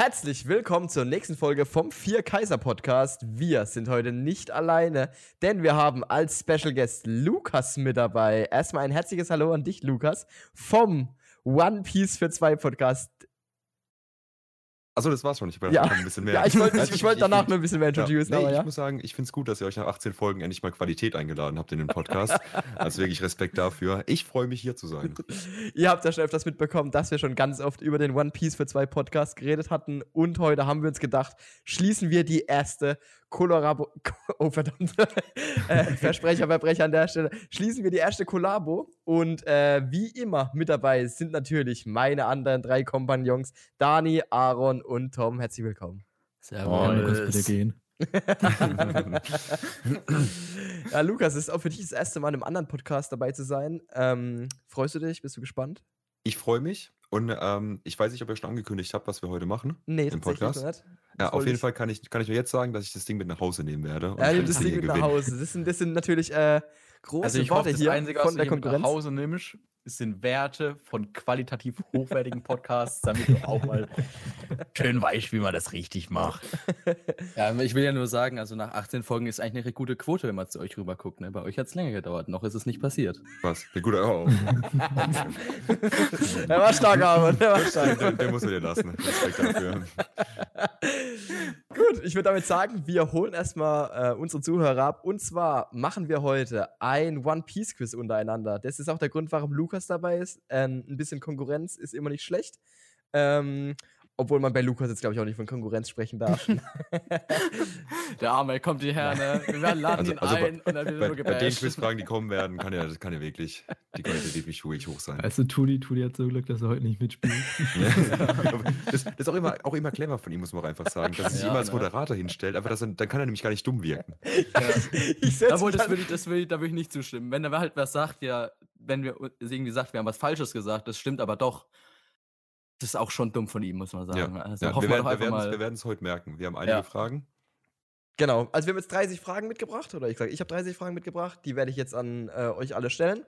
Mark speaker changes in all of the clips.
Speaker 1: Herzlich willkommen zur nächsten Folge vom Vier Kaiser Podcast. Wir sind heute nicht alleine, denn wir haben als Special Guest Lukas mit dabei. Erstmal ein herzliches Hallo an dich, Lukas, vom One Piece für zwei Podcast.
Speaker 2: Achso, das war's schon. Ich habe
Speaker 1: Ja.
Speaker 2: ein bisschen mehr.
Speaker 1: Ja, ich wollte
Speaker 2: Also
Speaker 1: ich wollt danach
Speaker 2: ich,
Speaker 1: noch ein bisschen mehr
Speaker 2: ja,
Speaker 1: introducen,
Speaker 2: nee,
Speaker 1: aber
Speaker 2: ich
Speaker 1: ja.
Speaker 2: muss sagen, ich finde es gut, dass ihr euch nach 18 Folgen endlich mal Qualität eingeladen habt in den Podcast. also wirklich Respekt dafür. Ich freue mich hier zu sein.
Speaker 1: Ihr habt ja schon öfters mitbekommen, dass wir schon ganz oft über den One Piece für zwei Podcast geredet hatten. Und heute haben wir uns gedacht, schließen wir die erste Kollabo. Oh, verdammt. äh, Versprecher, Verbrecher an der Stelle. Schließen wir die erste Kollabo. Und äh, wie immer mit dabei sind natürlich meine anderen drei Kompagnons, Dani, Aaron und Tom. Herzlich willkommen.
Speaker 3: Oh, Lukas, bitte
Speaker 4: Servus.
Speaker 3: gehen.
Speaker 1: ja, Lukas, es ist auch für dich das erste Mal in einem anderen Podcast dabei zu sein. Ähm, freust du dich? Bist du gespannt?
Speaker 2: Ich freue mich und ähm, ich weiß nicht, ob ihr schon angekündigt habt, was wir heute machen.
Speaker 1: Nee,
Speaker 2: Im
Speaker 1: tatsächlich
Speaker 2: Podcast?
Speaker 1: nicht.
Speaker 2: Ja,
Speaker 1: Voll
Speaker 2: auf jeden
Speaker 1: nicht.
Speaker 2: Fall kann ich, kann ich nur jetzt sagen, dass ich das Ding mit nach Hause nehmen werde. und
Speaker 1: Ja, nimm
Speaker 2: ich
Speaker 1: das
Speaker 2: werde
Speaker 1: Ding
Speaker 2: hier
Speaker 1: mit nach
Speaker 2: gewinnen.
Speaker 1: Hause. Das sind, das sind natürlich äh, große
Speaker 4: Also ich
Speaker 1: Worte
Speaker 4: hoffe, das
Speaker 1: hier
Speaker 4: Einzige, was
Speaker 1: von
Speaker 4: du
Speaker 1: der
Speaker 4: hier mit nach
Speaker 1: Konkurrenz.
Speaker 4: Hause nimmst, sind Werte von qualitativ hochwertigen Podcasts, damit du auch mal schön weißt, wie man das richtig macht.
Speaker 5: Ja, ich will ja nur sagen, also nach 18 Folgen ist eigentlich eine gute Quote, wenn man zu euch rüberguckt. Ne? Bei eueuch hat es länger gedauert, noch ist es nicht passiert.
Speaker 2: Was? Ja, gut, oh,
Speaker 1: Der war stark, aber der war
Speaker 2: oh.
Speaker 1: stark.
Speaker 2: den, den musst du dir lassen. Respekt dafür.
Speaker 1: Gut, ich würde damit sagen, wir holen erstmal äh, unsere Zuhörer ab. Und zwar machen wir heute ein One Piece Quiz untereinander. Das ist auch der Grund, warum Lukas dabei ist. Ähm, ein bisschen Konkurrenz ist immer nicht schlecht. Ähm, obwohl man bei Lukas jetzt, glaube ich, auch nicht von Konkurrenz sprechen darf.
Speaker 4: Der Arme kommt hierher, ne? Wir werden laden
Speaker 2: Also-
Speaker 4: ihn
Speaker 2: also bei-
Speaker 4: ein und dann wird er
Speaker 2: Bei,
Speaker 4: nur
Speaker 2: bei den
Speaker 4: gebasht.
Speaker 2: Quizfragen, die kommen werden, kann ja, das kann ja wirklich die Qualität nicht ruhig hoch sein.
Speaker 3: Also Tuli, Tuli hat so Glück, dass er heute nicht mitspielt.
Speaker 2: Ja. das, das ist auch immer, auch immer clever von ihm, muss man auch einfach sagen, dass er sich
Speaker 4: Ja,
Speaker 2: immer als
Speaker 4: ne?
Speaker 2: Moderator hinstellt, aber das, dann kann er nämlich gar nicht dumm wirken.
Speaker 1: ich setz
Speaker 5: Jawohl,
Speaker 1: mich
Speaker 5: das
Speaker 1: dann-
Speaker 5: würde ich, das würde ich, da würde ich nicht zustimmen. Wenn er halt was sagt, ja, wenn wir uns irgendwie sagt, wir haben was Falsches gesagt, das stimmt aber doch. Das ist auch schon dumm von ihm, muss man
Speaker 2: Ja.
Speaker 5: sagen. Also
Speaker 2: Ja, wir
Speaker 5: hoffen wir doch einfach mal.
Speaker 2: werden es heute merken. Wir haben einige
Speaker 5: Ja.
Speaker 2: Fragen.
Speaker 1: Genau, also wir haben jetzt 30 Fragen mitgebracht, oder ich sage, ich habe 30 Fragen mitgebracht, die werde ich jetzt an äh, euch alle stellen.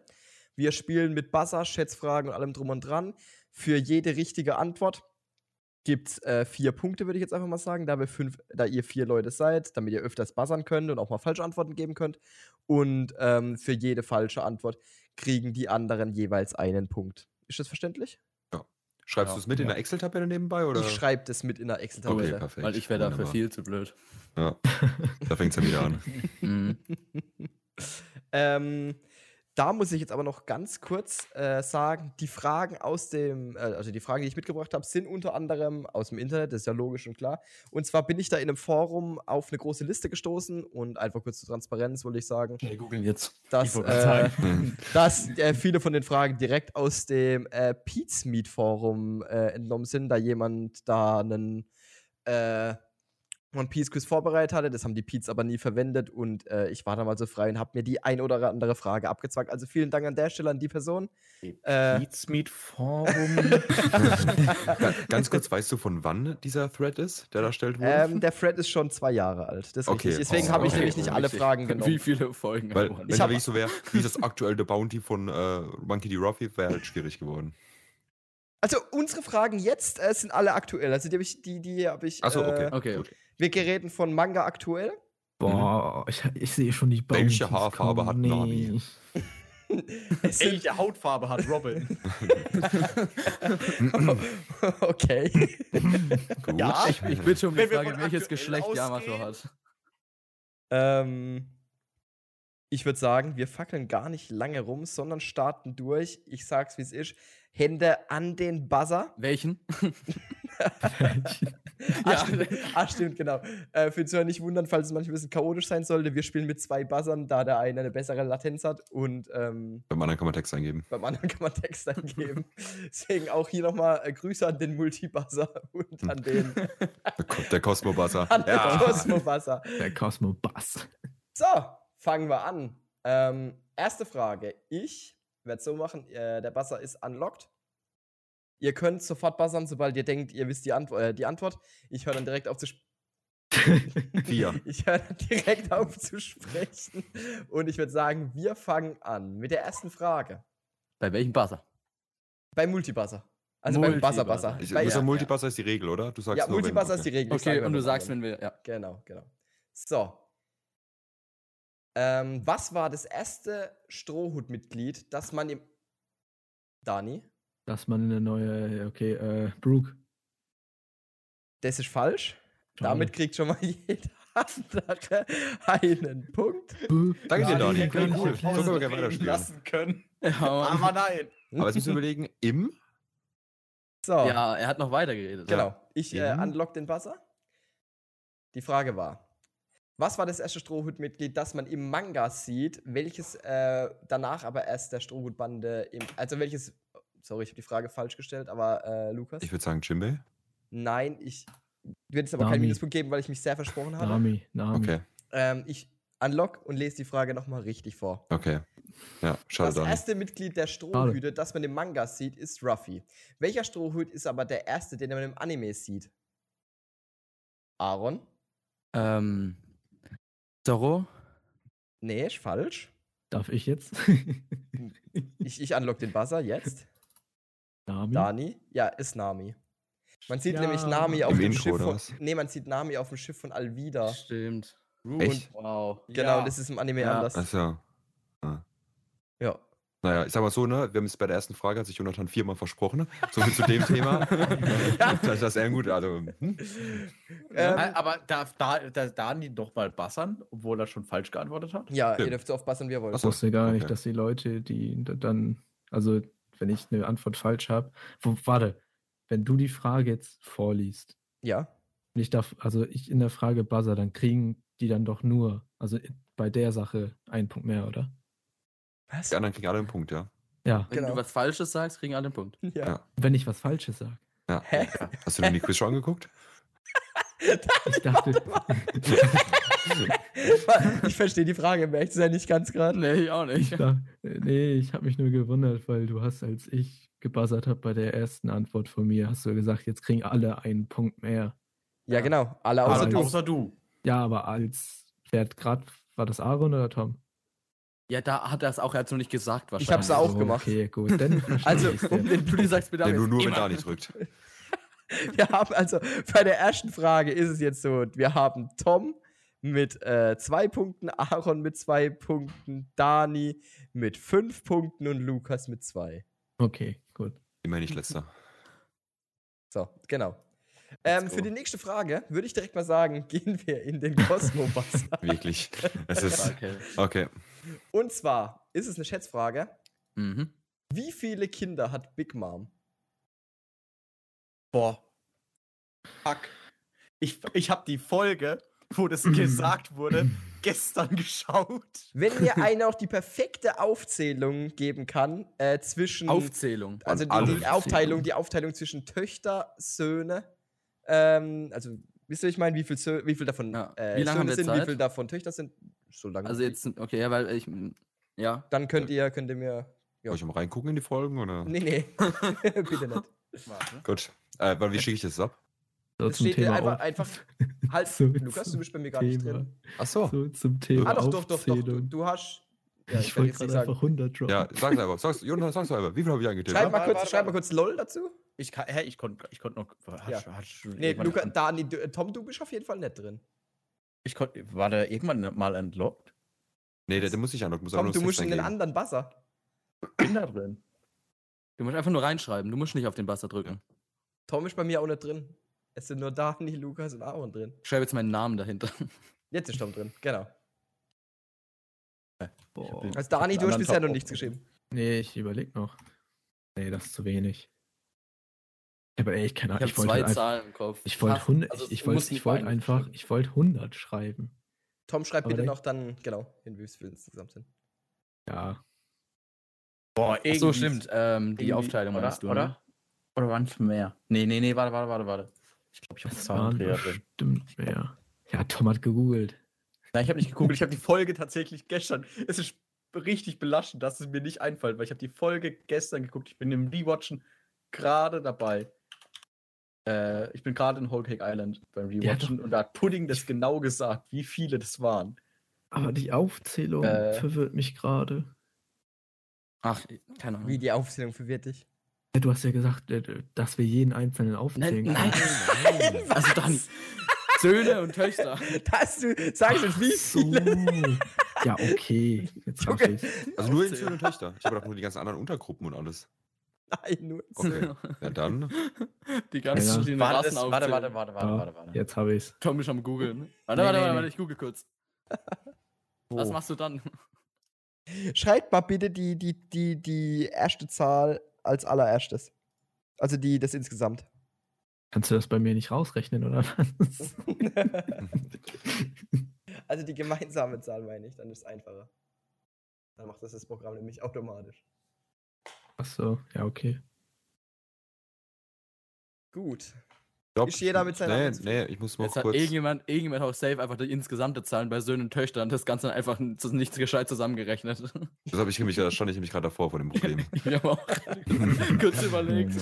Speaker 1: Wir spielen mit Buzzer, Schätzfragen und allem drum und dran. Für jede richtige Antwort gibt es äh, vier Punkte, würde ich jetzt einfach mal sagen, da, wir fünf, da ihr vier Leute seid, damit ihr öfters buzzern könnt und auch mal falsche Antworten geben könnt. Und ähm, für jede falsche Antwort kriegen die anderen jeweils einen Punkt. Ist das verständlich?
Speaker 2: Schreibst
Speaker 5: Ja.
Speaker 2: du es mit in
Speaker 3: Ja.
Speaker 2: der Excel-Tabelle nebenbei? Oder?
Speaker 1: Ich schreibe das mit in der
Speaker 2: Okay,
Speaker 1: Excel-Tabelle.
Speaker 2: perfekt.
Speaker 5: Weil ich wäre dafür
Speaker 2: Wunderbar.
Speaker 5: viel zu blöd.
Speaker 2: Da fängt es ja wieder an.
Speaker 5: Mhm.
Speaker 1: Ähm, da muss ich jetzt aber noch ganz kurz äh, sagen, die Fragen aus dem, äh, also die Fragen, die ich mitgebracht habe, sind unter anderem aus dem Internet, das ist ja logisch und klar. Und zwar bin ich da in einem Forum auf eine große Liste gestoßen und einfach kurz zur Transparenz wollte ich sagen,
Speaker 4: Wir googeln jetzt.
Speaker 1: dass,
Speaker 4: wollte gerade
Speaker 1: äh, dass äh, viele von den Fragen direkt aus dem äh, Pete's Meet Forum äh, entnommen sind, da jemand da einen äh, One Piece Quiz vorbereitet hatte. Das haben die Pete's aber nie verwendet und äh, ich war da mal so frei und habe mir die ein oder andere Frage abgezwackt. Also vielen Dank an der Stelle an die Person. Äh,
Speaker 4: Meets Meet Forum.
Speaker 2: Ga- Ganz kurz, weißt du, von wann dieser Thread ist, der da erstellt wurde?
Speaker 1: ähm, der Fred ist schon zwei Jahre alt. Das ist
Speaker 2: Mhm. Okay.
Speaker 1: richtig. Deswegen
Speaker 2: Oh,
Speaker 1: habe ich
Speaker 2: okay,
Speaker 1: nämlich nicht alle
Speaker 5: Richtig.
Speaker 1: Fragen genommen.
Speaker 5: Wie viele Folgen?
Speaker 2: Weil,
Speaker 5: haben wir?
Speaker 2: wenn ich
Speaker 1: hab-
Speaker 2: wirklich so wäre, wie das aktuell The Bounty von äh, Monkey D. Ruffy, wäre halt schwierig geworden.
Speaker 1: Also unsere Fragen jetzt äh, sind alle aktuell. Also die habe ich, die, die habe ich.
Speaker 2: Achso, okay.
Speaker 1: Äh,
Speaker 5: okay,
Speaker 2: Gut.
Speaker 1: wir gereden von Manga aktuell.
Speaker 3: Boah, ich, ich sehe schon die Baum.
Speaker 2: Welche Haarfarbe hat Nami?
Speaker 1: Es sind
Speaker 4: Welche Hautfarbe hat Robin?
Speaker 1: Okay.
Speaker 2: Gut.
Speaker 4: Ja,
Speaker 5: Ich, ich bitte um die
Speaker 4: Wenn wir
Speaker 5: Frage,
Speaker 4: von
Speaker 5: welches
Speaker 4: aktuell
Speaker 5: Geschlecht Yamato
Speaker 4: ausgehen-
Speaker 5: hat.
Speaker 1: ähm, ich würde sagen, wir fackeln gar nicht lange rum, sondern starten durch. Ich sag's, wie es ist. Hände an den Buzzer.
Speaker 5: Welchen?
Speaker 1: Ah, stimmt, ah, stimmt genau. Äh, für die Zuhörer nicht wundern, falls es manchmal ein bisschen chaotisch sein sollte. Wir spielen mit zwei Buzzern, da der eine eine bessere Latenz hat und ähm,
Speaker 2: Beim anderen kann man Text eingeben.
Speaker 1: beim anderen kann man Text eingeben. Deswegen auch hier nochmal äh, Grüße an den Multibuzzer und an den,
Speaker 2: Der Ko- Der Cosmo Buzzer.
Speaker 1: an den
Speaker 2: Ja.
Speaker 1: Cosmo-Buzzer.
Speaker 3: Der Cosmo Bass.
Speaker 1: So, fangen wir an. Ähm, erste Frage. Ich werde so machen, äh, der Buzzer ist unlocked. Ihr könnt sofort buzzern, sobald ihr denkt, ihr wisst die, Antwo äh, die Antwort. Ich höre dann direkt auf zu sprechen.
Speaker 2: Vier.
Speaker 1: Ich höre dann direkt auf zu sprechen. Und ich würde sagen, wir fangen an mit der ersten Frage.
Speaker 5: Bei welchem Buzzer?
Speaker 1: Beim Multibuzzer. Also beim Buzzer,
Speaker 4: Multibuzzer.
Speaker 1: Buzzer.
Speaker 2: Ich,
Speaker 1: Bei-
Speaker 2: muss
Speaker 1: ja,
Speaker 2: sagen, Multibuzzer ist die Regel, oder? Du
Speaker 1: ja.
Speaker 2: sagst
Speaker 1: ja,
Speaker 2: nur, wenn-
Speaker 1: Multibuzzer ist die Regel. Ich
Speaker 5: Okay,
Speaker 1: sage
Speaker 5: und du
Speaker 1: was
Speaker 5: sagst,
Speaker 1: anderes.
Speaker 5: wenn wir. Ja.
Speaker 1: Genau, genau. So. Ähm, was war das erste Strohhut-Mitglied, das man im. Dani?
Speaker 3: Dass man eine neue, okay, äh, Brooke.
Speaker 1: Das ist falsch.
Speaker 3: Schade.
Speaker 1: Damit kriegt schon mal jeder andere einen Punkt.
Speaker 3: Buh.
Speaker 2: Danke dir,
Speaker 3: Ja,
Speaker 2: Dani.
Speaker 3: die kann ich
Speaker 2: Cool.
Speaker 3: erklären.
Speaker 2: So können wir gerne weiterspielen.
Speaker 4: können.
Speaker 5: Ja, Mann.
Speaker 4: Aber nein.
Speaker 2: Aber jetzt müssen wir überlegen, im?
Speaker 1: So,
Speaker 3: Ah.
Speaker 5: ja, er hat noch weitergeredet.
Speaker 1: genau. Ich äh,
Speaker 2: Mhm.
Speaker 1: unlock den Buzzer. Die Frage war: Was war das erste Strohhut-Mitglied, das man im Manga sieht, welches äh, danach aber erst der Strohhutbande im. Also welches. Sorry, ich habe die Frage falsch gestellt, aber äh, Lukas?
Speaker 2: Ich würde sagen Jimbe.
Speaker 1: Nein, ich würde es aber keinen
Speaker 3: Nami.
Speaker 1: Minuspunkt geben, weil ich mich sehr versprochen habe.
Speaker 3: Nami, Nami.
Speaker 2: Okay,
Speaker 1: Ähm, ich unlock und lese die Frage nochmal richtig vor.
Speaker 2: okay. Ja, schade,
Speaker 1: Das
Speaker 2: Dani.
Speaker 1: erste Mitglied der Strohhüte, das man im Manga sieht, ist Ruffy. Welcher Strohhut ist aber der erste, den man im Anime sieht? Aaron?
Speaker 5: Ähm. Zorro?
Speaker 1: Nee, ist falsch.
Speaker 3: Darf ich jetzt?
Speaker 1: Ich, ich unlock den Buzzer jetzt.
Speaker 3: Nami?
Speaker 1: Dani? Ja, ist Nami. Man sieht nämlich
Speaker 3: Ja.
Speaker 1: Nami auf
Speaker 2: Im
Speaker 1: dem
Speaker 2: Intro,
Speaker 1: Schiff.
Speaker 2: oder
Speaker 1: Von,
Speaker 2: was?
Speaker 1: nee, man sieht Nami auf dem Schiff von Alvida.
Speaker 5: Stimmt.
Speaker 2: Echt?
Speaker 5: Wow.
Speaker 1: Genau,
Speaker 4: Ja.
Speaker 1: das ist im Anime
Speaker 5: Ja.
Speaker 1: anders.
Speaker 2: Achso.
Speaker 1: Ja.
Speaker 2: Naja, ich sag mal so, ne, wir haben es bei der ersten Frage, hat sich Jonathan viermal versprochen. So viel zu dem Thema. das, das ist eher gut. Also, hm?
Speaker 1: Ähm,
Speaker 4: aber darf da, da, Dani doch mal bassern, obwohl er schon falsch geantwortet hat?
Speaker 1: ja, ihr
Speaker 2: Stimmt.
Speaker 1: dürft so aufpassen, wie ihr wollt.
Speaker 2: Ach
Speaker 3: Ich
Speaker 2: so.
Speaker 3: wusste gar
Speaker 2: Okay.
Speaker 3: nicht, dass die Leute, die da- dann, also wenn ich eine Antwort falsch habe, warte, wenn du die Frage jetzt vorliest
Speaker 1: Ja.
Speaker 3: und ich darf, also ich in der Frage buzzer, dann kriegen die dann doch nur, also bei der Sache einen Punkt mehr, oder?
Speaker 1: Was?
Speaker 2: Die anderen kriegen alle einen Punkt, ja.
Speaker 3: Ja,
Speaker 5: Wenn
Speaker 1: Genau.
Speaker 5: du was Falsches sagst, kriegen alle einen Punkt.
Speaker 1: Ja.
Speaker 3: wenn ich was Falsches sage.
Speaker 2: ja.
Speaker 1: Hä?
Speaker 2: Hast du denn die Quiz schon angeguckt?
Speaker 3: Ich dachte,
Speaker 1: ich verstehe die Frage, um merkt es ja nicht ganz gerade.
Speaker 5: Nee, ich auch
Speaker 3: ich da, nee, ich habe mich nur gewundert, weil du hast, als ich gebuzzert habe bei der ersten Antwort von mir, hast du gesagt, jetzt kriegen alle einen Punkt mehr.
Speaker 1: Ja, genau. Alle außer
Speaker 3: Aber-
Speaker 1: du.
Speaker 4: außer du.
Speaker 3: Ja, aber als, wer hat gerade, war das Aaron oder Tom?
Speaker 5: Ja, da hat er es auch, er hat es noch nicht gesagt wahrscheinlich.
Speaker 1: Ich hab's auch
Speaker 3: Oh,
Speaker 1: gemacht.
Speaker 3: Okay, gut, dann verstehe
Speaker 1: Also,
Speaker 3: ich's
Speaker 5: Um
Speaker 3: jetzt.
Speaker 5: den Pulli sagst du mir
Speaker 2: Den du
Speaker 5: jetzt
Speaker 2: nur, wenn
Speaker 5: immer.
Speaker 2: Dani drückt.
Speaker 1: Wir haben also bei der ersten Frage ist es jetzt so: Wir haben Tom mit äh, zwei Punkten, Aaron mit zwei Punkten, Dani mit fünf Punkten und Lukas mit zwei.
Speaker 3: Okay, gut.
Speaker 2: Immer nicht letzter.
Speaker 1: So, genau. Ähm, für die nächste Frage würde ich direkt mal sagen, gehen wir in den Cosmo-Buzzer.
Speaker 2: Wirklich. Es ist.
Speaker 5: Okay.
Speaker 2: Okay.
Speaker 1: und zwar ist es eine Schätzfrage.
Speaker 5: Mhm.
Speaker 1: Wie viele Kinder hat Big Mom?
Speaker 4: Boah. Fuck. Ich, ich habe die Folge, wo das gesagt wurde, gestern geschaut.
Speaker 1: Wenn mir einer auch die perfekte Aufzählung geben kann, äh, zwischen.
Speaker 5: Aufzählung.
Speaker 1: also
Speaker 2: alle
Speaker 1: die, die Aufteilung, die Aufteilung zwischen Töchter, Söhne. Ähm, also, wisst ihr, ich meine, wie viel, Sö wie viel davon
Speaker 5: Ja.
Speaker 1: äh,
Speaker 5: Wie lange haben
Speaker 1: Söhne
Speaker 5: wir
Speaker 1: sind, wie
Speaker 5: Zeit?
Speaker 1: viel davon Töchter sind? So lange.
Speaker 5: Also jetzt, okay, ja, weil ich, mm, ja.
Speaker 1: Dann könnt ihr, könnt ihr mir. Ja.
Speaker 2: Soll ich mal reingucken in die Folgen? Oder?
Speaker 1: Nee, nee. Bitte nicht.
Speaker 2: Gut. Äh, wann- wie schicke ich das ab?
Speaker 3: So
Speaker 1: Es steht hier einfach, einfach. Halt,
Speaker 3: So,
Speaker 1: Lukas, du bist bei mir gar nicht
Speaker 3: Thema.
Speaker 1: drin.
Speaker 2: Ach so.
Speaker 3: So zum Thema.
Speaker 1: Ah, doch, doch, doch, doch. Du,
Speaker 3: Aufzählung.
Speaker 1: du hast. Ja,
Speaker 3: ich
Speaker 1: werd
Speaker 3: wollte
Speaker 1: jetzt nicht
Speaker 3: gerade einfach 100 droppen.
Speaker 2: Ja, sag's einfach. Sag's, Jonas, sag's einfach. Wie viel habe ich eingetippt?
Speaker 1: Schreib mal
Speaker 4: Warte,
Speaker 1: kurz,
Speaker 4: warte,
Speaker 1: schreib mal
Speaker 4: warte.
Speaker 1: kurz LOL dazu.
Speaker 4: Ich kann, hä, ich konnte ich konnt noch. Hat,
Speaker 1: Ja.
Speaker 4: hat schon
Speaker 1: Nee,
Speaker 4: irgendwann-
Speaker 1: Luca, Dani, du, äh, Tom, du bist auf jeden Fall nicht drin.
Speaker 4: ich konnt, war der irgendwann mal entlockt?
Speaker 2: Nee, der, der muss nicht anlocken. Muss
Speaker 1: Tom,
Speaker 2: einfach
Speaker 1: du
Speaker 2: nur
Speaker 1: musst
Speaker 2: Sticks
Speaker 1: in den
Speaker 2: eingeben.
Speaker 1: anderen Buzzer.
Speaker 4: Bin da drin.
Speaker 5: Du musst einfach nur reinschreiben, du musst nicht auf den Buzzer drücken.
Speaker 1: Tom ist bei mir auch nicht drin. Es sind nur Dani, Lukas und Aaron drin.
Speaker 5: Ich schreibe jetzt meinen Namen dahinter.
Speaker 1: Jetzt ist Tom drin, genau.
Speaker 3: Boah.
Speaker 1: Also Dani,
Speaker 4: den
Speaker 1: du hast
Speaker 4: anderen
Speaker 1: bisher
Speaker 4: Top
Speaker 1: noch nichts
Speaker 4: aufgeschrieben.
Speaker 1: geschrieben.
Speaker 3: Nee, ich überlege noch. Nee, das ist zu wenig. Aber ey, ich kann
Speaker 5: Ich habe zwei Zahlen im Kopf.
Speaker 3: Ich wollte
Speaker 5: Fast.
Speaker 3: 100,
Speaker 5: Also,
Speaker 3: ich, ich
Speaker 5: du
Speaker 3: wollte
Speaker 5: musst
Speaker 3: ich
Speaker 5: nicht
Speaker 3: wollte
Speaker 5: beide
Speaker 3: einfach,
Speaker 5: schreiben.
Speaker 3: ich wollte 100 schreiben.
Speaker 1: Tom, schreib
Speaker 3: Aber
Speaker 1: bitte
Speaker 3: der-
Speaker 1: noch dann, genau, in wie viel insgesamt sind.
Speaker 3: Ja.
Speaker 4: Boah,
Speaker 5: Ach so, stimmt. Ähm, die
Speaker 4: irgendwie,
Speaker 5: Aufteilung
Speaker 4: oder?
Speaker 5: meinst du,
Speaker 4: oder?
Speaker 5: Ne?
Speaker 4: Oder waren es mehr? Nee, nee, nee, warte, warte, warte, warte. Ich glaube, ich habe
Speaker 3: Das waren bestimmt mehr. Ja, Tom hat gegoogelt.
Speaker 4: Nein, ich habe nicht geguckt. Ich habe die Folge tatsächlich gestern. Es ist richtig belastend, dass es mir nicht einfällt, weil ich habe die Folge gestern geguckt. Ich bin im Rewatchen gerade dabei. Äh, ich bin gerade in Whole Cake Island beim
Speaker 3: Ja,
Speaker 4: Rewatchen und da hat Pudding das genau gesagt, wie viele das waren.
Speaker 3: Aber die Aufzählung
Speaker 4: Äh.
Speaker 3: verwirrt mich gerade.
Speaker 5: Ach, keine Ahnung.
Speaker 1: Wie die Aufzählung verwirrt dich.
Speaker 3: Ja, Du hast ja gesagt, äh, dass wir jeden einzelnen aufzählen. können.
Speaker 5: nein. Also dann Söhne und Töchter.
Speaker 1: Dass du sagst, uns, wie viele.
Speaker 3: So. Ja, okay. Jetzt hab
Speaker 1: Junge.
Speaker 3: ich.
Speaker 2: Also nur den Söhne und Töchter. Ich habe gedacht, nur die ganzen anderen Untergruppen und alles.
Speaker 1: Nein, nur.
Speaker 2: Okay. Ja, dann.
Speaker 5: Die ganzen
Speaker 3: Ja.
Speaker 5: verschiedenen
Speaker 4: Warte,
Speaker 5: Rassen
Speaker 4: das- warte, warte, warte, warte,
Speaker 3: Ja,
Speaker 4: warte, warte.
Speaker 3: Jetzt habe ich's.
Speaker 5: Tom ist am googeln. Warte,
Speaker 3: Nee, nee,
Speaker 5: warte, warte,
Speaker 3: nee.
Speaker 5: warte, ich google kurz. Was machst du dann?
Speaker 1: Schreibt mal bitte die, die, die, die erste Zahl als allererstes. Also die, das insgesamt.
Speaker 3: Kannst du das bei mir nicht rausrechnen, oder was?
Speaker 1: also die gemeinsame Zahl meine ich, dann ist es einfacher. Dann macht das das Programm nämlich automatisch.
Speaker 3: Ach so, ja, okay.
Speaker 1: Gut.
Speaker 2: Stopp.
Speaker 1: Ist jeder mit seiner
Speaker 2: Nee,
Speaker 1: Hand
Speaker 2: nee, ich muss mal
Speaker 5: Jetzt hat
Speaker 2: kurz.
Speaker 5: irgendjemand, irgendjemand auch safe einfach die insgesamte Zahlen bei Söhnen und Töchtern das Ganze einfach n- zu- nichts gescheit zusammengerechnet.
Speaker 2: Das habe ich nämlich, da stand ich nämlich gerade davor vor dem Problem.
Speaker 5: Ich habe auch kurz überlegt.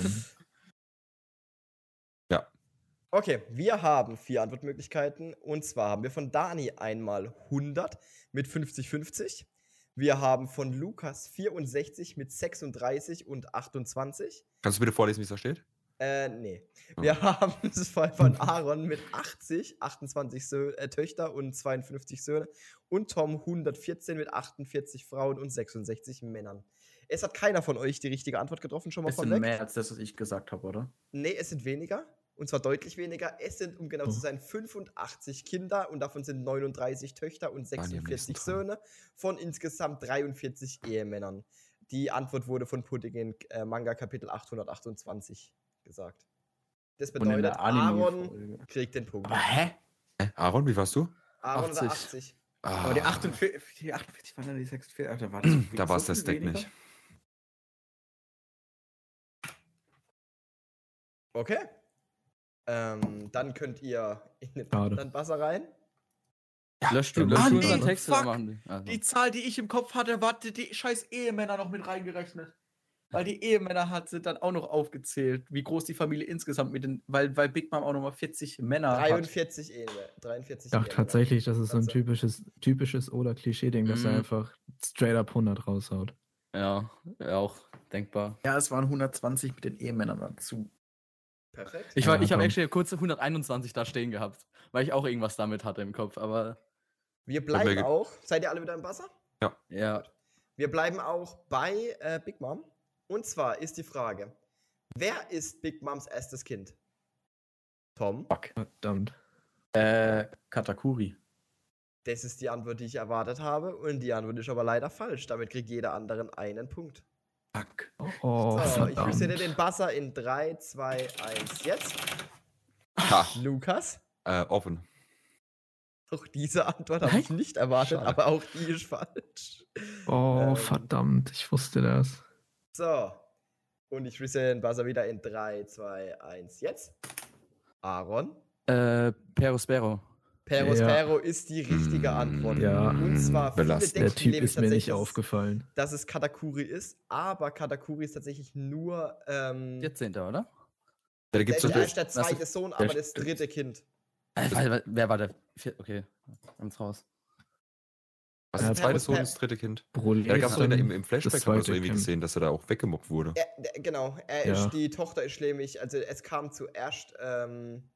Speaker 1: Okay, wir haben vier Antwortmöglichkeiten. Und zwar haben wir von Dani einmal 100 mit 50-50. Wir haben von Lukas 64 mit 36 und 28.
Speaker 2: Kannst du bitte vorlesen, wie es da steht?
Speaker 1: Äh, nee.
Speaker 2: Ah.
Speaker 1: Wir haben das Fall von Aaron mit 80, 28 Sö äh, Töchter und 52 Söhne und Tom 114 mit 48 Frauen und 66 Männern. Es hat keiner von euch die richtige Antwort getroffen, schon mal
Speaker 4: Bisschen
Speaker 1: vorweg.
Speaker 4: mehr als das, was ich gesagt habe, oder?
Speaker 1: Nee, es sind weniger. Und zwar deutlich weniger. Es sind, um genau zu
Speaker 4: Mhm.
Speaker 3: Oh.
Speaker 1: sein, 85 Kinder und davon sind 39 Töchter und
Speaker 2: Waren die am
Speaker 1: 46
Speaker 2: nächsten dran?
Speaker 1: Söhne von insgesamt 43 Ehemännern. Die Antwort wurde von Pudding in äh, Manga Kapitel 828 gesagt. Das
Speaker 4: Und in
Speaker 1: bedeutet,
Speaker 4: der Anime
Speaker 1: Aaron kriegt den Punkt.
Speaker 4: Aber hä?
Speaker 2: Hä? Aaron, wie warst du?
Speaker 1: Aaron 80. war
Speaker 5: 80.
Speaker 1: 80.
Speaker 2: Ah,
Speaker 4: Aber die 48, die 48 waren dann die 46. Ach, da war das so viel-
Speaker 2: da war es
Speaker 4: so
Speaker 2: der
Speaker 4: viel
Speaker 2: Stack
Speaker 4: weniger?
Speaker 2: nicht.
Speaker 1: Okay. Ähm, dann könnt ihr in den
Speaker 3: Schade.
Speaker 1: anderen Wasser rein.
Speaker 5: Löscht
Speaker 3: dann
Speaker 5: löscht
Speaker 3: löschen wir
Speaker 5: unseren
Speaker 3: das.
Speaker 5: Text oder
Speaker 4: Fuck.
Speaker 5: machen die? Also.
Speaker 4: Die Zahl, die ich im Kopf hatte, war die- die scheiß Ehemänner noch mit reingerechnet. Weil die Ehemänner hat sie dann auch noch aufgezählt, wie groß die Familie insgesamt mit den, weil, weil Big Mom auch nochmal 40 Männer Ah, hat.
Speaker 1: 43 Ehemänner. 43
Speaker 3: Ich dachte
Speaker 1: Ehemänner.
Speaker 3: tatsächlich, das ist so ein
Speaker 2: Also
Speaker 1: Tatsache.
Speaker 3: typisches, typisches oder Klischee-Ding, dass
Speaker 5: Mhm.
Speaker 3: er einfach straight up 100 raushaut.
Speaker 5: Ja, ja, auch denkbar.
Speaker 4: Ja, es waren 120 mit den Ehemännern dazu.
Speaker 1: Perfekt.
Speaker 5: Ich,
Speaker 3: Ja,
Speaker 5: war- ich habe
Speaker 3: komm.
Speaker 5: actually kurz 121 da stehen gehabt, weil ich auch irgendwas damit hatte im Kopf, aber
Speaker 1: Wir
Speaker 2: mir
Speaker 1: bleiben
Speaker 2: ge-
Speaker 1: auch. Seid ihr alle wieder im Wasser?
Speaker 5: ja.
Speaker 1: Wir bleiben auch bei äh, Big Mom. Und zwar ist die Frage: Wer ist Big Moms erstes Kind? Tom?
Speaker 3: Verdammt.
Speaker 4: Äh, Katakuri.
Speaker 1: Das ist die Antwort, die ich erwartet habe. Und die Antwort ist aber leider falsch. Damit kriegt jeder anderen einen Punkt.
Speaker 4: Fuck.
Speaker 1: so,
Speaker 3: Oh,
Speaker 1: ich
Speaker 3: verdammt.
Speaker 1: resette den Buzzer in 3, 2, 1. Jetzt.
Speaker 2: Ha,
Speaker 1: Lukas?
Speaker 2: äh, offen.
Speaker 1: Auch diese Antwort habe ich nicht erwartet,
Speaker 2: Schade.
Speaker 1: aber auch die ist falsch.
Speaker 3: Oh,
Speaker 1: Ähm.
Speaker 3: verdammt, ich wusste das.
Speaker 1: So. Und ich resette den Buzzer wieder in 3, 2, 1. Jetzt. Aaron?
Speaker 5: Äh, Perospero.
Speaker 1: Peros
Speaker 3: Ja.
Speaker 1: Pero ist die richtige
Speaker 2: Mm,
Speaker 1: Antwort.
Speaker 3: ja.
Speaker 1: Und zwar viele
Speaker 2: Belastend.
Speaker 1: denken
Speaker 3: Der Typ
Speaker 1: nämlich
Speaker 3: ist mir nicht
Speaker 1: tatsächlich,
Speaker 3: aufgefallen.
Speaker 1: Dass es Katakuri ist, aber Katakuri ist tatsächlich nur ähm,
Speaker 5: 14. oder?
Speaker 2: Ja, da
Speaker 1: der,
Speaker 2: gibt's doch
Speaker 1: der, ist
Speaker 2: das,
Speaker 1: der zweite Sohn, aber das dritte Kind.
Speaker 5: Äh, warte, warte, wer war der? Vier, okay, kommt's raus.
Speaker 2: was ist das
Speaker 1: Ja,
Speaker 2: zweite
Speaker 1: das-
Speaker 2: Sohn, das dritte Kind.
Speaker 3: Brolesen.
Speaker 2: Ja, da gab es doch in der- im, im
Speaker 3: das
Speaker 2: Flashback hat man
Speaker 3: zweite
Speaker 2: so irgendwie
Speaker 3: Kind.
Speaker 2: gesehen, dass er da auch weggemobbt wurde.
Speaker 1: Er, der, genau, er
Speaker 3: Ja.
Speaker 1: ist die Tochter ist nämlich, also es kam zuerst ähm,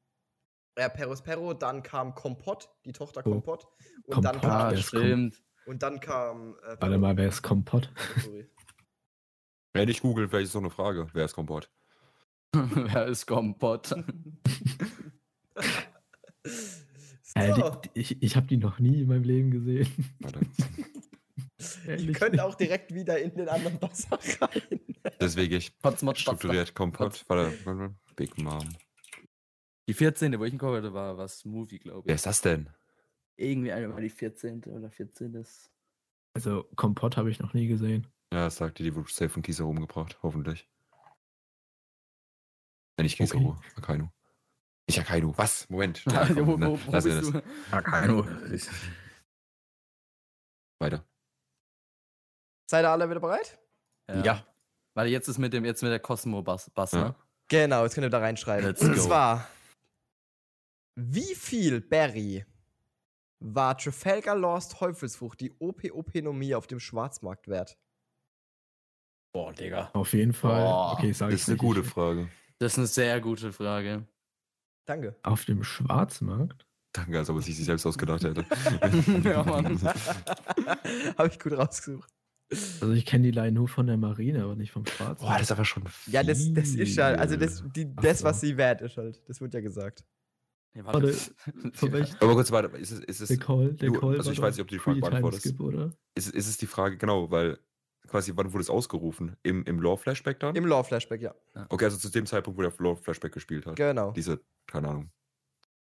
Speaker 1: äh, Peros Pero, dann kam Kompott, die Tochter
Speaker 3: Oh.
Speaker 1: Kompott, und dann
Speaker 3: Kompott,
Speaker 5: Ah,
Speaker 1: kam
Speaker 3: der ist stimmt.
Speaker 1: und dann kam äh,
Speaker 3: Warte mal, wer ist Kompott?
Speaker 1: Katakuri.
Speaker 2: Wenn ich google, vielleicht ist so eine Frage. Wer ist Kompott?
Speaker 5: wer ist Kompott?
Speaker 3: Äh,
Speaker 1: So.
Speaker 3: die, die, ich ich habe die noch nie in meinem Leben gesehen.
Speaker 2: Warte.
Speaker 1: Ihr
Speaker 3: Ehrlich.
Speaker 1: könnt auch direkt wieder in den anderen Wasser rein.
Speaker 2: Deswegen ich
Speaker 5: Potsmod,
Speaker 2: strukturiert Kompott. Warte, warte, Big Mom.
Speaker 5: Die 14. wo ich hinkommen wollte, war was Movie, glaube
Speaker 2: Wer
Speaker 5: ich.
Speaker 2: ist das denn?
Speaker 5: Irgendwie eine war die 14. oder 14. ist.
Speaker 3: Also, Kompott habe ich noch nie gesehen.
Speaker 2: Ja, das sagt dir, die wurde safe von Kiesero umgebracht, hoffentlich. Wenn nicht
Speaker 3: Okay.
Speaker 2: Kiesero, Akainu. Nicht Akainu, was? Moment. Ja,
Speaker 5: Also,
Speaker 2: komm,
Speaker 5: wo,
Speaker 2: ne?
Speaker 5: wo, wo
Speaker 2: Lass ihn
Speaker 5: bist
Speaker 2: das.
Speaker 5: du?
Speaker 4: Akainu.
Speaker 2: Weiter.
Speaker 1: Seid ihr alle wieder bereit?
Speaker 4: Ja.
Speaker 5: Weil jetzt ist mit dem, jetzt mit der Cosmo-Bass, Bass,
Speaker 2: Ja.
Speaker 5: ne?
Speaker 1: Genau, jetzt könnt ihr da reinschreiben.
Speaker 5: Let's
Speaker 1: Und
Speaker 5: go.
Speaker 1: zwar, wie viel Barry war Trafalgar Lost Teufelsfrucht, die OP-OP-Nomie auf dem Schwarzmarkt wert?
Speaker 4: Boah, Digga.
Speaker 3: Auf jeden Fall.
Speaker 5: Boah,
Speaker 3: okay, sag
Speaker 2: Das
Speaker 3: ich
Speaker 2: ist eine
Speaker 3: nicht.
Speaker 2: gute
Speaker 3: Ich-
Speaker 2: Frage.
Speaker 5: Das ist eine sehr gute Frage.
Speaker 1: Danke.
Speaker 3: Auf dem Schwarzmarkt?
Speaker 2: Danke, als ob er sich sie selbst ausgedacht hätte.
Speaker 5: Ja, Mann.
Speaker 1: Habe ich gut rausgesucht.
Speaker 3: Also ich kenne die Laie nur von der Marine, aber nicht vom Schwarzmarkt.
Speaker 2: Boah, das ist aber schon.
Speaker 1: Ja, das, das ist ja, also das, die,
Speaker 3: Ach
Speaker 1: das,
Speaker 3: so.
Speaker 1: was sie wert ist halt. Das wird ja gesagt.
Speaker 5: Ja,
Speaker 3: Warte, von
Speaker 5: ja.
Speaker 3: welch-
Speaker 2: Aber kurz weiter, ist es, ist es,
Speaker 3: der Call, der
Speaker 2: du-
Speaker 3: Call
Speaker 2: also ich
Speaker 3: war
Speaker 2: weiß nicht,
Speaker 3: doch
Speaker 2: ob du die Frage
Speaker 3: Free Time
Speaker 2: beantwortest.
Speaker 3: Skip, oder?
Speaker 2: ist, ist es die Frage, genau, weil quasi, wann wurde es ausgerufen? Im, im Lore-Flashback dann?
Speaker 1: Im Lore-Flashback, ja.
Speaker 2: okay, also zu dem Zeitpunkt, wo der Lore-Flashback gespielt hat.
Speaker 1: Genau.
Speaker 2: Diese, keine Ahnung,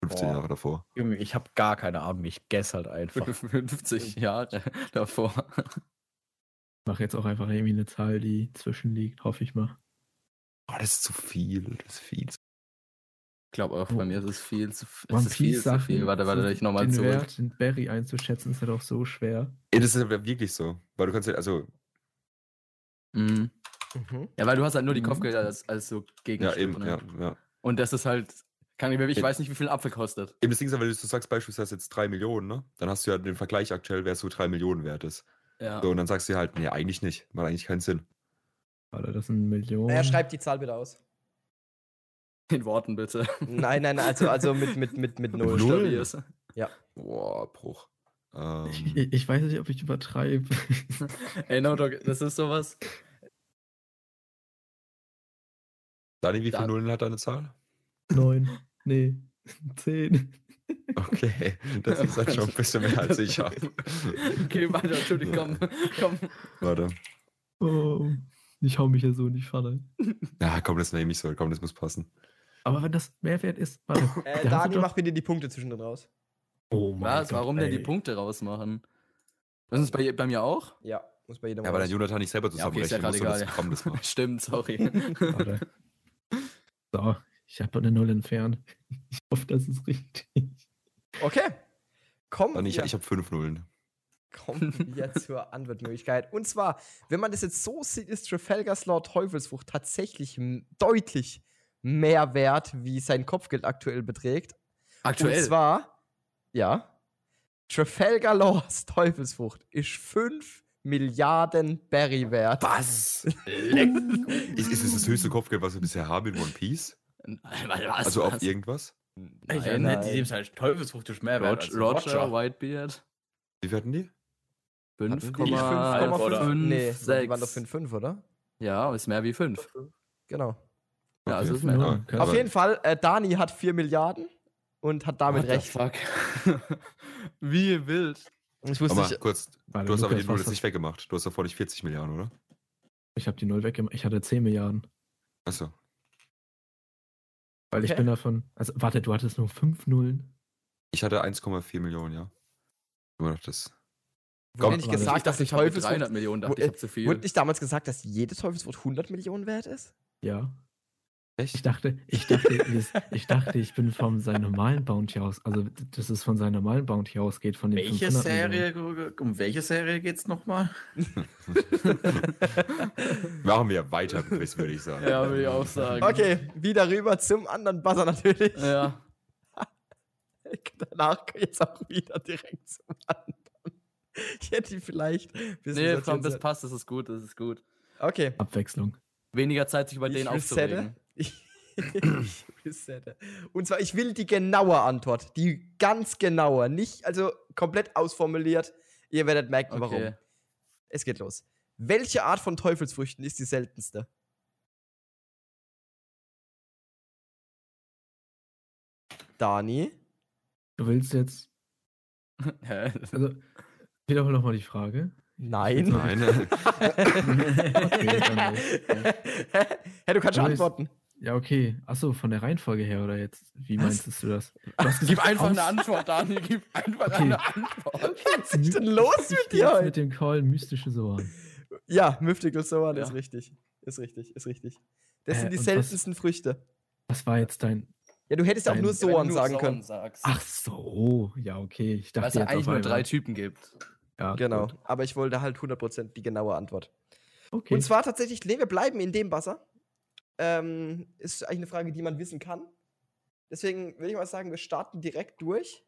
Speaker 2: 15
Speaker 4: Boah.
Speaker 2: Jahre davor.
Speaker 4: Junge, ich habe gar keine Ahnung. Ich guess halt einfach.
Speaker 5: 50 Jahre davor.
Speaker 3: Ich mache jetzt auch einfach irgendwie eine Zahl, die zwischenliegt, hoffe ich mal.
Speaker 2: Boah, das ist zu viel. Das ist viel. zu-
Speaker 5: Ich glaube auch, bei mir ist es viel zu es
Speaker 3: One
Speaker 5: ist viel. Zu
Speaker 3: Piece-Sachen,
Speaker 5: viel. Warte, warte,
Speaker 3: so
Speaker 5: ich nochmal
Speaker 3: den
Speaker 5: zurück.
Speaker 3: Wert, den Barry einzuschätzen, ist ja doch so schwer.
Speaker 2: Ey, das ist ja wirklich so. Weil du kannst ja, also,
Speaker 5: Mhm.
Speaker 1: Mhm.
Speaker 5: Ja, weil du hast halt nur die
Speaker 3: Mhm.
Speaker 5: Kopfgelder als, als so
Speaker 2: ja,
Speaker 5: Gegenstände.
Speaker 2: eben,
Speaker 5: ne?
Speaker 2: ja, ja.
Speaker 5: Und das ist halt, kann ich, mir- ich
Speaker 2: Ja.
Speaker 5: weiß nicht, wie viel ein Apfel kostet.
Speaker 2: Eben das Ding ist, ja, wenn du so sagst, beispielsweise jetzt 3 Millionen, ne? Dann hast du ja den Vergleich aktuell, wer so 3 Millionen wert ist.
Speaker 5: Ja.
Speaker 2: So, und dann sagst du dir halt, nee, eigentlich nicht. Macht eigentlich keinen Sinn.
Speaker 3: Warte, das sind Millionen.
Speaker 1: Naja, schreib die Zahl bitte aus.
Speaker 5: In Worten bitte.
Speaker 1: Nein, nein, also, also mit, mit, mit, mit Null.
Speaker 2: Null?
Speaker 5: Buchstabier's.
Speaker 2: Boah, Bruch.
Speaker 3: ich,
Speaker 2: Ähm,
Speaker 3: ich ich weiß nicht, ob ich übertreibe.
Speaker 5: Ey, no, Doc, das ist sowas.
Speaker 2: Dani, wie viele
Speaker 5: Da-
Speaker 2: Nullen hat deine Zahl?
Speaker 3: Neun. Nee. Zehn.
Speaker 2: Okay, das ist halt schon ein bisschen mehr als ich habe.
Speaker 5: Okay, warte, Entschuldigung, komm, komm.
Speaker 2: Warte.
Speaker 3: Oh. Ich hau mich ja so in die Pfanne.
Speaker 2: Ja, komm, das nehme ich so. Komm, das muss passen.
Speaker 3: Aber wenn das Mehrwert ist, warte.
Speaker 1: Äh,
Speaker 3: da hast du
Speaker 1: Dani,
Speaker 3: doch-
Speaker 1: mach bitte die Punkte zwischendrin raus.
Speaker 3: Oh mein
Speaker 5: Was?
Speaker 3: Gott,
Speaker 5: Warum denn die
Speaker 3: ey.
Speaker 5: Punkte rausmachen? Das ist bei, bei mir auch?
Speaker 1: Ja, muss bei jedem
Speaker 2: Ja, aber
Speaker 1: raus.
Speaker 2: dann Jonathan nicht selber
Speaker 5: Ja, okay, ist ja
Speaker 2: zusammenrechnen muss, sondern
Speaker 5: gerade
Speaker 2: das Programm
Speaker 5: egal,
Speaker 2: das macht.
Speaker 5: Stimmt, sorry.
Speaker 3: Warte. So, ich habe eine Null entfernt. Ich hoffe, das ist richtig.
Speaker 1: Okay. Kommen
Speaker 2: Dani, Ich,
Speaker 1: wir,
Speaker 2: ich habe fünf Nullen.
Speaker 1: kommen wir zur Antwortmöglichkeit. Und zwar, wenn man das jetzt so sieht, ist Trafalgar's Lord Teufelsfrucht tatsächlich m- deutlich mehr wert, wie sein Kopfgeld aktuell beträgt. Und
Speaker 5: Aktuell.
Speaker 1: zwar, ja, Trafalgar Lords Teufelsfrucht ist 5 Milliarden Berry wert.
Speaker 2: Was? Ist, ist es das höchste Kopfgeld, was wir bisher haben in One Piece?
Speaker 5: Was,
Speaker 2: Also auf
Speaker 5: was?
Speaker 2: irgendwas?
Speaker 5: Nein,
Speaker 4: Ja,
Speaker 5: nein.
Speaker 4: ne, die nehmen halt teufelsfruchtisch mehr wert.
Speaker 5: Roger,
Speaker 4: als
Speaker 5: Roger
Speaker 4: Roger.
Speaker 5: Whitebeard.
Speaker 2: Wie viel hatten die? Hatten die
Speaker 1: 5,5? Nee,
Speaker 5: 5,56.
Speaker 1: die waren doch 5,5, oder?
Speaker 5: Ja, ist mehr wie 5.
Speaker 1: Genau.
Speaker 5: Ja, also
Speaker 2: Okay.
Speaker 5: ist mehr.
Speaker 3: Ja,
Speaker 2: Ja,
Speaker 1: Auf
Speaker 2: aber-
Speaker 1: jeden Fall, äh, Dani hat 4 Milliarden und hat damit
Speaker 5: What the
Speaker 1: recht.
Speaker 5: Fuck. wie wild.
Speaker 1: Ich
Speaker 2: Aber
Speaker 1: wusste
Speaker 2: mal
Speaker 1: nicht,
Speaker 2: kurz,
Speaker 3: Warte,
Speaker 2: du hast aber
Speaker 3: Lukas,
Speaker 2: die Null
Speaker 3: was
Speaker 2: jetzt
Speaker 3: hast-
Speaker 2: nicht weggemacht. Du hast davor nicht 40 Milliarden, oder?
Speaker 3: Ich habe die Null weggemacht. Ich hatte 10 Milliarden.
Speaker 2: Achso.
Speaker 3: Weil ich
Speaker 1: Okay.
Speaker 3: bin davon. Also, warte, du hattest nur 5 Nullen.
Speaker 2: Ich hatte 1,4 Millionen, ja. Immer noch das.
Speaker 1: wurde nicht
Speaker 3: warte.
Speaker 1: gesagt, dass ich
Speaker 5: ich habe
Speaker 1: Teufelsfrucht
Speaker 5: 300 Millionen,
Speaker 1: Wo-
Speaker 5: dachte ich, habe zu viel.
Speaker 1: Wurde nicht damals gesagt, dass jede Teufelswort 100 Millionen wert ist?
Speaker 3: Ja. Ich
Speaker 2: Echt?
Speaker 3: dachte, ich dachte, ich, ich dachte, ich bin von seinem normalen Bounty aus. Also, d- dass es von seinem normalen Bounty ausgeht, von dem
Speaker 4: Welche
Speaker 3: 500
Speaker 4: Serie, um welche Serie geht's nochmal?
Speaker 2: Machen wir weiter mit Quiz, würde ich sagen.
Speaker 5: Ja, würde ich auch sagen.
Speaker 1: Okay, wieder rüber zum anderen Buzzer natürlich.
Speaker 5: Ja.
Speaker 1: Danach jetzt auch wieder direkt zum anderen. Ich hätte die vielleicht. Bis
Speaker 5: Nee, komm, das passt, das ist gut, das ist gut.
Speaker 1: Okay.
Speaker 3: Millionen. Abwechslung.
Speaker 5: Weniger Zeit, sich über den aufzuregen.
Speaker 1: Ich, ich resette. Und zwar, ich will die genaue Antwort. Die ganz genaue. Nicht, also komplett ausformuliert. Ihr werdet merken, warum.
Speaker 5: Okay.
Speaker 1: Es geht los. Welche Art von Teufelsfrüchten ist die seltenste? Dani?
Speaker 3: Du willst jetzt.
Speaker 5: Hä?
Speaker 3: Also, wiederhol nochmal die Frage.
Speaker 1: Nein.
Speaker 2: Nein. äh,
Speaker 3: Okay, dann nicht.
Speaker 1: Hä, du kannst schon
Speaker 3: Aber ich-
Speaker 1: antworten.
Speaker 3: ja, okay. Achso, von der Reihenfolge her oder jetzt? Wie
Speaker 1: Was?
Speaker 3: meintest du das? Du hast
Speaker 5: Gib
Speaker 3: gesagt,
Speaker 5: einfach
Speaker 3: aus-
Speaker 5: eine Antwort, Dani, gib einfach
Speaker 3: Okay.
Speaker 5: eine Antwort.
Speaker 1: Was ist denn los
Speaker 3: Ich
Speaker 1: mit
Speaker 3: geh jetzt
Speaker 1: dir
Speaker 3: Mit
Speaker 1: heute?
Speaker 3: dem Call mystische Sohren.
Speaker 1: Ja, Mythical Soul
Speaker 5: Ja.
Speaker 1: ist richtig. Ist richtig, ist richtig. Das
Speaker 3: Äh,
Speaker 1: sind die
Speaker 3: und was-
Speaker 1: seltensten Früchte.
Speaker 3: Was war jetzt dein.
Speaker 1: Ja, du hättest auch
Speaker 3: Nein.
Speaker 1: nur
Speaker 5: Wenn du
Speaker 1: Soan
Speaker 5: nur
Speaker 1: sagen
Speaker 5: Soren
Speaker 1: können.
Speaker 5: sagst.
Speaker 3: Ach so, ja, okay. Ich dachte
Speaker 5: Weil es ja
Speaker 3: jetzt
Speaker 5: eigentlich
Speaker 3: auf
Speaker 5: nur drei
Speaker 3: einmal-
Speaker 5: Typen gibt.
Speaker 3: Ja,
Speaker 1: Genau.
Speaker 3: gut.
Speaker 1: Aber ich wollte halt 100% die genaue Antwort.
Speaker 3: Okay.
Speaker 1: Und zwar tatsächlich, nee, wir bleiben in dem Wasser. Ähm, ist eigentlich eine Frage, die man wissen kann. Deswegen würde ich mal sagen, wir starten direkt durch.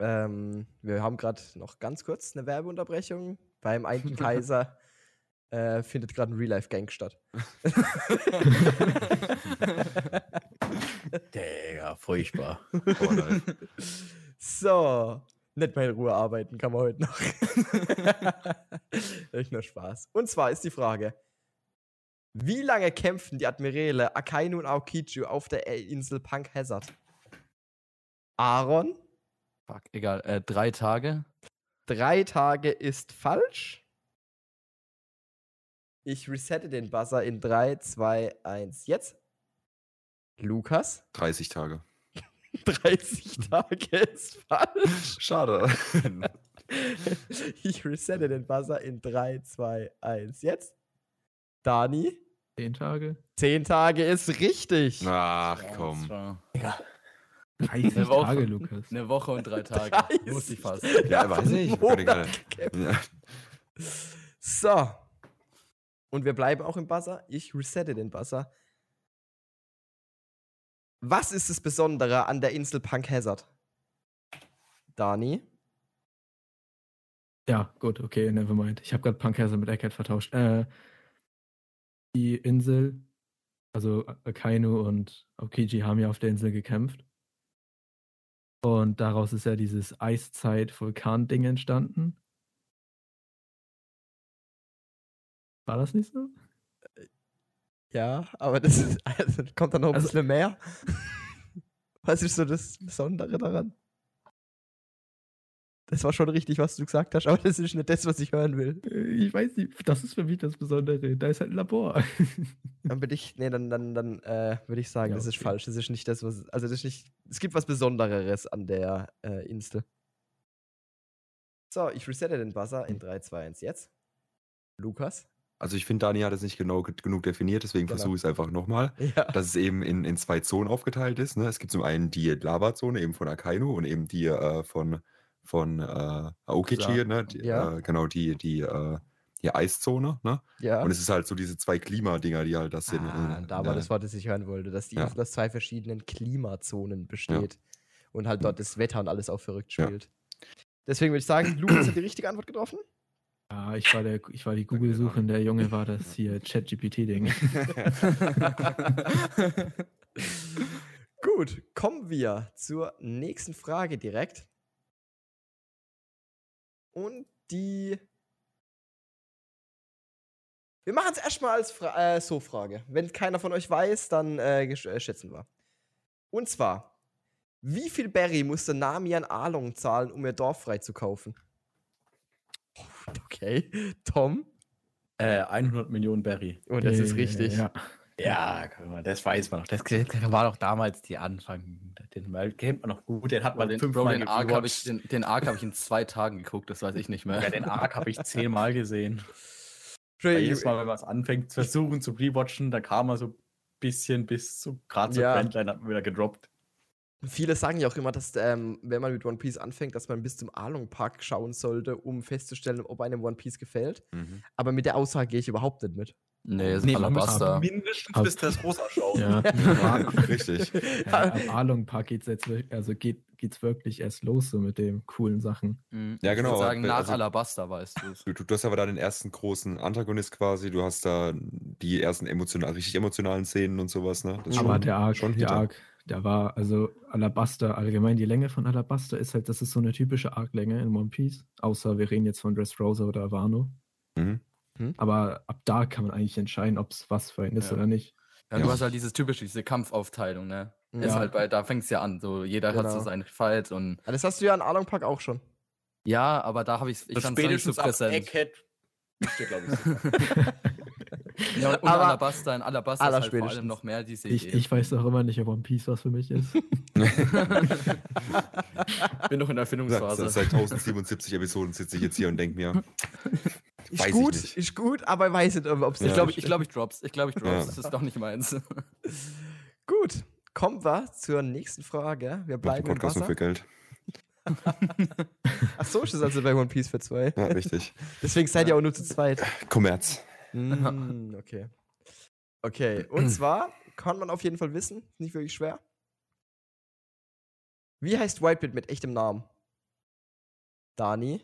Speaker 1: Ähm, wir haben gerade noch ganz kurz eine Werbeunterbrechung. Bei Beim alten Kaiser äh, findet gerade ein Real-Life-Gang statt.
Speaker 4: Digga, furchtbar.
Speaker 2: Boah, nein.
Speaker 1: So, nicht mal in Ruhe arbeiten kann man heute noch. Echt nur Spaß. Und zwar ist die Frage: Wie lange kämpften die Admirale Akainu und Aokiju auf der Insel Punk Hazard? Aaron,
Speaker 5: Fuck, egal. Äh, drei Tage.
Speaker 1: drei Tage ist falsch. Ich resette den Buzzer in 3, 2, 1. Jetzt. Lukas,
Speaker 2: 30 Tage.
Speaker 1: 30 Tage ist falsch.
Speaker 2: Schade.
Speaker 1: Ich resette den Buzzer in 3, 2, 1. Jetzt. Dani.
Speaker 3: Zehn Tage?
Speaker 1: 10 Tage ist richtig.
Speaker 2: Ach komm.
Speaker 5: Eine
Speaker 3: 30
Speaker 5: Woche.
Speaker 3: Tage, Lukas.
Speaker 5: Eine Woche und drei Tage. Muss ich fast.
Speaker 2: Ja, weiß ich.
Speaker 1: nicht.
Speaker 2: Kann ich gar nicht. Ja.
Speaker 1: So. Und wir bleiben auch im Buzzer. Ich resette den Buzzer. Was ist das Besondere an der Insel Punk Hazard? Dani?
Speaker 3: Ja, gut, okay, nevermind. Ich habe gerade Punkhazer mit Eckert vertauscht. Äh, die Insel, also Akainu und Aokiji haben ja auf der Insel gekämpft. Und daraus ist ja dieses Eiszeit-Vulkan-Ding entstanden. War das nicht so?
Speaker 1: Ja, aber das ist, also, kommt dann noch ein
Speaker 3: Also-
Speaker 1: bisschen mehr. Was ist so das Besondere daran? Das war schon richtig, was du gesagt hast, aber das ist nicht das, was ich hören will.
Speaker 3: Äh, Ich weiß nicht, das ist für mich das Besondere. Da ist halt ein Labor.
Speaker 1: Dann bin ich, nee, dann, dann, dann äh, würde ich sagen,
Speaker 3: Ja,
Speaker 1: das ist
Speaker 3: okay.
Speaker 1: falsch. Das ist nicht das, was, also das ist nicht, es gibt was Besondereres an der äh, Insel. So, ich resette den Buzzer in 3, 2, 1 jetzt. Lukas?
Speaker 2: Also ich finde, Dani hat es nicht genau ge- genug definiert, deswegen
Speaker 1: Genau.
Speaker 2: versuche ich es einfach nochmal.
Speaker 1: Ja.
Speaker 2: Dass es eben in, in zwei Zonen aufgeteilt ist. Ne? Es gibt zum einen die Lava-Zone eben von Akainu und eben die äh, von, von äh, Aokichi,
Speaker 5: Klar.
Speaker 2: ne? die,
Speaker 1: Ja.
Speaker 2: äh, genau die, die, äh, die Eiszone. Ne?
Speaker 1: Ja.
Speaker 2: Und es ist halt so diese zwei Klimadinger, die halt das sind.
Speaker 1: Ah,
Speaker 2: äh,
Speaker 1: da war
Speaker 2: ne?
Speaker 1: das Wort, das ich hören wollte, dass die
Speaker 2: Ja.
Speaker 1: Insel aus zwei verschiedenen Klimazonen besteht und halt dort das Wetter und alles auch verrückt
Speaker 2: Mhm. Ja.
Speaker 1: spielt. Deswegen würde ich sagen, Lukas hat die richtige Antwort getroffen.
Speaker 3: Ja, Ah, ich war, der, ich war die Google-Suche und der Junge war das hier Chat-GPT-Ding.
Speaker 1: Gut, kommen wir zur nächsten Frage direkt. Und die. Wir machen es erstmal als Fra äh, So-Frage. Wenn keiner von euch weiß, dann äh, gesch- äh, schätzen wir. Und zwar: Wie viel Berry musste Nami an Along zahlen, um ihr Dorf freizukaufen? Okay, Tom.
Speaker 4: Äh, 100 Millionen Berry.
Speaker 1: Und das ist richtig.
Speaker 3: Ja.
Speaker 4: Ja, guck mal, das weiß man noch. Das war doch damals die Anfang. Den mal- kennt man noch gut. Den hat
Speaker 5: Bro,
Speaker 4: man
Speaker 5: den, Bro,
Speaker 4: fünfmal
Speaker 5: den Arc habe ich,
Speaker 4: gewatcht.
Speaker 5: den, den Arc hab ich in zwei Tagen geguckt, das weiß ich nicht mehr.
Speaker 4: ja, den Arc habe ich zehnmal gesehen. Weil jedes Mal, wenn man es anfängt zu versuchen zu rewatchen, da kam er so ein bisschen bis zu gerade zur
Speaker 1: Ja.
Speaker 4: Trendline, hat man wieder gedroppt.
Speaker 1: Viele sagen ja auch immer, dass ähm, wenn man mit One Piece anfängt, dass man bis zum Arlong Park schauen sollte, um festzustellen, ob einem One Piece gefällt.
Speaker 2: Mhm.
Speaker 1: Aber mit der Aussage gehe ich überhaupt nicht mit.
Speaker 5: Nee, das
Speaker 4: Nee,
Speaker 5: ist
Speaker 4: man muss
Speaker 5: Alabaster.
Speaker 4: mindestens
Speaker 3: Ab-
Speaker 4: bis das Rosa schauen.
Speaker 3: Ja.
Speaker 1: Mhm.
Speaker 2: Richtig.
Speaker 3: Ja, am Along Park geht's jetzt wirklich, also geht, geht's wirklich erst los so mit den coolen Sachen.
Speaker 5: Mhm.
Speaker 2: Ja, genau,
Speaker 5: Ich würde sagen,
Speaker 2: aber
Speaker 5: nach
Speaker 2: also-
Speaker 5: Alabaster weißt du es.
Speaker 2: Du, du, du hast aber da den ersten großen Antagonist quasi. Du hast da die ersten emotional, richtig emotionalen Szenen und sowas. Ne? Das ist
Speaker 3: Aber
Speaker 2: schon-
Speaker 3: der Arc,
Speaker 2: schon
Speaker 3: der
Speaker 2: Hitter.
Speaker 3: Arc, der war, also Alabaster, allgemein die Länge von Alabaster ist halt, das ist so eine typische Arc-Länge in One Piece. Außer wir reden jetzt von Dressrosa oder Avano.
Speaker 2: Mhm.
Speaker 3: Aber ab da kann man eigentlich entscheiden, ob es was für einen ist
Speaker 5: Ja.
Speaker 3: oder nicht.
Speaker 5: Ja,
Speaker 2: Ja.
Speaker 5: Du hast halt dieses typische, diese Kampfaufteilung, ne? Ist
Speaker 1: Ja.
Speaker 5: halt bei, da fängt es ja an. So, jeder hat so
Speaker 1: Genau.
Speaker 5: seinen Fight und
Speaker 1: Das hast du ja in Arlong Park auch schon.
Speaker 5: ja, aber da habe ich ich fand's noch nicht so präsent.
Speaker 4: Eckhead. Steht, glaube ich.
Speaker 5: Ja, und
Speaker 1: Aber-
Speaker 5: Alabaster in Alabaster ist halt vor
Speaker 1: Allerspätestens.
Speaker 5: allem noch mehr diese
Speaker 3: Ich,
Speaker 5: Idee.
Speaker 3: ich weiß auch immer nicht, ob One Piece was für mich ist.
Speaker 5: bin noch in der
Speaker 2: Seit,
Speaker 5: Erfindungsphase.
Speaker 2: seit, seit 1077 Episoden sitze ich jetzt hier und denke mir,
Speaker 1: Ist
Speaker 2: Weiß ich
Speaker 1: gut,
Speaker 2: nicht.
Speaker 1: ist gut, aber weiß nicht, ob es
Speaker 2: Ja.
Speaker 5: Ich glaube, ich,
Speaker 1: stimmt.
Speaker 5: glaub, ich drops. Ich glaube, ich drops.
Speaker 2: Ja.
Speaker 5: Das ist doch nicht meins.
Speaker 1: Gut, kommen wir zur nächsten Frage. Wir
Speaker 2: mach den
Speaker 1: bleiben im
Speaker 2: Podcast nur
Speaker 1: Wasser.
Speaker 2: für Geld.
Speaker 1: Ach so, ist es also bei One Piece für zwei.
Speaker 2: Ja, richtig.
Speaker 1: Deswegen seid ihr auch nur zu zweit.
Speaker 2: Kommerz.
Speaker 1: Mm, okay. Okay, und zwar kann man auf jeden Fall wissen, ist nicht wirklich schwer. Wie heißt Whitebeard mit echtem Namen? Dani?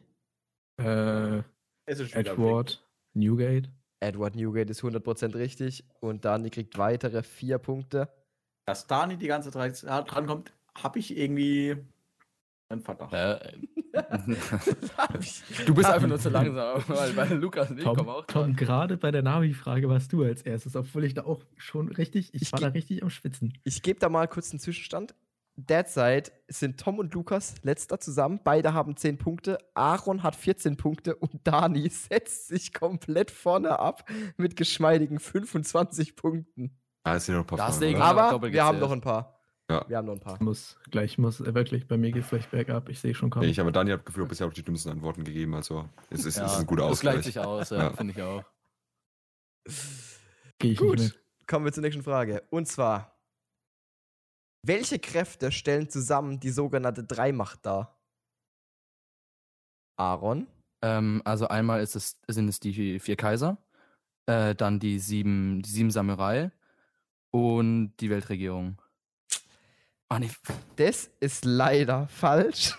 Speaker 3: äh,
Speaker 4: Es ist schon wieder
Speaker 3: Edward, Newgate.
Speaker 1: Edward Newgate ist 100% richtig und Dani kriegt weitere vier Punkte.
Speaker 4: Dass Dani die ganze Zeit drankommt, habe ich irgendwie einen Verdacht.
Speaker 5: Äh, du bist einfach nur zu langsam, weil, weil Lukas und ich
Speaker 3: Tom,
Speaker 5: kommen auch
Speaker 3: Tom
Speaker 5: dran.
Speaker 3: gerade bei der Navi-Frage warst du als erstes, obwohl ich da auch schon richtig, ich,
Speaker 1: Ich
Speaker 3: war da
Speaker 1: geb-
Speaker 3: richtig am Schwitzen.
Speaker 1: Ich gebe da mal kurz einen Zwischenstand. Derzeit sind Tom und Lukas letzter zusammen. Beide haben 10 Punkte. Aaron hat 14 Punkte und Dani setzt sich komplett vorne ab mit geschmeidigen 25 Punkten.
Speaker 2: Ah, es sind noch ein paar
Speaker 5: Das
Speaker 2: Fragen,
Speaker 5: Ding-
Speaker 2: oder?
Speaker 5: Ja,
Speaker 1: Aber
Speaker 5: doppelt
Speaker 1: wir haben
Speaker 5: gezählt.
Speaker 1: noch ein paar.
Speaker 2: Ja.
Speaker 1: Wir haben noch ein paar.
Speaker 3: Ich muss, gleich muss, äh, wirklich, bei mir geht es gleich bergab, ich sehe schon kommen.
Speaker 2: Nee, ich habe Dani hat Gefühl, bisher auch die dümmsten Antworten gegeben. Also es ist, es ist ein guter
Speaker 5: das gleicht
Speaker 2: Ausgleich.
Speaker 5: sich aus, ja,
Speaker 2: Ja.
Speaker 5: finde ich auch.
Speaker 3: Geh ich
Speaker 1: Gut.
Speaker 3: nicht mit.
Speaker 1: Kommen wir zur nächsten Frage. Und zwar: Welche Kräfte stellen zusammen die sogenannte Dreimacht dar? Aaron,
Speaker 5: Ähm, also einmal ist es, sind es die vier Kaiser, äh, dann die sieben, die sieben Samurai und die Weltregierung. Ah, nee,
Speaker 1: das ist leider falsch.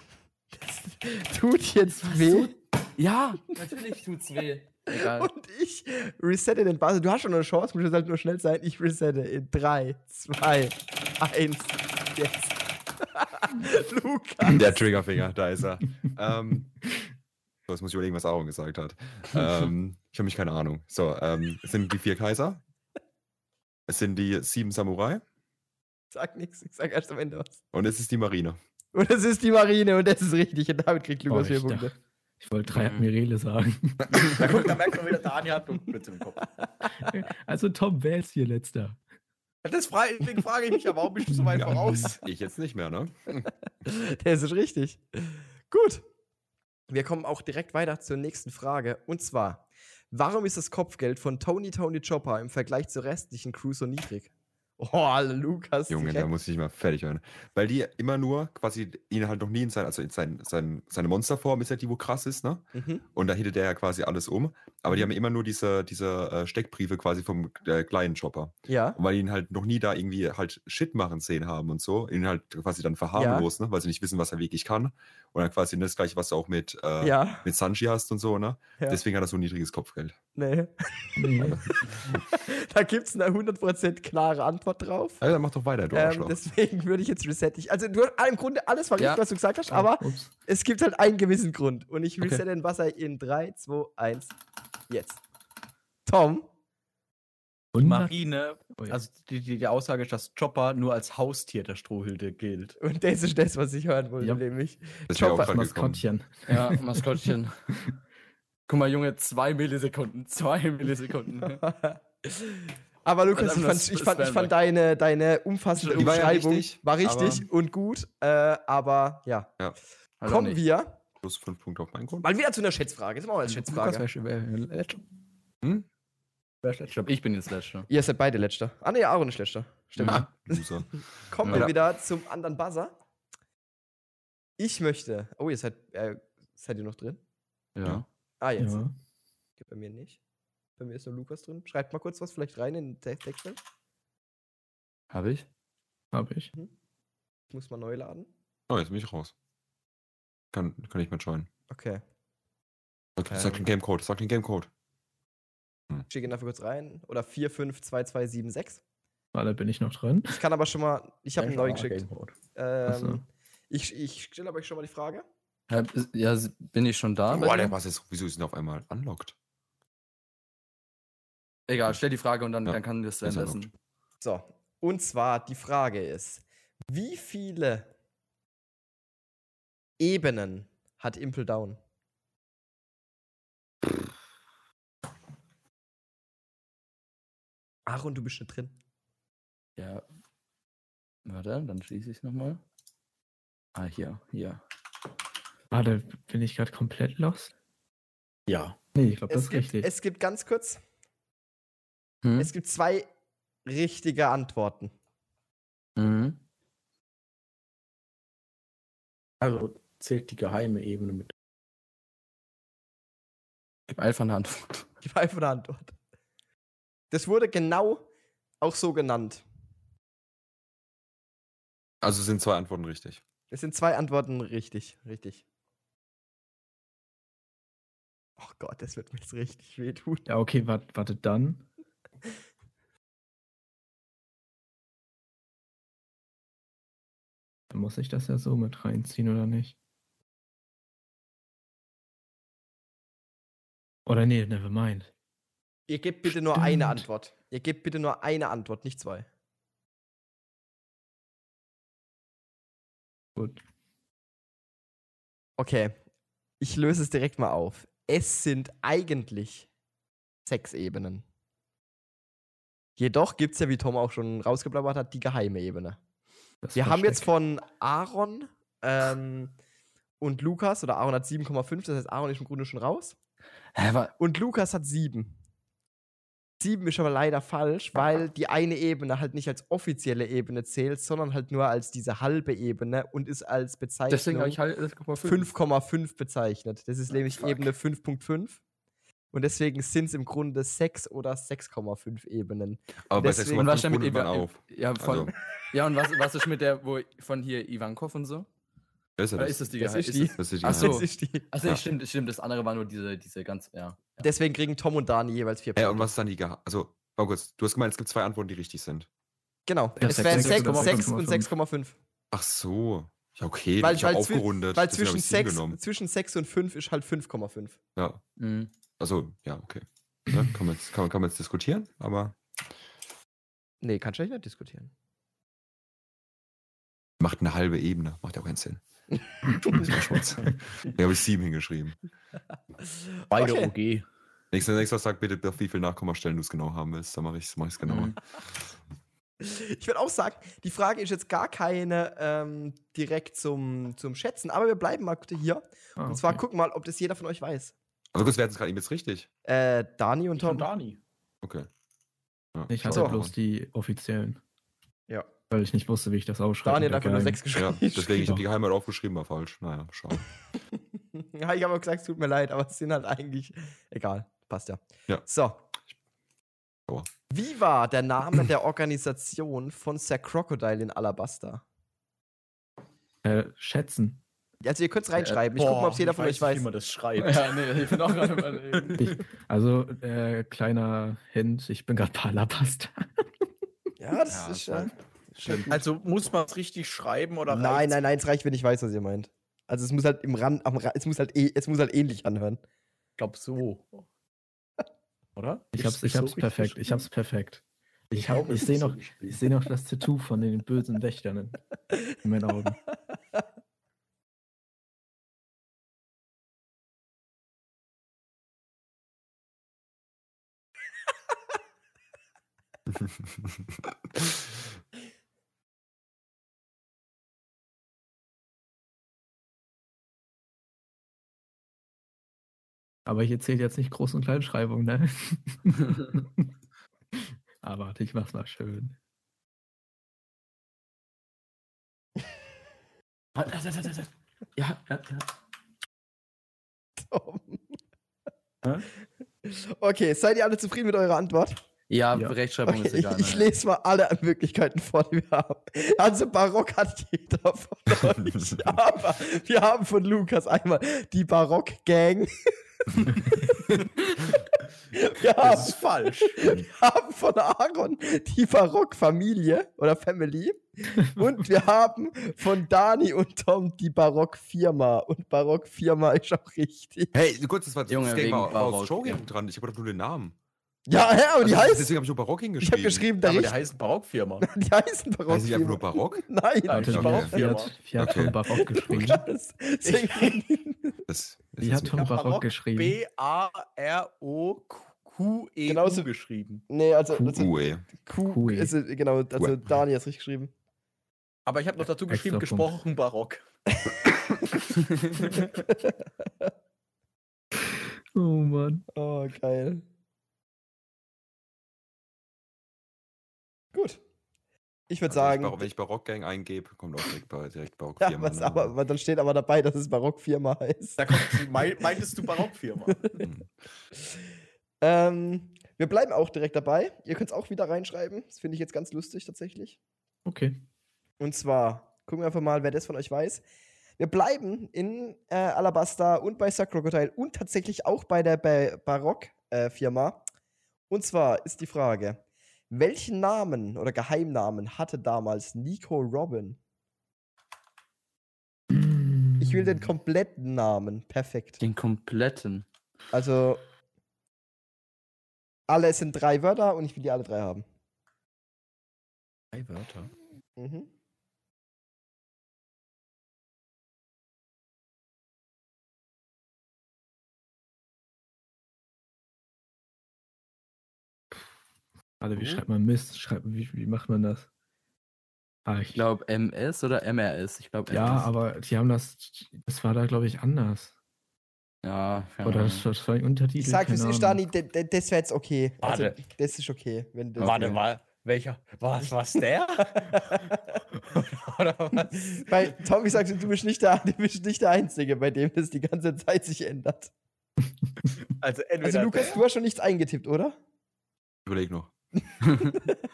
Speaker 1: Das tut jetzt weh.
Speaker 5: ja, natürlich tut's weh. Egal.
Speaker 1: Und ich resette den Buzzer. Du hast schon eine Chance, muss jetzt halt nur schnell sein. Ich resette in 3, 2, 1. Jetzt. Lukas.
Speaker 2: Der Triggerfinger, da ist er. ähm, so, jetzt muss ich überlegen, was Aaron gesagt hat. Ähm, ich habe mich keine Ahnung. So, ähm, es sind die vier Kaiser. Es sind die sieben Samurai
Speaker 1: Sag nichts, ich sag erst am Ende was.
Speaker 2: und es ist die Marine.
Speaker 1: Und es ist die Marine und das ist richtig. Und damit kriegt
Speaker 3: Boah,
Speaker 1: Lukas vier
Speaker 3: ich,
Speaker 1: Punkte.
Speaker 3: dachte- ich wollte drei
Speaker 5: Mhm.
Speaker 3: Admirale sagen.
Speaker 4: Da, guckt, da merkt man wieder, Dani hat Blitz im Kopf.
Speaker 3: Also Tom, wer ist hier letzter?
Speaker 4: Das fra- deswegen frage ich mich ja, warum bist du so weit
Speaker 3: Ja.
Speaker 4: voraus?
Speaker 2: Ich jetzt nicht mehr, ne?
Speaker 1: Das ist richtig. Gut. Wir kommen auch direkt weiter zur nächsten Frage. Und zwar: Warum ist das Kopfgeld von Tony Tony Chopper im Vergleich zur restlichen Crew so niedrig? Oh, Lukas.
Speaker 2: Junge, da
Speaker 1: direkt.
Speaker 2: muss ich mal fertig werden. Weil die immer nur quasi ihn halt noch nie in sein, also in sein, sein, seine Monsterform ist ja die, wo krass ist, ne?
Speaker 1: Mhm.
Speaker 2: Und da hittet der ja quasi alles um. Aber die haben immer nur diese, diese äh, Steckbriefe quasi vom äh, kleinen Chopper.
Speaker 1: Ja.
Speaker 2: Und weil die ihn halt noch nie da irgendwie halt Shit machen sehen haben und so, ihn halt quasi dann verharmlosen, ne? weil sie nicht wissen, was er wirklich kann. Und dann quasi ne, das gleiche, was du auch mit, äh,
Speaker 1: Ja.
Speaker 2: mit Sanji hast und so, ne?
Speaker 1: Ja.
Speaker 2: Deswegen hat er so ein niedriges Kopfgeld.
Speaker 1: Nee.
Speaker 3: Nee.
Speaker 1: Da gibt es eine 100% klare Antwort drauf.
Speaker 2: Also dann mach doch weiter, du
Speaker 1: Ähm,
Speaker 2: Arschloch.
Speaker 1: deswegen würde ich jetzt reset. Ich, also, du hast im Grunde alles war richtig,
Speaker 5: Ja.
Speaker 1: was du gesagt hast, aber
Speaker 3: Ups.
Speaker 1: es gibt halt einen gewissen Grund. Und ich
Speaker 3: Okay.
Speaker 1: resette den Wasser in 3, 2, 1, jetzt. Tom,
Speaker 3: Und
Speaker 4: Marine,
Speaker 3: Oh ja.
Speaker 4: also die, die, die Aussage ist, dass Chopper nur als Haustier der Strohhilde gilt.
Speaker 1: und das ist das, was ich hören wollte,
Speaker 3: Ja.
Speaker 1: nämlich.
Speaker 2: Das wäre auch
Speaker 1: Chopper-
Speaker 2: dran gekommen.
Speaker 3: Maskottchen.
Speaker 5: Ja, Maskottchen. Guck mal, Junge, zwei Millisekunden, zwei Millisekunden.
Speaker 1: Aber Lukas, ich fand,
Speaker 5: Also einfach nur
Speaker 1: ich fand, ich
Speaker 5: Spam
Speaker 1: fand deine, deine umfassende
Speaker 2: Die war ja
Speaker 1: Umschreibung
Speaker 2: richtig,
Speaker 1: war richtig und gut, äh, aber ja.
Speaker 5: Also
Speaker 1: Kommen
Speaker 5: nicht.
Speaker 1: wir
Speaker 2: Plus fünf Punkte auf meinen Grund.
Speaker 1: mal wieder zu einer Schätzfrage. Das machen wir als Schätzfrage.
Speaker 2: Hm?
Speaker 4: Ich glaube,
Speaker 5: Ich bin jetzt Letzter.
Speaker 1: Ihr seid beide Letzter. Ah, nee, Aaron ist Letzter. Stimmt.
Speaker 5: Ja.
Speaker 2: Loser.
Speaker 1: Kommen
Speaker 5: Ja.
Speaker 1: wir wieder zum anderen Buzzer. Ich möchte. Oh, ihr seid. Äh, seid ihr noch drin?
Speaker 5: ne? Ja.
Speaker 1: Ah, jetzt.
Speaker 3: Ja.
Speaker 1: Okay, bei mir nicht. Bei mir ist nur Lukas drin. Schreibt mal kurz was vielleicht rein in den Te- Textfeld.
Speaker 5: Habe ich?
Speaker 3: Habe ich.
Speaker 1: Ich muss mal neu laden.
Speaker 2: Oh, jetzt bin ich raus. Kann, kann ich mitjoinen.
Speaker 1: Okay.
Speaker 2: Sag,
Speaker 1: Ähm.
Speaker 2: sag den Gamecode, sag den Gamecode.
Speaker 1: Schick ihn dafür kurz rein. Oder 452276.
Speaker 3: Ah, da bin ich noch dran.
Speaker 1: Ich kann aber schon mal. Ich habe einen neuen geschickt. Ähm,
Speaker 3: so.
Speaker 1: Ich, ich stelle aber euch schon mal die Frage.
Speaker 5: Hab, ja, s- bin ich schon
Speaker 1: Ah,
Speaker 5: da? bei
Speaker 2: Boah, der
Speaker 5: dir?
Speaker 2: was ist, wieso ist denn auf einmal unlocked?
Speaker 5: Egal, stell die Frage und dann,
Speaker 2: Ja,
Speaker 5: dann kann das
Speaker 2: der
Speaker 5: Sven
Speaker 2: ist
Speaker 5: wissen.
Speaker 1: So. Und zwar die Frage ist: Wie viele Ebenen hat Impel Down? Aaron, du bist nicht drin.
Speaker 5: Ja. Warte, dann schließe ich nochmal. Ah, hier, hier.
Speaker 3: Ah, da bin ich gerade komplett lost.
Speaker 4: ja.
Speaker 3: Nee, ich glaube, das
Speaker 1: Es
Speaker 3: ist
Speaker 1: gibt,
Speaker 3: richtig.
Speaker 1: es gibt ganz kurz,
Speaker 5: Hm?
Speaker 1: es gibt zwei richtige Antworten.
Speaker 5: mhm.
Speaker 4: Also zählt die geheime Ebene mit.
Speaker 5: Gib einfach eine Antwort.
Speaker 1: Gib einfach eine Antwort. Das wurde genau auch so genannt.
Speaker 2: Also sind zwei Antworten richtig.
Speaker 1: Es sind zwei Antworten richtig, richtig. Ach Oh Gott, das wird mir jetzt richtig wehtun.
Speaker 3: Ja, okay, warte, warte dann. Dann Muss ich das ja so mit reinziehen oder nicht? Oder nee, never mind.
Speaker 1: Ihr gebt bitte nur eine
Speaker 3: Stimmt.
Speaker 1: Antwort. Ihr gebt bitte nur eine Antwort, nicht zwei.
Speaker 3: Gut.
Speaker 1: Okay, ich löse es direkt mal auf. Es sind eigentlich sechs Ebenen. Jedoch gibt es ja, wie Tom auch schon rausgeblabbert hat, die geheime Ebene.
Speaker 3: das
Speaker 1: Wir haben jetzt
Speaker 3: Versteck.
Speaker 1: von Aaron ähm, und Lukas, oder Aaron hat 7,5, das heißt, Aaron ist im Grunde schon raus.
Speaker 5: Hä, wa-
Speaker 1: Und Lukas hat 7. 7 ist aber leider falsch, weil die eine Ebene halt nicht als offizielle Ebene zählt, sondern halt nur als diese halbe Ebene und ist als Bezeichnung.
Speaker 5: deswegen habe ich halt 5.
Speaker 1: 5,5 bezeichnet. Das ist nämlich
Speaker 5: Ah, fuck.
Speaker 1: Ebene 5.5. Und deswegen sind es im Grunde 6 oder 6,5 Ebenen.
Speaker 2: Aber bei
Speaker 1: Deswegen-
Speaker 2: 6,5
Speaker 5: Was denn mit
Speaker 2: rundet man
Speaker 5: Eva-
Speaker 2: auf.
Speaker 5: Ja, von,
Speaker 2: Also.
Speaker 5: ja, und was, was ist mit der, wo von hier Ivankov und so?
Speaker 2: Das
Speaker 5: Oder
Speaker 2: ist
Speaker 5: ist
Speaker 2: ja
Speaker 5: das die
Speaker 1: das
Speaker 5: geheim-
Speaker 1: ist die.
Speaker 2: das. das ist die
Speaker 5: Ach so.
Speaker 2: Geheimnis.
Speaker 1: Das ist die.
Speaker 5: Also
Speaker 2: Ja.
Speaker 5: stimmt, stimmt. Das andere war nur diese, diese ganz, ja.
Speaker 1: Deswegen kriegen Tom und Dani jeweils 4
Speaker 2: Hä, und was ist dann die Geheimnis? Also, oh kurz, du hast gemeint, es gibt zwei Antworten, die richtig sind.
Speaker 1: Genau.
Speaker 3: Ja,
Speaker 1: es
Speaker 3: sechs-
Speaker 1: wären
Speaker 3: sechs-
Speaker 1: 6,
Speaker 3: sechs-
Speaker 1: 6 und 6,5.
Speaker 2: Ach so. Ja, okay,
Speaker 1: Weil-
Speaker 2: ich habe
Speaker 1: weil zwi-
Speaker 2: aufgerundet.
Speaker 1: Weil
Speaker 2: deswegen hab
Speaker 1: zwischen
Speaker 2: ich sieben
Speaker 1: 6,
Speaker 2: genommen.
Speaker 1: zwischen 6 und 5 ist halt 5,5.
Speaker 2: Ja,
Speaker 5: Mhm.
Speaker 2: also, ja, okay. Ne? Kann, man jetzt, kann, man, kann man jetzt diskutieren, aber
Speaker 1: Nee, kannst du ja nicht diskutieren.
Speaker 2: macht eine halbe Ebene. Macht ja auch keinen Sinn. Das war Schmutz. da habe ich sieben hingeschrieben.
Speaker 4: Beide
Speaker 1: Okay.
Speaker 4: OG.
Speaker 2: Nächster, nächster sag bitte, auf wie viele Nachkommastellen du es genau haben willst. Dann mache ich es mach ich's genau. genauer.
Speaker 5: Mhm.
Speaker 1: Ich würde auch sagen, die Frage ist jetzt gar keine ähm, direkt zum, zum Schätzen, aber wir bleiben mal bitte hier.
Speaker 3: Ah,
Speaker 1: Und zwar
Speaker 3: okay.
Speaker 1: gucken mal, ob das jeder von euch weiß.
Speaker 2: Also kurz, wer hat es gerade eben jetzt richtig?
Speaker 1: Äh, Dani und
Speaker 4: Und Tom
Speaker 1: Tom.
Speaker 4: Dani.
Speaker 2: Okay. Ja,
Speaker 3: Ich hatte
Speaker 2: schau mal.
Speaker 3: bloß die offiziellen.
Speaker 1: Ja.
Speaker 3: Weil ich nicht wusste, wie ich das aufschreibe.
Speaker 1: Daniel hat einfach nur 6
Speaker 2: Ja,
Speaker 1: geschrieben.
Speaker 2: deswegen, ich habe
Speaker 3: doch.
Speaker 2: die Geheimheit aufgeschrieben, war falsch. Naja, schade.
Speaker 1: Ja, ich habe auch gesagt, es tut mir leid, aber es sind halt eigentlich. Egal, passt ja.
Speaker 2: Ja.
Speaker 1: So.
Speaker 2: Aua.
Speaker 1: Wie war der Name der Organisation von Sir Crocodile in Alabasta?
Speaker 3: Äh, schätzen.
Speaker 1: Also, ihr könnt es reinschreiben.
Speaker 3: Äh,
Speaker 1: Ich gucke mal, ob es jeder von euch
Speaker 4: Wie
Speaker 1: weiß.
Speaker 4: man das schreibt.
Speaker 5: Ja, nee, ich bin auch gerade überlegen.
Speaker 3: Ich, also, äh, kleiner Hint, ich bin gerade bei Alabasta.
Speaker 1: Ja, das
Speaker 2: Ja,
Speaker 1: ist
Speaker 2: das
Speaker 1: ja.
Speaker 2: war- Stimmt.
Speaker 4: Also muss man es richtig schreiben oder
Speaker 1: Nein, nein, nein, es reicht, wenn ich weiß, was ihr meint. Also, es muss halt im Rand, am Rand es, muss halt eh, es muss halt ähnlich anhören.
Speaker 4: Ich glaube so. Oder?
Speaker 3: Ich hab's, ich
Speaker 4: so
Speaker 3: hab's
Speaker 4: richtig
Speaker 3: perfekt. Ich
Speaker 4: geschrieben?
Speaker 3: hab's perfekt. Ich,
Speaker 4: glaube,
Speaker 3: hab, ich
Speaker 4: es
Speaker 3: sehe
Speaker 4: ist so
Speaker 3: noch,
Speaker 4: geschrieben.
Speaker 3: ich seh noch das Tattoo von den bösen Wächtern in, in meinen Augen. Aber hier zählt jetzt nicht Groß- und Kleinschreibung, ne? Aber warte, ich mach's mal schön.
Speaker 5: ja, ja, ja.
Speaker 1: Tom.
Speaker 4: Hä?
Speaker 1: Okay, seid ihr alle zufrieden mit eurer Antwort?
Speaker 5: ja,
Speaker 3: Ja.
Speaker 5: Rechtschreibung
Speaker 1: Okay,
Speaker 5: ist egal.
Speaker 1: ich, ich
Speaker 5: ne?
Speaker 1: lese mal alle Möglichkeiten vor, die wir haben. Also Barock hat jeder von euch. aber wir haben von Lukas einmal die Barock-Gang. wir,
Speaker 4: Das
Speaker 1: haben,
Speaker 4: ist falsch.
Speaker 1: wir haben von Aaron die Barock-Familie oder Family. Und wir haben von Dani und Tom die Barock-Firma. Und Barock-Firma ist auch richtig.
Speaker 2: hey, kurz, das war
Speaker 5: Junge,
Speaker 2: das Game
Speaker 5: wegen
Speaker 2: war, war
Speaker 5: Barock,
Speaker 2: aus Shogun
Speaker 5: ja.
Speaker 2: dran. Ich habe doch nur den Namen.
Speaker 1: Ja, ja, aber die
Speaker 2: Also,
Speaker 1: heißen.
Speaker 2: Deswegen habe ich nur Barock
Speaker 1: Ich
Speaker 2: hingeschrieben.
Speaker 1: habe geschrieben,
Speaker 4: Ja,
Speaker 1: der
Speaker 4: aber der
Speaker 1: richt-
Speaker 4: heißen Barockfirma.
Speaker 1: die heißen
Speaker 2: Heißt nicht einfach
Speaker 1: Barock-Firma.
Speaker 2: nur Barock?
Speaker 1: Nein.
Speaker 4: Nein,
Speaker 3: Warte,
Speaker 4: ich
Speaker 3: die,
Speaker 4: war auch
Speaker 3: die
Speaker 4: Firma.
Speaker 3: hat, die hat
Speaker 2: Okay.
Speaker 3: von Barock geschrieben.
Speaker 1: Das, deswegen,
Speaker 2: Das ist
Speaker 3: Die
Speaker 2: jetzt
Speaker 3: hat
Speaker 2: mit-
Speaker 3: von
Speaker 4: Ja,
Speaker 3: Barock,
Speaker 4: Barock,
Speaker 3: geschrieben.
Speaker 4: B-A-R-O-Q-E
Speaker 1: Genauso-
Speaker 4: E geschrieben.
Speaker 1: nee, also, also
Speaker 2: Puh, ey.
Speaker 1: Q
Speaker 3: Q.
Speaker 1: ist, äh, genau, also
Speaker 2: Ue.
Speaker 1: Dani hat richtig geschrieben.
Speaker 4: Aber ich habe noch dazu geschrieben,
Speaker 3: Extra Punkt.
Speaker 4: gesprochen Barock.
Speaker 3: Oh Mann.
Speaker 1: Oh, geil. Gut. Ich würde
Speaker 2: Also, wenn
Speaker 1: sagen,
Speaker 2: ich Barock- wenn ich Barock Gang eingebe, kommt auch direkt, Bar- direkt Barock
Speaker 1: ja,
Speaker 2: Firma,
Speaker 1: was
Speaker 2: ne?
Speaker 1: aber, aber dann steht aber dabei, dass es Barockfirma heißt.
Speaker 4: Da kommt, mei- meintest du Barockfirma?
Speaker 2: Hm.
Speaker 1: Ähm, wir bleiben auch direkt dabei. Ihr könnt es auch wieder reinschreiben. Das finde ich jetzt ganz lustig tatsächlich.
Speaker 3: Okay.
Speaker 1: Und zwar, gucken wir einfach mal, wer das von euch weiß. Wir bleiben in äh, Alabasta und bei Sir Crocodile und tatsächlich auch bei der ba Barock-Firma. und zwar ist die Frage: Welchen Namen oder Geheimnamen hatte damals Nico Robin? Ich will den kompletten Namen. Perfekt.
Speaker 5: Den kompletten.
Speaker 1: Also, alle es sind drei Wörter und ich will die alle drei haben.
Speaker 5: Drei Wörter.
Speaker 1: Mhm.
Speaker 3: Warte, wie
Speaker 2: Mhm.
Speaker 3: schreibt man Mist? Schreibt, wie, wie macht man das? Ah,
Speaker 5: Ich glaube MS oder MRS. Ich glaube
Speaker 3: Ja, aber die haben das. Das war da, glaube ich, anders.
Speaker 5: Ja, keine
Speaker 3: Oder
Speaker 5: Ahnung.
Speaker 3: das, das war ein Untertitel.
Speaker 1: Ich sag,
Speaker 3: keine
Speaker 1: es ist
Speaker 3: Ahnung.
Speaker 1: Dani, de- de- das wäre jetzt okay. Also,
Speaker 4: Warte.
Speaker 1: das ist okay. Wenn das
Speaker 4: Warte mal, welcher? Was, was der? Oder was?
Speaker 1: Bei Tommy sagt, du bist, nicht der, du bist nicht der Einzige, bei dem das die ganze Zeit sich ändert.
Speaker 4: Also entweder
Speaker 1: Also, Lukas, du hast schon nichts eingetippt, oder?
Speaker 2: Überleg noch.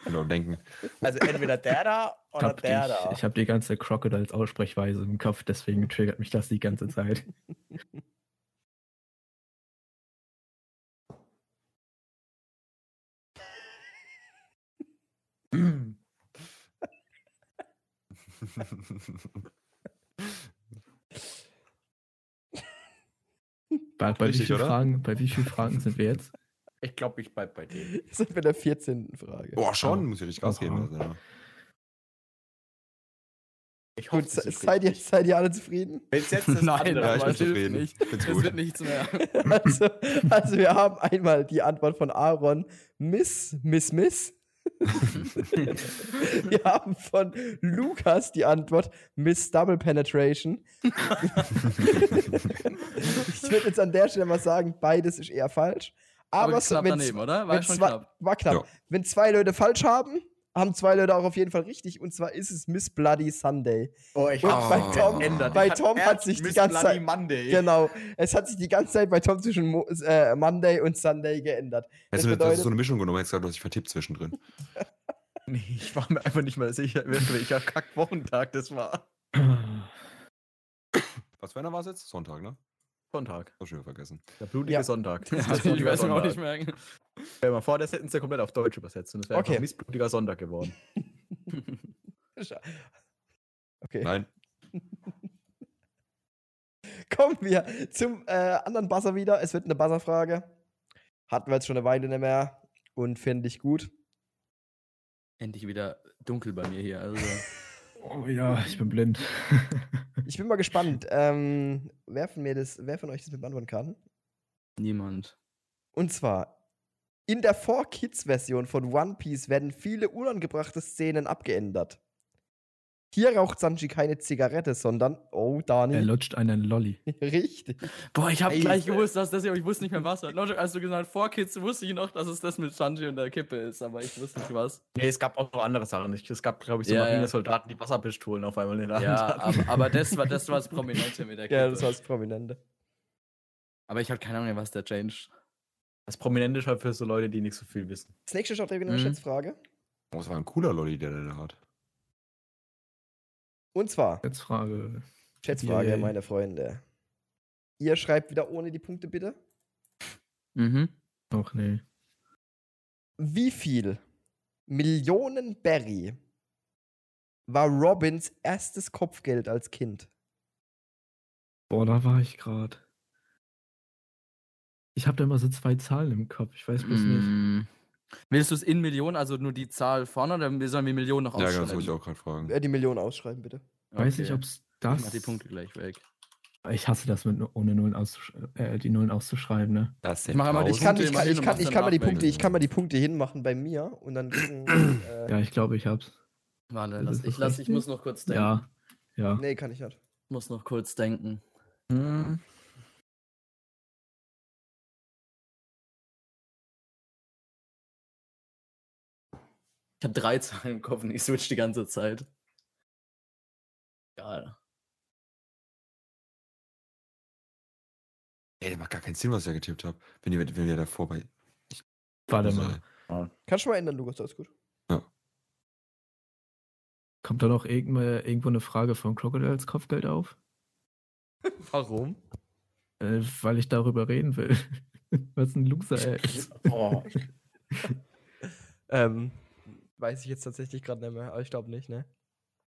Speaker 2: genau, denken.
Speaker 4: der, also entweder der da
Speaker 3: Ich
Speaker 4: oder
Speaker 3: hab,
Speaker 4: der
Speaker 3: die,
Speaker 4: da.
Speaker 3: ich hab die ganze Crocodiles Aussprechweise im Kopf, deswegen triggert mich das die ganze Zeit. Bei, bei,
Speaker 2: Richtig,
Speaker 3: wie vielen
Speaker 2: oder?
Speaker 3: Fragen, bei wie vielen Fragen sind wir jetzt?
Speaker 4: Ich glaube, ich bleib bei dem.
Speaker 1: Das sind wir der 14. Frage.
Speaker 4: Oh,
Speaker 2: Boah, schon, muss ich richtig Gas geben.
Speaker 3: Oha.
Speaker 2: Also, ja.
Speaker 4: Ich hoffe,
Speaker 1: Gut,
Speaker 4: das
Speaker 1: se-
Speaker 4: ist
Speaker 1: seid ihr,
Speaker 4: richtig.
Speaker 1: seid ihr alle zufrieden?
Speaker 4: Wenn's jetzt das
Speaker 5: Nein,
Speaker 4: andere
Speaker 2: ja, ich bin
Speaker 5: aber es hilft
Speaker 2: zufrieden.
Speaker 5: nicht.
Speaker 2: Find's
Speaker 5: Es
Speaker 2: gut.
Speaker 5: wird nichts mehr.
Speaker 1: Also, also wir haben einmal die Antwort von Aaron, Miss, Miss, Miss. wir haben von Lukas die Antwort, Miss Double Penetration. ich würde jetzt an der Stelle mal sagen, beides ist eher falsch. Aber,
Speaker 5: das ist knapp
Speaker 1: wenn-
Speaker 5: daneben, oder? War
Speaker 1: wenn
Speaker 5: schon
Speaker 1: zwei,
Speaker 5: knapp.
Speaker 1: War knapp.
Speaker 2: Ja.
Speaker 1: Wenn zwei Leute falsch haben, haben zwei Leute auch auf jeden Fall richtig. Und zwar ist es Miss Bloody Sunday.
Speaker 4: Oh, ich
Speaker 1: Und
Speaker 4: hab's
Speaker 1: bei
Speaker 4: geändert.
Speaker 1: Tom-
Speaker 4: Ich
Speaker 1: bei
Speaker 4: hab
Speaker 1: Tom hat
Speaker 4: erst
Speaker 1: sich die
Speaker 4: Miss
Speaker 1: ganze
Speaker 4: Bloody
Speaker 1: Zeit-
Speaker 4: Monday.
Speaker 1: Genau. Es hat sich die ganze Zeit bei Tom zwischen Mo äh, Monday und Sunday geändert.
Speaker 2: Hättest
Speaker 1: Das
Speaker 2: du eine- das ist
Speaker 1: bedeutet,
Speaker 2: so eine Mischung genommen, hättest du gesagt, du hast dich vertippt zwischendrin.
Speaker 4: Nee, ich war mir einfach nicht mal sicher, welcher Kack-Wochentag das war.
Speaker 2: Was für einer war es jetzt? Sonntag, ne?
Speaker 4: Sonntag.
Speaker 2: Hab schon wieder vergessen.
Speaker 4: Der blutige
Speaker 1: Ja.
Speaker 4: Sonntag. Das ist
Speaker 5: Also,
Speaker 4: der
Speaker 5: ich weiß mir auch
Speaker 4: Sonntag.
Speaker 5: nicht merken.
Speaker 4: Stell dir mal vor, das hätten sie komplett auf Deutsch übersetzt und es wäre
Speaker 1: Okay.
Speaker 4: einfach missblutiger Sonntag geworden.
Speaker 1: okay.
Speaker 2: Nein,
Speaker 1: Kommen wir zum äh, anderen Buzzer wieder. Es wird eine Buzzerfrage. Hatten wir jetzt schon eine Weile nicht mehr und finde ich gut.
Speaker 5: Endlich wieder dunkel bei mir hier. Also.
Speaker 3: Oh ja, ich bin blind.
Speaker 1: Ich bin mal gespannt, ähm, wer, von mir das, wer von euch das mit beantworten kann.
Speaker 5: Niemand.
Speaker 1: Und zwar, in der 4-Kids-Version von One Piece werden viele unangebrachte Szenen abgeändert. Hier raucht Sanji keine Zigarette, sondern, oh,
Speaker 3: er
Speaker 1: Dani,
Speaker 3: lutscht einen Lolli.
Speaker 1: richtig.
Speaker 5: Boah, ich habe
Speaker 4: Ey,
Speaker 5: gleich
Speaker 4: äh,
Speaker 5: gewusst, dass das hier, aber ich wusste nicht mehr was. Leute, als du gesagt hast, vor Kids wusste ich noch, dass es das mit Sanji und der Kippe ist, aber ich wusste nicht was.
Speaker 4: Nee, es gab auch noch andere Sachen. Ich- Es gab, glaube ich, so
Speaker 5: Ja, ja.
Speaker 4: Marinesoldaten, die Wasserpistolen auf einmal in der Hand
Speaker 5: Ja,
Speaker 4: hatten.
Speaker 5: aber, aber das war das war das Prominente mit der Kippe.
Speaker 1: Ja, das war das Prominente.
Speaker 5: aber ich habe keine Ahnung, was der changed.
Speaker 4: Das Prominente ist halt für so Leute, die nicht so viel wissen.
Speaker 1: Das nächste schaut eben eine
Speaker 5: Mhm.
Speaker 1: Schätzfrage.
Speaker 2: oh, das war ein cooler Lolli, der der da hat.
Speaker 1: Und zwar,
Speaker 3: Jetzt Frage.
Speaker 1: Schätzfrage,
Speaker 3: Yay.
Speaker 1: meine Freunde. Ihr schreibt wieder ohne die Punkte, bitte.
Speaker 5: Mhm.
Speaker 3: Ach nee.
Speaker 1: Wie viel Millionen Berry war Robins erstes Kopfgeld als Kind?
Speaker 3: Boah, da war ich gerade. Ich habe da immer so zwei Zahlen im Kopf. Ich weiß bloß nicht.
Speaker 5: Mm. Willst du es in Millionen, also nur die Zahl vorne, oder sollen wir Millionen noch
Speaker 2: Ja, genau,
Speaker 5: ausschreiben?
Speaker 2: das wollte ich auch gerade fragen.
Speaker 1: Äh, die Millionen ausschreiben, bitte.
Speaker 3: Ich weiß nicht, ob es das.
Speaker 5: Ich mach die Punkte gleich weg.
Speaker 3: Ich hasse das mit nu- ohne Nullen auszusch äh, die Nullen auszuschreiben, ne?
Speaker 2: Das
Speaker 5: Ich mach einmal die
Speaker 1: Ich kann,
Speaker 5: Punkte
Speaker 1: ich,
Speaker 5: immer
Speaker 1: kann,
Speaker 5: hin
Speaker 1: ich,
Speaker 5: und
Speaker 1: kann,
Speaker 5: mach's
Speaker 1: ich, kann mal die
Speaker 5: danach
Speaker 1: Punkte,
Speaker 2: weg.
Speaker 1: ich kann mal die Punkte hinmachen bei mir und dann gucken. äh,
Speaker 3: Ja, ich glaube, ich hab's.
Speaker 5: Warte,
Speaker 3: Ist
Speaker 5: lass,
Speaker 3: das
Speaker 5: ich, lass, ich
Speaker 3: richtig?
Speaker 5: muss noch kurz denken.
Speaker 3: Ja. Ja.
Speaker 1: Nee, kann ich nicht.
Speaker 5: Muss noch kurz denken.
Speaker 3: Hm.
Speaker 5: Ich habe drei Zahlen im Kopf und ich switch die ganze Zeit. Egal.
Speaker 2: Ey, das macht gar keinen Sinn, was ich da getippt habe. Wenn ihr, wenn ihr davor bei.
Speaker 3: Warte mal.
Speaker 2: äh,
Speaker 1: Kannst du mal ändern, Lukas, alles gut.
Speaker 3: Kommt da noch irgend- äh, irgendwo eine Frage von Crocodiles Kopfgeld auf?
Speaker 1: Warum?
Speaker 3: Äh, weil ich darüber reden will. Was ein Loser, ey.
Speaker 4: Oh.
Speaker 1: Ähm, weiß ich jetzt tatsächlich gerade nicht mehr, aber ich glaube nicht, ne?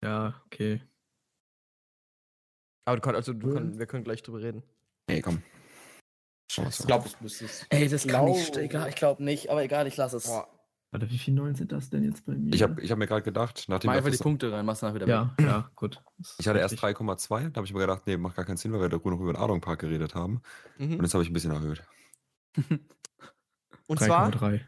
Speaker 3: Ja, okay.
Speaker 1: Aber du kannst, also du kann, wir können gleich drüber reden.
Speaker 2: Nee, komm.
Speaker 4: Ich glaube, es müsste es.
Speaker 5: Ey, das
Speaker 4: kann ich- egal, ich
Speaker 5: glaube nicht, aber egal, ich lasse es.
Speaker 1: Boah.
Speaker 3: Warte, wie viele Neun sind das denn jetzt bei mir?
Speaker 2: Ich habe ich hab mir gerade gedacht, nachdem
Speaker 5: Mach
Speaker 2: wir
Speaker 5: einfach die
Speaker 2: das,
Speaker 5: Punkte rein, mach's nachher wieder weg.
Speaker 3: ja, ja, gut.
Speaker 2: ich hatte erst 3,2, da habe ich mir gedacht, nee, macht gar keinen Sinn, weil wir darüber noch über den Adong Park geredet haben. Und
Speaker 1: Mhm.
Speaker 2: jetzt habe ich ein bisschen erhöht.
Speaker 1: Und zwar,
Speaker 3: 3,3.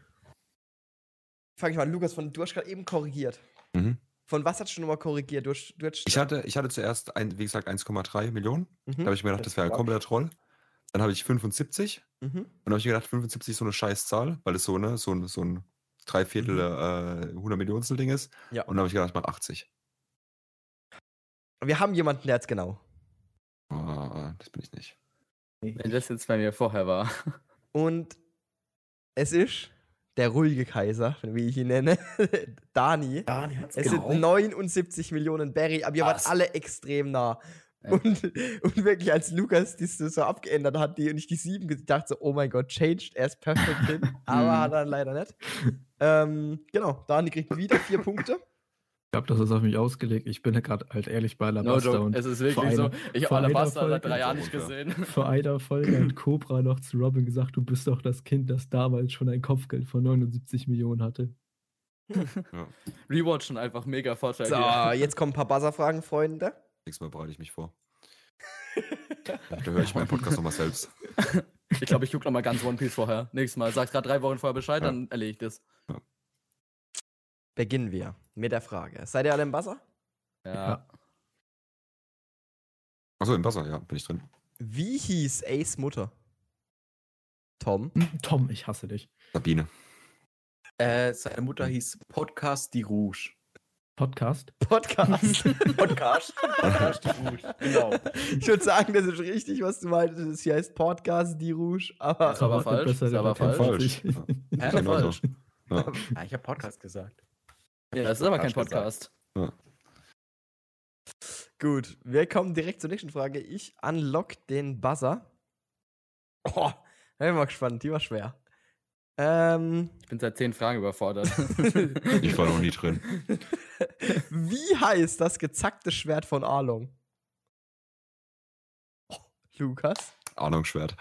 Speaker 1: fang ich mal an, Lukas, von, du hast gerade eben korrigiert.
Speaker 2: Mhm.
Speaker 1: Von was hast du nochmal korrigiert? Du hast, du hast,
Speaker 2: Ich, hatte, ich hatte zuerst, ein, wie gesagt, 1,3 Millionen. Da
Speaker 1: mhm.
Speaker 2: habe ich mir gedacht, das wäre ein kompletter Troll. Dann habe ich 75
Speaker 1: Mhm.
Speaker 2: und habe ich mir gedacht, 75 ist so eine Scheißzahl, weil es so, ne, so, ein- so ein Dreiviertel
Speaker 5: Mhm.
Speaker 2: äh, 100 Millionstel Ding ist.
Speaker 1: Ja.
Speaker 2: Und dann habe ich gedacht, ich mache 80.
Speaker 1: Wir haben jemanden, der hat's genau.
Speaker 2: Ah, das bin ich nicht.
Speaker 5: Wenn das jetzt bei mir vorher war.
Speaker 1: Und es ist der ruhige Kaiser, wie ich ihn nenne, Dani.
Speaker 4: Dani hat's genau.
Speaker 1: Es
Speaker 2: genau.
Speaker 1: sind 79 Millionen Barry, aber ihr wart
Speaker 5: Was?
Speaker 1: alle extrem nah.
Speaker 5: Ja.
Speaker 1: Und, und wirklich, als Lukas die so so abgeändert hat, die und ich die 7 gedacht so, oh mein Gott, changed, er ist perfekt hin. Aber
Speaker 5: Mhm.
Speaker 1: hat er leider nicht. Ähm, genau, Dani kriegt wieder vier Punkte.
Speaker 3: Ich glaube, das ist auf mich ausgelegt. Ich bin ja gerade halt ehrlich bei
Speaker 5: No
Speaker 3: Alabaster
Speaker 5: joke,
Speaker 3: und
Speaker 5: es ist
Speaker 3: vor
Speaker 5: wirklich so.
Speaker 3: einer-
Speaker 5: Ich habe
Speaker 3: vor einer
Speaker 5: Alabaster seit
Speaker 3: Folge
Speaker 5: drei Jahren
Speaker 2: so
Speaker 5: nicht
Speaker 2: runter.
Speaker 5: gesehen.
Speaker 3: vor einer Folge hat Cobra noch zu Robin gesagt, du bist doch das Kind, das damals schon ein Kopfgeld von 79 Millionen hatte.
Speaker 5: Rewatchen einfach mega Vorteil.
Speaker 1: So,
Speaker 5: hier.
Speaker 1: jetzt kommen ein paar Buzzer-Fragen, Freunde.
Speaker 2: Nächstes Mal bereite ich mich vor. da höre ich meinen Podcast nochmal selbst.
Speaker 5: Ich glaube, ich guck noch mal ganz One Piece vorher. Nächstes Mal. Sag grad drei Wochen vorher Bescheid,
Speaker 2: Ja.
Speaker 5: dann erledige ich das.
Speaker 1: Beginnen wir mit der Frage. Seid ihr alle im Buzzer?
Speaker 5: Ja.
Speaker 2: Achso, im Wasser, ja, bin ich drin.
Speaker 1: Wie hieß Ace Mutter? Tom.
Speaker 3: Tom, ich hasse dich.
Speaker 2: Sabine.
Speaker 4: Äh, seine Mutter hieß Podcast Die Rouge.
Speaker 3: Podcast?
Speaker 1: Podcast.
Speaker 4: Podcast? Podcast Die Rouge. Genau.
Speaker 1: ich würde sagen, das ist richtig, was du meintest. Es hier heißt Podcast, die Rouge. Aber
Speaker 5: Das war aber falsch, das war aber
Speaker 2: falsch.
Speaker 4: Ja,
Speaker 2: Genau
Speaker 5: falsch.
Speaker 2: so. Ja.
Speaker 4: Ah, ich habe Podcast gesagt.
Speaker 5: ja, das ist aber kein
Speaker 4: Podcast gesagt.
Speaker 5: Podcast.
Speaker 1: Gut, wir kommen direkt zur nächsten Frage. Ich unlock den Buzzer. Oh, da bin ich mal gespannt, die war schwer. Ähm,
Speaker 5: Ich bin seit zehn Fragen überfordert.
Speaker 2: Ich war noch nie drin.
Speaker 1: wie heißt das gezackte Schwert von Arlong? Oh, Lukas?
Speaker 2: Ahnungsschwert.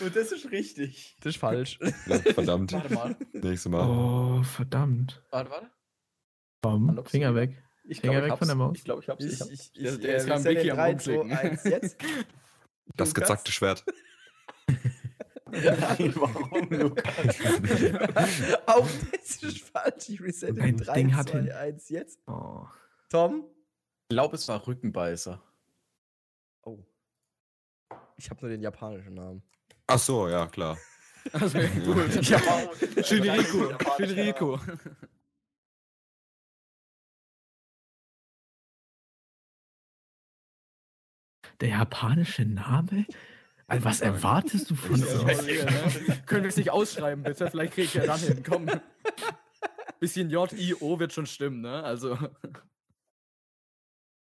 Speaker 4: Und das ist richtig.
Speaker 1: Das ist falsch.
Speaker 2: Ja, verdammt.
Speaker 4: Warte mal.
Speaker 2: Nächstes Mal.
Speaker 3: Oh, verdammt.
Speaker 4: Warte, warte.
Speaker 3: Tom,
Speaker 4: Hallo,
Speaker 3: Finger
Speaker 4: Xenia.
Speaker 3: weg.
Speaker 4: Ich
Speaker 3: Finger
Speaker 4: glaube,
Speaker 3: weg
Speaker 4: ich
Speaker 3: von der
Speaker 4: hab's.
Speaker 3: Maus.
Speaker 4: Ich glaube, ich hab's. Ich hab's.
Speaker 1: ich,
Speaker 5: Der- der ist
Speaker 1: wir
Speaker 5: kein
Speaker 1: zählen
Speaker 5: Wiki
Speaker 1: in
Speaker 5: am
Speaker 1: drei,
Speaker 5: Rumklicken.
Speaker 1: zwei, eins, jetzt.
Speaker 2: Das
Speaker 1: Lukas?
Speaker 2: gezackte Schwert.
Speaker 4: Nein, warum, Lukas?
Speaker 1: Auch das ist falsch. Ich resette
Speaker 3: Ein
Speaker 1: in 3,
Speaker 3: Ding
Speaker 1: 2,
Speaker 3: hat hin.
Speaker 1: 1 jetzt.
Speaker 3: Oh.
Speaker 1: Tom?
Speaker 4: Ich glaube, es war Rückenbeißer.
Speaker 1: Oh. Ich habe nur den japanischen Namen.
Speaker 2: Ach so, ja, klar.
Speaker 5: Das wäre gut. Shinriko. Shinriko.
Speaker 3: Der japanische Name? Also, was erwartest du von
Speaker 2: Ich so.
Speaker 3: uns?
Speaker 5: Können wir es nicht ausschreiben, bitte? Vielleicht kriege ich ja dann hin. Komm. Bisschen J-I-O wird schon stimmen, ne? Also.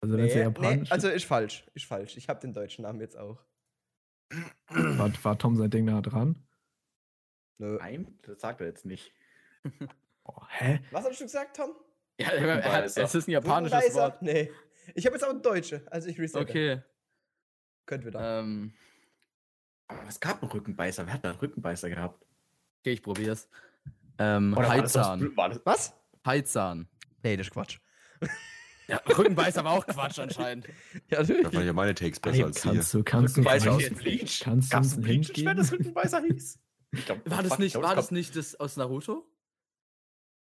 Speaker 3: Also wenn es der
Speaker 1: Nee, nee,
Speaker 3: japanische
Speaker 1: also ist falsch. Ist falsch. Ich habe den deutschen Namen jetzt auch.
Speaker 3: war, war Tom sein Ding nah dran?
Speaker 1: Nö.
Speaker 4: Nein, das sagt er jetzt nicht.
Speaker 3: Oh, hä?
Speaker 1: Was hast du gesagt, Tom?
Speaker 5: Ja, er- es ist ein japanisches
Speaker 1: Rückenreiser?
Speaker 5: Wort.
Speaker 1: Nee. Ich habe jetzt auch ein deutsche. Also ich resette.
Speaker 5: Okay.
Speaker 1: Könnt wir da.
Speaker 5: Ähm,
Speaker 4: Es gab einen Rückenbeißer. Wer hat da einen Rückenbeißer gehabt?
Speaker 5: okay, ich probier's. Ähm,
Speaker 4: war das aus-
Speaker 5: Heizahn.
Speaker 4: war das-
Speaker 1: Was?
Speaker 5: Heizahn.
Speaker 1: Nee, das ist Quatsch.
Speaker 5: Ja, Rückenbeißer war auch Quatsch anscheinend.
Speaker 1: Ja,
Speaker 2: Da waren
Speaker 1: natürlich.
Speaker 2: ja meine Takes besser
Speaker 3: Nee,
Speaker 2: als die.
Speaker 3: kannst du, kannst du,
Speaker 4: Rückenbeißer aus
Speaker 3: kannst,
Speaker 4: Bleach?
Speaker 3: kannst du
Speaker 4: Gab's
Speaker 3: uns
Speaker 4: ein
Speaker 3: einen
Speaker 4: Bleach,
Speaker 3: Hint
Speaker 4: schwer
Speaker 3: geben?
Speaker 4: das Rückenbeißer hieß? Ich glaub,
Speaker 5: War das
Speaker 4: fuck,
Speaker 5: nicht,
Speaker 4: glaub,
Speaker 5: war
Speaker 4: gab-
Speaker 5: das nicht das aus Naruto?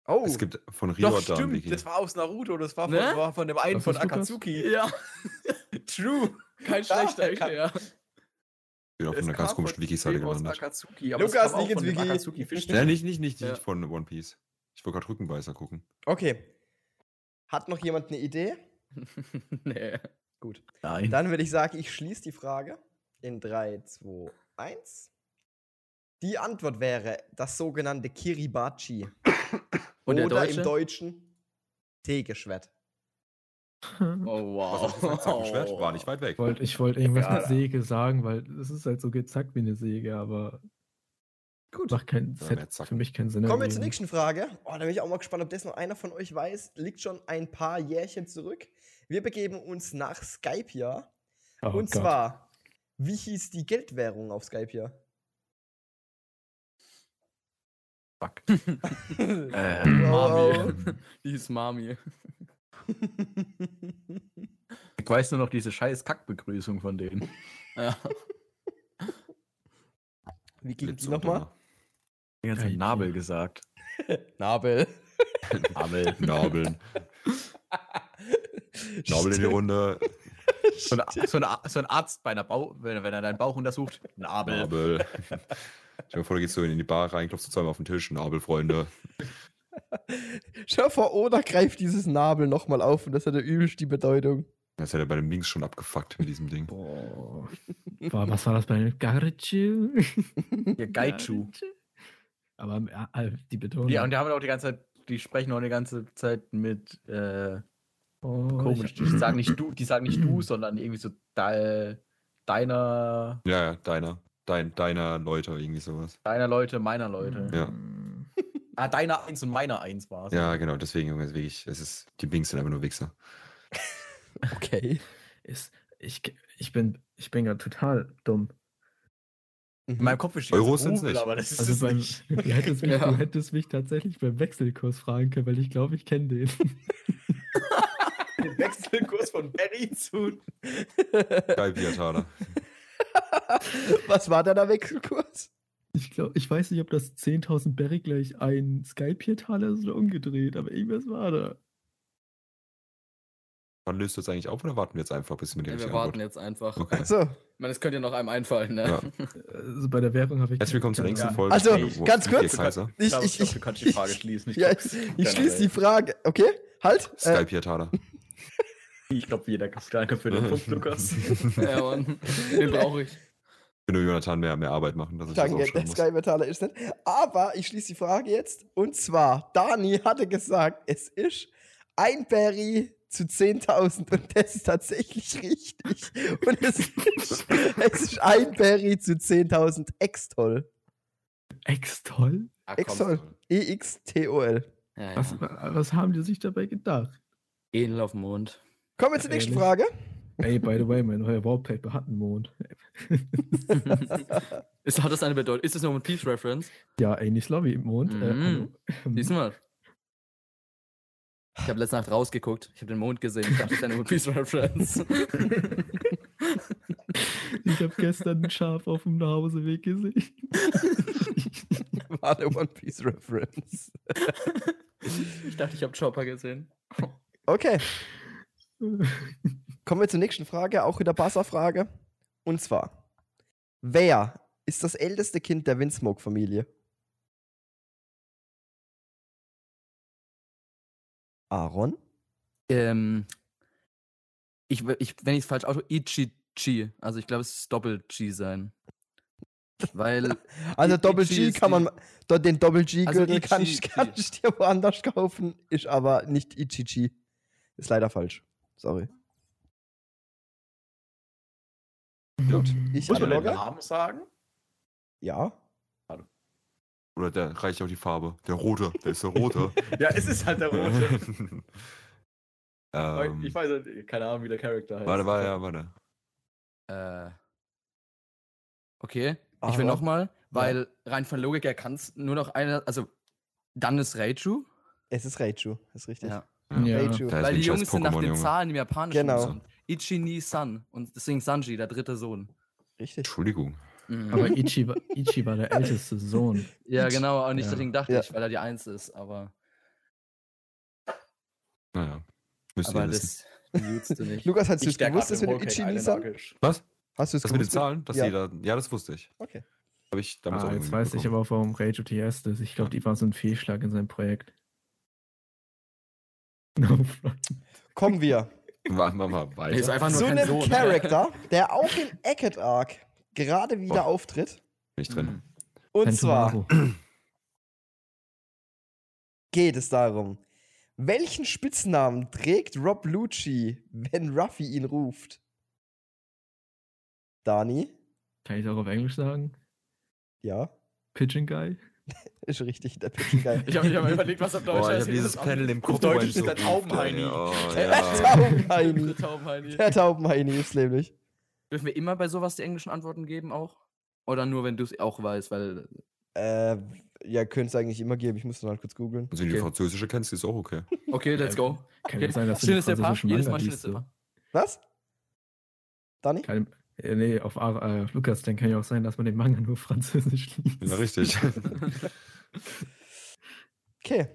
Speaker 1: Oh.
Speaker 2: Es gibt von
Speaker 4: Doch,
Speaker 2: Riordan
Speaker 4: stimmt.
Speaker 2: Wiki.
Speaker 4: Das war aus Naruto. Das war von,
Speaker 5: Ne?
Speaker 4: war von dem einen
Speaker 3: Was
Speaker 4: von
Speaker 3: ist Lukas?
Speaker 4: Akatsuki.
Speaker 5: Ja,
Speaker 4: True.
Speaker 5: kein
Speaker 4: Ja,
Speaker 5: schlechter
Speaker 4: kann-
Speaker 5: Idee, ja.
Speaker 2: Ich bin auf
Speaker 4: Es
Speaker 2: einer
Speaker 4: kam
Speaker 2: ganz komischen
Speaker 4: von
Speaker 2: Wiki-Seite
Speaker 4: Heroes
Speaker 2: gelandet.
Speaker 4: Akatsuki, aber es
Speaker 1: Lukas,
Speaker 4: kam auch
Speaker 1: nicht
Speaker 4: von
Speaker 1: ins
Speaker 4: dem
Speaker 1: Wiki.
Speaker 4: Akatsuki Fisch.
Speaker 2: Ja, nicht, nicht, nicht, nicht
Speaker 5: Ja.
Speaker 2: von One Piece. Ich wollte gerade Rückenbeißer gucken.
Speaker 1: Okay. Hat noch jemand eine Idee?
Speaker 5: nee.
Speaker 1: Gut.
Speaker 5: Hm.
Speaker 4: Nein.
Speaker 1: Dann würde ich sagen, ich schließe die Frage in 3, 2, 1. Die Antwort wäre das sogenannte Kiribachi.
Speaker 5: Und der
Speaker 1: oder
Speaker 5: Deutsche?
Speaker 1: im Deutschen Teegeschwert.
Speaker 4: Oh,
Speaker 2: Was hast du gesagt? Zack und Schwert? War nicht weit weg.
Speaker 3: Ich wollte ich wollt irgendwas
Speaker 4: Egal,
Speaker 3: mit Säge sagen, weil es ist halt so gezackt wie eine Säge, aber
Speaker 1: Gut.
Speaker 3: macht
Speaker 2: Ja,
Speaker 3: kein, es hat
Speaker 2: mehr zacken.
Speaker 3: für mich keinen
Speaker 5: Hm.
Speaker 3: Sinn.
Speaker 1: Kommen wir
Speaker 3: ergeben.
Speaker 1: zur nächsten Frage. Oh, da bin ich auch mal gespannt, ob das noch einer von euch weiß. Liegt schon ein paar Jährchen zurück. Wir begeben uns nach Skype ja.
Speaker 3: Oh
Speaker 1: Und
Speaker 3: Gott.
Speaker 1: zwar, wie hieß die Geldwährung auf Skype ja?
Speaker 5: Fuck.
Speaker 1: Wow.
Speaker 5: Äh,
Speaker 4: Ähm,
Speaker 5: Mami. Die ist Mami.
Speaker 4: Ich weiß nur noch diese scheiß Kackbegrüßung von denen.
Speaker 5: Ja.
Speaker 1: Wie ging
Speaker 2: Blitz
Speaker 1: die
Speaker 2: und
Speaker 1: nochmal?
Speaker 4: Die ganze Zeit
Speaker 3: Geil.
Speaker 4: Nabel gesagt.
Speaker 5: Nabel.
Speaker 4: Nabel.
Speaker 2: Donner. Nabeln. Nabeln in die Runde.
Speaker 4: So ein, so ein, Ar- so ein Arzt bei einer Bau, wenn, er- wenn er deinen Bauch untersucht, Nabel.
Speaker 2: Nabel. Ich mir vor, du gehst so in die Bar rein, klopfst du zweimal auf den Tisch. Nabel, Freunde.
Speaker 1: Schau vor, oder greift dieses Nabel nochmal auf und das hat ja übelst die Bedeutung.
Speaker 2: Das hätte er bei dem Links schon abgefuckt mit diesem Ding.
Speaker 3: Boah. War, was war das bei einem Garichu?
Speaker 4: Ihr Gaichu.
Speaker 3: Aber äh, äh, die Betonung.
Speaker 4: Ja, und die haben auch die ganze Zeit, die sprechen auch die ganze Zeit mit äh,
Speaker 3: oh,
Speaker 4: komisch. Die sagen nicht du, die sagen nicht du, sondern irgendwie so de, deiner,
Speaker 2: Ja, ja, deiner. Dein, deiner Leute, irgendwie sowas.
Speaker 4: deiner Leute, meiner Leute.
Speaker 2: Ja.
Speaker 4: Mhm.
Speaker 3: Ähm,
Speaker 4: Ah, deiner eins und meiner eins war es.
Speaker 2: Ja, genau, deswegen, Junge, ist wirklich, es ist, die Links sind einfach nur Wichser.
Speaker 1: Okay.
Speaker 3: Ist, ich, ich bin, ich bin gerade total dumm.
Speaker 2: Mhm.
Speaker 4: In meinem Kopf ist die
Speaker 2: Euro
Speaker 4: ganze
Speaker 2: sind's
Speaker 4: Rubel,
Speaker 2: nicht.
Speaker 4: aber das ist
Speaker 3: Also
Speaker 4: es
Speaker 3: beim,
Speaker 4: nicht.
Speaker 3: du, hättest mich,
Speaker 5: Ja.
Speaker 3: du hättest mich tatsächlich beim Wechselkurs fragen können, weil ich glaube, ich kenne den.
Speaker 4: Den Wechselkurs von Barry zu
Speaker 2: Geil, Biatala.
Speaker 1: Was war da der Wechselkurs?
Speaker 3: Ich glaube, ich weiß nicht, ob das 10.000 Berry gleich ein Skype-Taler ist oder umgedreht, aber irgendwas war da.
Speaker 2: Wann löst du das eigentlich auf oder warten wir jetzt einfach, bis wir die
Speaker 5: Ja, wir
Speaker 2: richtige
Speaker 5: warten
Speaker 2: Antwort
Speaker 5: jetzt einfach. Ich
Speaker 2: Okay.
Speaker 1: Achso.
Speaker 5: meine, es könnte ja noch einem einfallen, ne?
Speaker 2: Ja.
Speaker 3: Also bei der Währung habe ich.
Speaker 2: Herzlich willkommen zur
Speaker 3: keine
Speaker 2: nächsten
Speaker 3: Ahnung.
Speaker 2: Folge.
Speaker 1: Also,
Speaker 2: von
Speaker 1: ganz
Speaker 2: Vier
Speaker 1: kurz.
Speaker 2: Kaiser.
Speaker 1: Ich,
Speaker 4: glaub,
Speaker 1: ich,
Speaker 4: glaub,
Speaker 1: ich,
Speaker 4: du kannst die Frage schließen. Ich
Speaker 1: ja,
Speaker 4: glaube,
Speaker 1: ich, ich schließe die Frage. Okay, halt.
Speaker 2: Skype Biatala.
Speaker 4: ich glaub, jeder kriegt Danke für den Punkt, Lukas.
Speaker 5: Ja, Mann. Den brauche ich.
Speaker 2: Ich will nur Jonathan mehr, mehr Arbeit machen, dass ich
Speaker 1: Danke,
Speaker 2: das
Speaker 1: der
Speaker 2: aufschreiben muss.
Speaker 1: Sky-Metaller ist nicht. Aber ich schließe die Frage jetzt. Und zwar, Dani hatte gesagt, es ist ein Berry zu 10.000 und das ist tatsächlich richtig. Und es ist, es ist ein Berry zu 10.000 Extol.
Speaker 3: Ex-Toll?
Speaker 5: Ah,
Speaker 1: Extol. E E-X-T-O-L.
Speaker 5: Ja,
Speaker 3: Was,
Speaker 5: ja.
Speaker 3: was haben die sich dabei gedacht?
Speaker 5: Edel auf dem Mond.
Speaker 1: Kommen wir zur nächsten
Speaker 3: Ehrlich?
Speaker 1: Frage.
Speaker 3: Ey, by the way, mein neuer Wallpaper hat einen Mond.
Speaker 5: ist, hat das eine Bedeutung? Ist das noch ein Peace-Reference?
Speaker 3: Ja, ey, nicht Lobby, Mond. Äh,
Speaker 5: Mhm.
Speaker 3: hallo.
Speaker 5: Diesmal. Ich habe letzte Nacht rausgeguckt. Ich habe den Mond gesehen. Ich dachte, das ist eine Peace-Reference.
Speaker 3: Ich habe gestern ein Schaf auf dem Nachhauseweg gesehen.
Speaker 1: War der One Piece Reference.
Speaker 5: ich dachte, ich habe Chopper gesehen.
Speaker 1: Okay, kommen wir zur nächsten Frage, auch wieder Buzzer-Frage. Und zwar, wer ist das älteste Kind der Windsmoke-Familie? Aaron?
Speaker 5: Ähm, ich, w- ich, wenn ich es falsch ausspreche, Ichi-Chi. Also ich glaube, es ist Doppel-Chi sein. Weil
Speaker 1: Also
Speaker 5: I-
Speaker 1: Doppel
Speaker 5: Ichi
Speaker 1: G
Speaker 5: ist
Speaker 1: kann
Speaker 5: die-
Speaker 1: man, do- den Doppel
Speaker 5: Also
Speaker 1: G-Gürtel kann,
Speaker 5: Ichi-
Speaker 1: ich- kann ich dir woanders kaufen, ist aber nicht Ichichi. Ist leider falsch. Sorry.
Speaker 2: Gut.
Speaker 1: Ich
Speaker 2: Muss man
Speaker 1: analog-
Speaker 2: den
Speaker 4: Namen sagen?
Speaker 1: Ja.
Speaker 2: Oder der reicht auch die Farbe. Der rote, der ist der rote.
Speaker 4: Ja, es ist halt der rote.
Speaker 2: ähm,
Speaker 4: ich weiß halt, keine Ahnung, wie der Charakter heißt.
Speaker 2: warte, warte, ja, warte.
Speaker 5: Äh. Okay, ich
Speaker 1: Aber-
Speaker 5: will nochmal, weil rein von Logik her kann es nur noch einer, also dann ist Raichu.
Speaker 1: Es ist Raichu, ist richtig.
Speaker 5: Ja.
Speaker 3: Ja.
Speaker 1: Raichu.
Speaker 2: Da ist
Speaker 5: Weil
Speaker 2: wirklich scheiß
Speaker 5: die Jungs sind nach
Speaker 2: Pokémon,
Speaker 5: den
Speaker 2: Junge.
Speaker 5: Zahlen im Japanischen
Speaker 1: Genau.
Speaker 5: benannt. Ichi ni San und deswegen Sanji, der dritte Sohn.
Speaker 1: Richtig.
Speaker 2: Entschuldigung.
Speaker 5: Mhm.
Speaker 3: Aber Ichi war, Ichi war der älteste Sohn.
Speaker 5: Ja, genau, und nicht
Speaker 3: Ja.
Speaker 5: deswegen dachte
Speaker 1: Ja.
Speaker 5: ich, weil er die Eins ist, aber,
Speaker 2: Naja. Müsst
Speaker 5: aber
Speaker 2: ihr wissen.
Speaker 5: das nutzt du nicht.
Speaker 1: Lukas, hast du
Speaker 4: Ich
Speaker 1: es
Speaker 4: der
Speaker 1: gewusst, dass wir den Ichi nie sagen?
Speaker 2: Was?
Speaker 1: Hast du es
Speaker 2: Das mit den
Speaker 1: gewusst?
Speaker 2: Zahlen? Dass
Speaker 1: Ja.
Speaker 2: jeder, ja, das wusste ich.
Speaker 1: Okay.
Speaker 2: Habe ich damals
Speaker 3: Ah,
Speaker 2: auch
Speaker 3: jetzt
Speaker 2: irgendwie
Speaker 3: weiß ich aber auch, warum Rage OTS ist. Ich glaube, die war so ein Fehlschlag in seinem Projekt. No front.
Speaker 1: Kommen wir
Speaker 2: mitbekommen. Machen wir mal
Speaker 5: Nee, ist
Speaker 2: weiter.
Speaker 5: einfach nur
Speaker 1: zu
Speaker 5: kein
Speaker 1: einem
Speaker 5: Sohn. ne?
Speaker 1: Charakter, der auch in Eckett Arc gerade wieder
Speaker 2: Boah.
Speaker 1: auftritt.
Speaker 2: Nicht drin.
Speaker 1: Und
Speaker 3: Kein
Speaker 1: zwar
Speaker 3: Tomorrow.
Speaker 1: geht es darum, Welchen Spitznamen trägt Rob Lucci, wenn Ruffy ihn ruft? Dani?
Speaker 3: Kann ich es auch auf Englisch sagen?
Speaker 1: Ja,
Speaker 3: Pigeon Guy?
Speaker 1: ist richtig, der Pigeon Guy.
Speaker 4: Ich habe mich aber überlegt, was auf Deutsch
Speaker 2: Boah, ich
Speaker 4: heißt.
Speaker 2: habe dieses Panel im Kopf.
Speaker 4: Deutsch
Speaker 2: wo ich
Speaker 4: ist der
Speaker 2: ruft,
Speaker 4: Taubenheini.
Speaker 2: ey, Oh,
Speaker 1: Der
Speaker 2: ja.
Speaker 1: Taubenheini.
Speaker 4: Taubenheini.
Speaker 1: Der Taubenheini ist nämlich.
Speaker 5: Dürfen wir immer bei sowas die englischen Antworten geben auch? Oder nur, wenn du es auch weißt, weil.
Speaker 1: Äh, ja, könnte es eigentlich immer geben. Ich muss dann halt kurz googeln.
Speaker 2: Also wenn du die
Speaker 5: Okay.
Speaker 2: französische kennst, ist auch okay.
Speaker 5: Okay, let's go.
Speaker 3: Kann ja sein, dass du den
Speaker 5: Schönes Depa,
Speaker 3: französischen
Speaker 5: jedes
Speaker 3: Manga
Speaker 5: Mal
Speaker 3: liest.
Speaker 5: schönes
Speaker 3: So.
Speaker 5: Depa.
Speaker 1: Was? Dani?
Speaker 3: Kein, äh, nee, auf, Ar- äh, auf Lukas, dann kann ja auch sein, dass man den Manga nur französisch liest.
Speaker 2: Ja, richtig.
Speaker 1: Okay.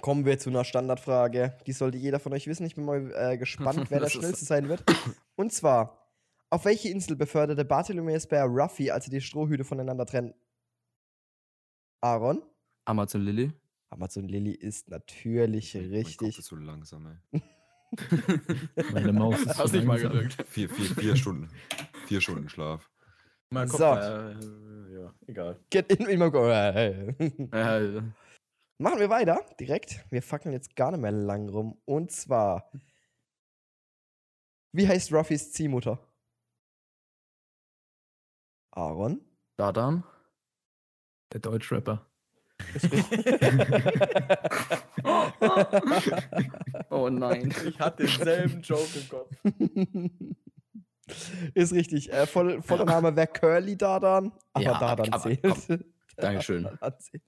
Speaker 1: Kommen wir zu einer Standardfrage. Die sollte jeder von euch wissen. Ich bin mal äh, gespannt, wer der
Speaker 5: Das ist-
Speaker 1: schnellste sein wird. Und zwar, auf welche Insel beförderte Bartholomeus Bear Ruffy, als sie die Strohhüte voneinander trennen? Aaron?
Speaker 5: Amazon Lily.
Speaker 1: Amazon Lily ist natürlich
Speaker 2: Mein Kopf
Speaker 1: richtig.
Speaker 2: ist so langsam,
Speaker 3: Meine
Speaker 2: Oh,
Speaker 3: Maus ist
Speaker 5: Hast
Speaker 3: so
Speaker 5: nicht mal
Speaker 3: langsam.
Speaker 2: ey. Vier, vier, vier Stunden. Vier Stunden Schlaf.
Speaker 4: Mein Kopf,
Speaker 1: So.
Speaker 4: äh, ja, egal.
Speaker 1: Get in, in my go-
Speaker 5: Äh,
Speaker 1: Machen wir weiter, direkt. Wir fackeln jetzt gar nicht mehr lang rum. Und zwar, wie heißt Ruffys Ziehmutter? Aaron?
Speaker 5: Dadan.
Speaker 3: Der Deutschrapper.
Speaker 5: Oh nein.
Speaker 4: Ich hatte denselben Joke im Kopf.
Speaker 1: Ist richtig. Äh, voll, voller Name wäre Curly Dadan, aber
Speaker 5: Ja,
Speaker 1: Dadan
Speaker 5: aber-
Speaker 1: zählt.
Speaker 5: komm. Dankeschön.
Speaker 1: Dadan zählt.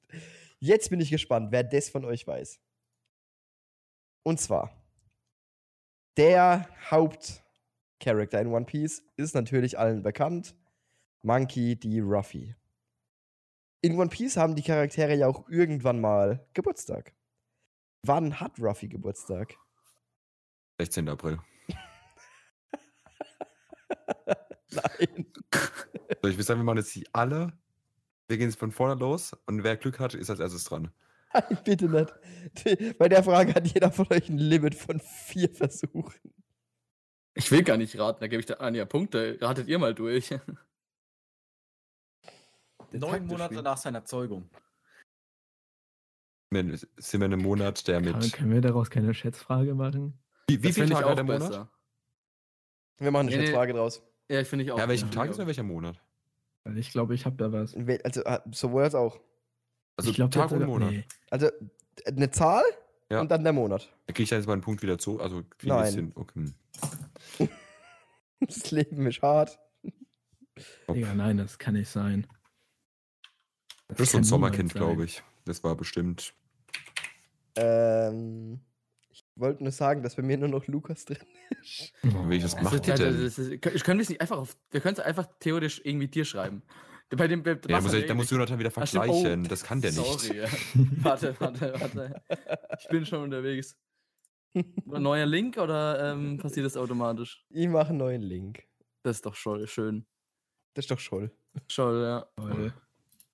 Speaker 1: Jetzt bin ich gespannt, wer das von euch weiß. Und zwar, der Hauptcharakter in One Piece ist natürlich allen bekannt. Monkey D. Ruffy. In One Piece haben die Charaktere ja auch irgendwann mal Geburtstag. Wann hat Ruffy Geburtstag?
Speaker 2: 16. April.
Speaker 1: Nein.
Speaker 2: So, ich würde sagen, wir machen jetzt die alle. Wir gehen jetzt von vorne los und wer Glück hat, ist als erstes dran.
Speaker 1: Nein, bitte nicht. Bei der Frage hat jeder von euch ein Limit von vier Versuchen.
Speaker 5: Ich will gar nicht raten, da gebe ich der Anja Punkte. Ratet ihr mal durch.
Speaker 4: Neun Monate nach seiner Zeugung.
Speaker 2: Wir- Sind wir in einem Monat, der
Speaker 3: Kann,
Speaker 2: mit.
Speaker 3: können wir daraus keine Schätzfrage machen?
Speaker 2: Wie, wie viele Tage
Speaker 5: auch
Speaker 2: hat der Monat?
Speaker 5: besser.
Speaker 1: Wir machen
Speaker 5: Nee,
Speaker 1: eine
Speaker 5: nee.
Speaker 1: Schätzfrage draus.
Speaker 5: Ja, ich finde ich auch.
Speaker 2: Ja, welchen
Speaker 5: ja.
Speaker 2: Tag ist oder welcher Monat?
Speaker 3: Weil ich glaube, ich habe da was.
Speaker 1: In wel- Also äh, sowohl als auch.
Speaker 2: Also
Speaker 3: ich glaube,
Speaker 2: Tag und Monat.
Speaker 3: Nee.
Speaker 1: Also äh, eine Zahl
Speaker 2: Ja.
Speaker 1: und dann der Monat.
Speaker 2: Da kriege ich dann jetzt meinen Punkt wieder zu. Also krieg ich
Speaker 1: Nein.
Speaker 2: jetzt den- Okay. hm.
Speaker 1: Das Leben ist hart.
Speaker 3: Digga, nein, das kann nicht sein.
Speaker 2: Das ist so ein
Speaker 3: kann niemals
Speaker 2: Sommerkind,
Speaker 3: sein.
Speaker 2: glaube ich. Das war bestimmt.
Speaker 1: Ähm, ich wollte nur sagen, dass bei mir nur noch Lukas drin ist.
Speaker 3: Oh,
Speaker 2: Welches
Speaker 5: Das
Speaker 2: macht
Speaker 5: ist,
Speaker 2: ihr
Speaker 5: ja, das
Speaker 2: denn?
Speaker 5: ist, ich können wir es nicht einfach auf. Wir können es einfach theoretisch irgendwie dir schreiben. Bei dem. Bei
Speaker 2: Ja, da, muss, er- da muss Jonathan wieder
Speaker 5: Ach, stimmt. Oh,
Speaker 2: vergleichen. das kann der nicht.
Speaker 5: eh Sorry. ja. warte, warte, warte. Ich bin schon unterwegs. Neuer Link oder ähm, passiert das automatisch?
Speaker 1: Ich mache einen neuen Link.
Speaker 5: Das ist doch scholl, schön.
Speaker 1: Das ist doch Scholl.
Speaker 5: Scholl, ja.
Speaker 3: Lol.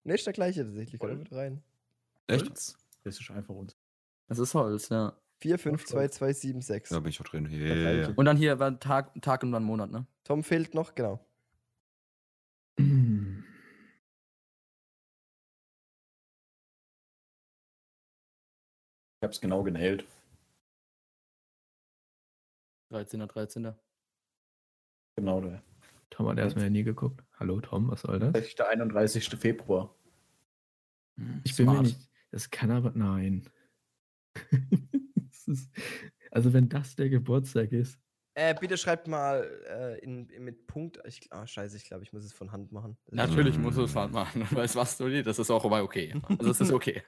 Speaker 1: Ne, ist der gleiche tatsächlich. Kommt mit rein.
Speaker 2: Echt?
Speaker 4: Holz? Das ist einfach uns.
Speaker 5: Das ist Holz, ja.
Speaker 1: 4, 5, 2, 2, 7, 6.
Speaker 2: Da bin ich auch drin.
Speaker 1: Da
Speaker 2: Yeah.
Speaker 1: bleibe ich.
Speaker 5: Und dann hier war Tag, Tag und dann Monat, ne?
Speaker 1: Tom fehlt noch, genau.
Speaker 3: Hm.
Speaker 4: Ich hab's genau genäht.
Speaker 5: 13er, 13er.
Speaker 4: Genau der.
Speaker 3: Tom hat erstmal nie geguckt. Hallo Tom, was soll das?
Speaker 4: 30. 31. Februar.
Speaker 5: Hm,
Speaker 3: Ich bin mir nicht. Das kann aber. Nein. das ist, also, wenn das der Geburtstag ist.
Speaker 1: Äh, bitte schreibt mal äh, in, in, mit Punkt. Ich, ah, scheiße, ich glaube, ich muss es von Hand machen.
Speaker 5: Natürlich
Speaker 2: Mm.
Speaker 5: musst du es halt machen. Weißt du was, Dolly? Das ist auch immer okay. Also, das ist okay.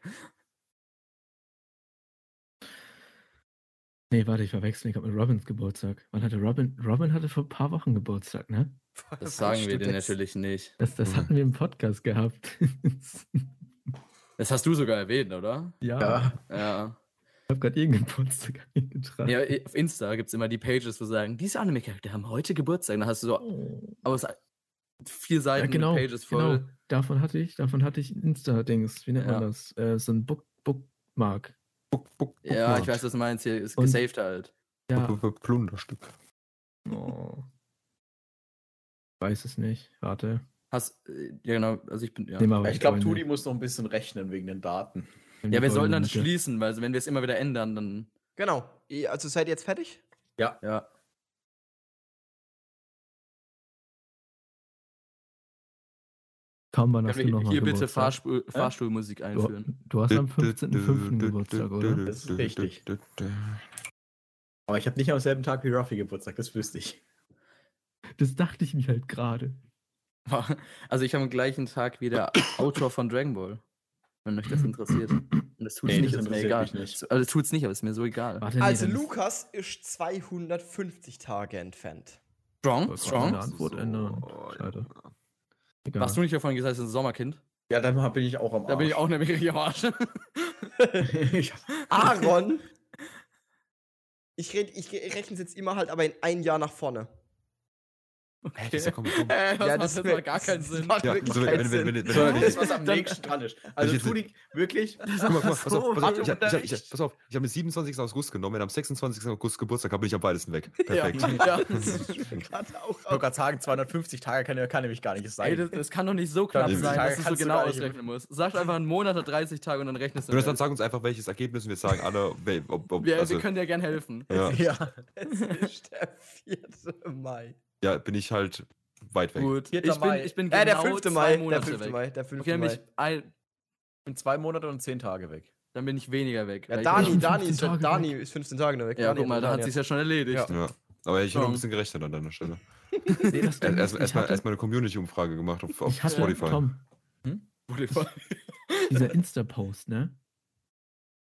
Speaker 3: Nee, warte, ich verwechsel. Ich habe mit Robins Geburtstag. Wann hatte Robin? Robin hatte vor ein paar Wochen Geburtstag, ne?
Speaker 1: Also,
Speaker 5: Das sagen wir dir
Speaker 1: Student-
Speaker 5: natürlich nicht.
Speaker 3: Das, das
Speaker 2: Mhm.
Speaker 3: hatten wir im Podcast gehabt.
Speaker 5: Das hast du sogar erwähnt, oder?
Speaker 3: ja,
Speaker 5: Ja.
Speaker 3: Ich habe gerade ihren Geburtstag eingetragen.
Speaker 5: ja i- auf Insta gibt es immer die Pages, wo sagen, diese Anime-Charakter haben heute Geburtstag. Da hast du so
Speaker 3: Oh.
Speaker 5: aus vier Seiten
Speaker 3: ja,
Speaker 5: mit
Speaker 3: genau,
Speaker 5: Pages voll.
Speaker 3: genau. Davon hatte ich, davon hatte ich ein Insta-Dings. Wie nennt man
Speaker 5: Ja.
Speaker 3: das? Äh, so ein Book Bookmark.
Speaker 5: Ja, ich weiß, was du meinst. Hier ist
Speaker 3: Oh Und-
Speaker 5: gesaved halt.
Speaker 3: Ja.
Speaker 2: Plunderstück.
Speaker 3: Oh. Weiß es nicht. Warte.
Speaker 5: Hast, äh, ja, genau. Also, ich bin. Ja.
Speaker 3: Nehm mal
Speaker 4: Ja,
Speaker 3: weg,
Speaker 4: ich glaube,
Speaker 3: Freunde.
Speaker 4: Tudi muss noch ein bisschen rechnen wegen den Daten.
Speaker 5: Ja, wir sollten dann
Speaker 3: Folge-
Speaker 5: schließen, weil wenn wir es immer wieder ändern, dann.
Speaker 1: Genau. Ihr- Also seid ihr jetzt fertig?
Speaker 4: Ja.
Speaker 5: Ja.
Speaker 3: Kaum wann
Speaker 5: Können
Speaker 3: hast du
Speaker 5: wir
Speaker 3: nochmal
Speaker 5: hier bitte
Speaker 3: Geburtstag?
Speaker 5: Fahrstuhl, Fahrstuhlmusik einführen.
Speaker 3: du, du hast am 15.05. Geburtstag, oder?
Speaker 4: Das ist richtig. Aber ich habe nicht am selben Tag wie Ruffy Geburtstag, das wüsste ich.
Speaker 3: Das dachte ich mir halt gerade.
Speaker 5: Also ich habe am gleichen Tag wie der Autor von Dragon Ball. Wenn euch das interessiert. Und das tut's
Speaker 4: Nee,
Speaker 5: nicht,
Speaker 4: das
Speaker 5: ist mir
Speaker 4: interessiert
Speaker 5: egal.
Speaker 4: mich nicht.
Speaker 5: Also tut's nicht, aber ist mir so egal.
Speaker 3: Warte, nee,
Speaker 1: also
Speaker 3: dann ist-
Speaker 1: Lukas ist 250 Tage entfernt.
Speaker 5: Strong,
Speaker 3: Wollte
Speaker 5: strong.
Speaker 3: gerade sagen. Antwort ändern. Schade. Egal.
Speaker 5: Warst du nicht davon gesagt, das ist ein Sommerkind?
Speaker 4: Ja, dann hab- bin ich auch am Arsch.
Speaker 5: Da bin ich auch nämlich richtig am Arsch.
Speaker 4: ich
Speaker 1: Aaron! ich red- ich rechne es jetzt immer halt aber in ein Jahr nach vorne.
Speaker 2: Hä, das ist ja komplett dumm.
Speaker 5: Äh, das macht jetzt
Speaker 1: mir-
Speaker 5: mal gar keinen
Speaker 1: das
Speaker 5: Sinn.
Speaker 1: macht
Speaker 2: Ja,
Speaker 1: wirklich
Speaker 2: so,
Speaker 1: keinen
Speaker 2: wenn, wenn, wenn, wenn,
Speaker 4: so,
Speaker 2: wenn,
Speaker 4: das ist, was am
Speaker 1: Dann-
Speaker 4: nächsten dran ist. Also,
Speaker 2: jetzt-
Speaker 4: tu die wirklich.
Speaker 2: Guck mal, guck mal, pass auf, pass auf, ich hab, ich hab, ich hab,
Speaker 1: Unterricht.
Speaker 2: pass auf, ich habe den 27. August genommen, wenn am 26. August Geburtstag habe, bin ich am weitesten weg.
Speaker 5: Ja,
Speaker 2: Perfekt.
Speaker 5: ja.
Speaker 1: Gerade auch
Speaker 4: Ich wollte gerade sagen, 250 Tage kann, kann nämlich gar nicht sein.
Speaker 5: Ey, das, das kann doch nicht so knapp
Speaker 2: Ja,
Speaker 5: sein,
Speaker 2: Tage
Speaker 5: dass du so
Speaker 4: kannst du
Speaker 5: genau
Speaker 4: gar nicht-
Speaker 5: ausrechnen musst. Sag einfach einen Monat oder 30 Tage und dann rechnest du.
Speaker 2: Jonas, dann
Speaker 5: selbst.
Speaker 2: sag uns einfach, welches Ergebnis wir sagen, alle, wel- ob, ob,
Speaker 5: Äh, wir,
Speaker 2: also,
Speaker 5: wir können dir gern helfen.
Speaker 2: ja,
Speaker 4: ja.
Speaker 1: Es ist der 4. Mai.
Speaker 2: ja, bin ich halt weit weg.
Speaker 5: Gut. Ich
Speaker 4: Vierter
Speaker 5: bin,
Speaker 4: Mai.
Speaker 5: ich bin genau
Speaker 1: Äh, der 5.
Speaker 5: zwei
Speaker 1: Mai. Der
Speaker 5: Monate
Speaker 1: 5.
Speaker 5: weg.
Speaker 1: Mai. Der 5.
Speaker 5: Okay, dann bin,
Speaker 1: Mai.
Speaker 5: ich ein,
Speaker 4: Ich bin zwei Monate und zehn Tage weg.
Speaker 5: dann bin ich weniger weg.
Speaker 1: Ja,
Speaker 5: Weil ich-
Speaker 1: Dani,
Speaker 3: bin
Speaker 1: Dani,
Speaker 3: 15
Speaker 1: ist,
Speaker 3: Tage
Speaker 1: Dani ist 15 Tage nur weg.
Speaker 5: Ja,
Speaker 1: Dani
Speaker 5: guck mal, da hat
Speaker 1: Dani
Speaker 5: sich ja schon erledigt.
Speaker 1: Ja.
Speaker 2: Ja. Aber ich habe noch
Speaker 5: Tom.
Speaker 2: ein bisschen gerechnet an deiner Stelle.
Speaker 3: Nee, das Ding
Speaker 2: Erstmal
Speaker 3: ist,
Speaker 2: erst,
Speaker 3: ich
Speaker 2: erst mal-
Speaker 3: hatte-
Speaker 2: erst mal eine Community-Umfrage gemacht auf, auf
Speaker 3: Ich hatte,
Speaker 2: Spotify.
Speaker 3: Tom,
Speaker 5: Spotify.
Speaker 3: dieser Insta-Post, ne?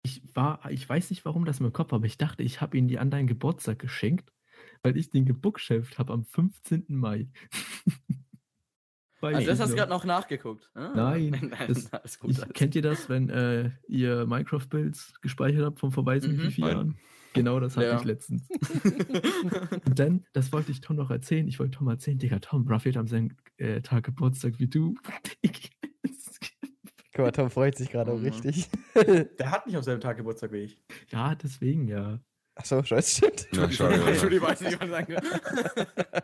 Speaker 3: Ich war, ich weiß nicht, warum das in meinem Kopf war, aber ich dachte, ich habe ihn die an deinen Geburtstag geschenkt, weil ich den gebuckschäft habe am 15. Mai. Weiß
Speaker 5: Also das
Speaker 3: ich
Speaker 5: hast du
Speaker 3: noch.
Speaker 5: gerade noch nachgeguckt. Ah.
Speaker 3: Nein, das-
Speaker 5: alles gut.
Speaker 3: Ich,
Speaker 5: alles
Speaker 3: kennt ihr das, wenn äh, ihr Minecraft-Builds gespeichert habt von vor weiß nicht
Speaker 5: Mhm.
Speaker 3: wie vielen
Speaker 2: Nein.
Speaker 3: Jahren? Genau das hatte
Speaker 5: Ja.
Speaker 3: ich letztens. Und dann, das wollte ich Tom noch erzählen. Ich wollte Tom erzählen, Digga, Tom, Ruffy hat am selben äh, Tag Geburtstag wie du.
Speaker 1: Guck mal, Tom freut sich gerade
Speaker 5: auch Mhm. richtig.
Speaker 4: Der hat nicht am selben Tag Geburtstag wie ich.
Speaker 3: ja, deswegen ja.
Speaker 1: Achso, scheiße, stimmt.
Speaker 2: Ja, schade, ja, ja.
Speaker 5: Entschuldigung, weiß nicht, was ich sagen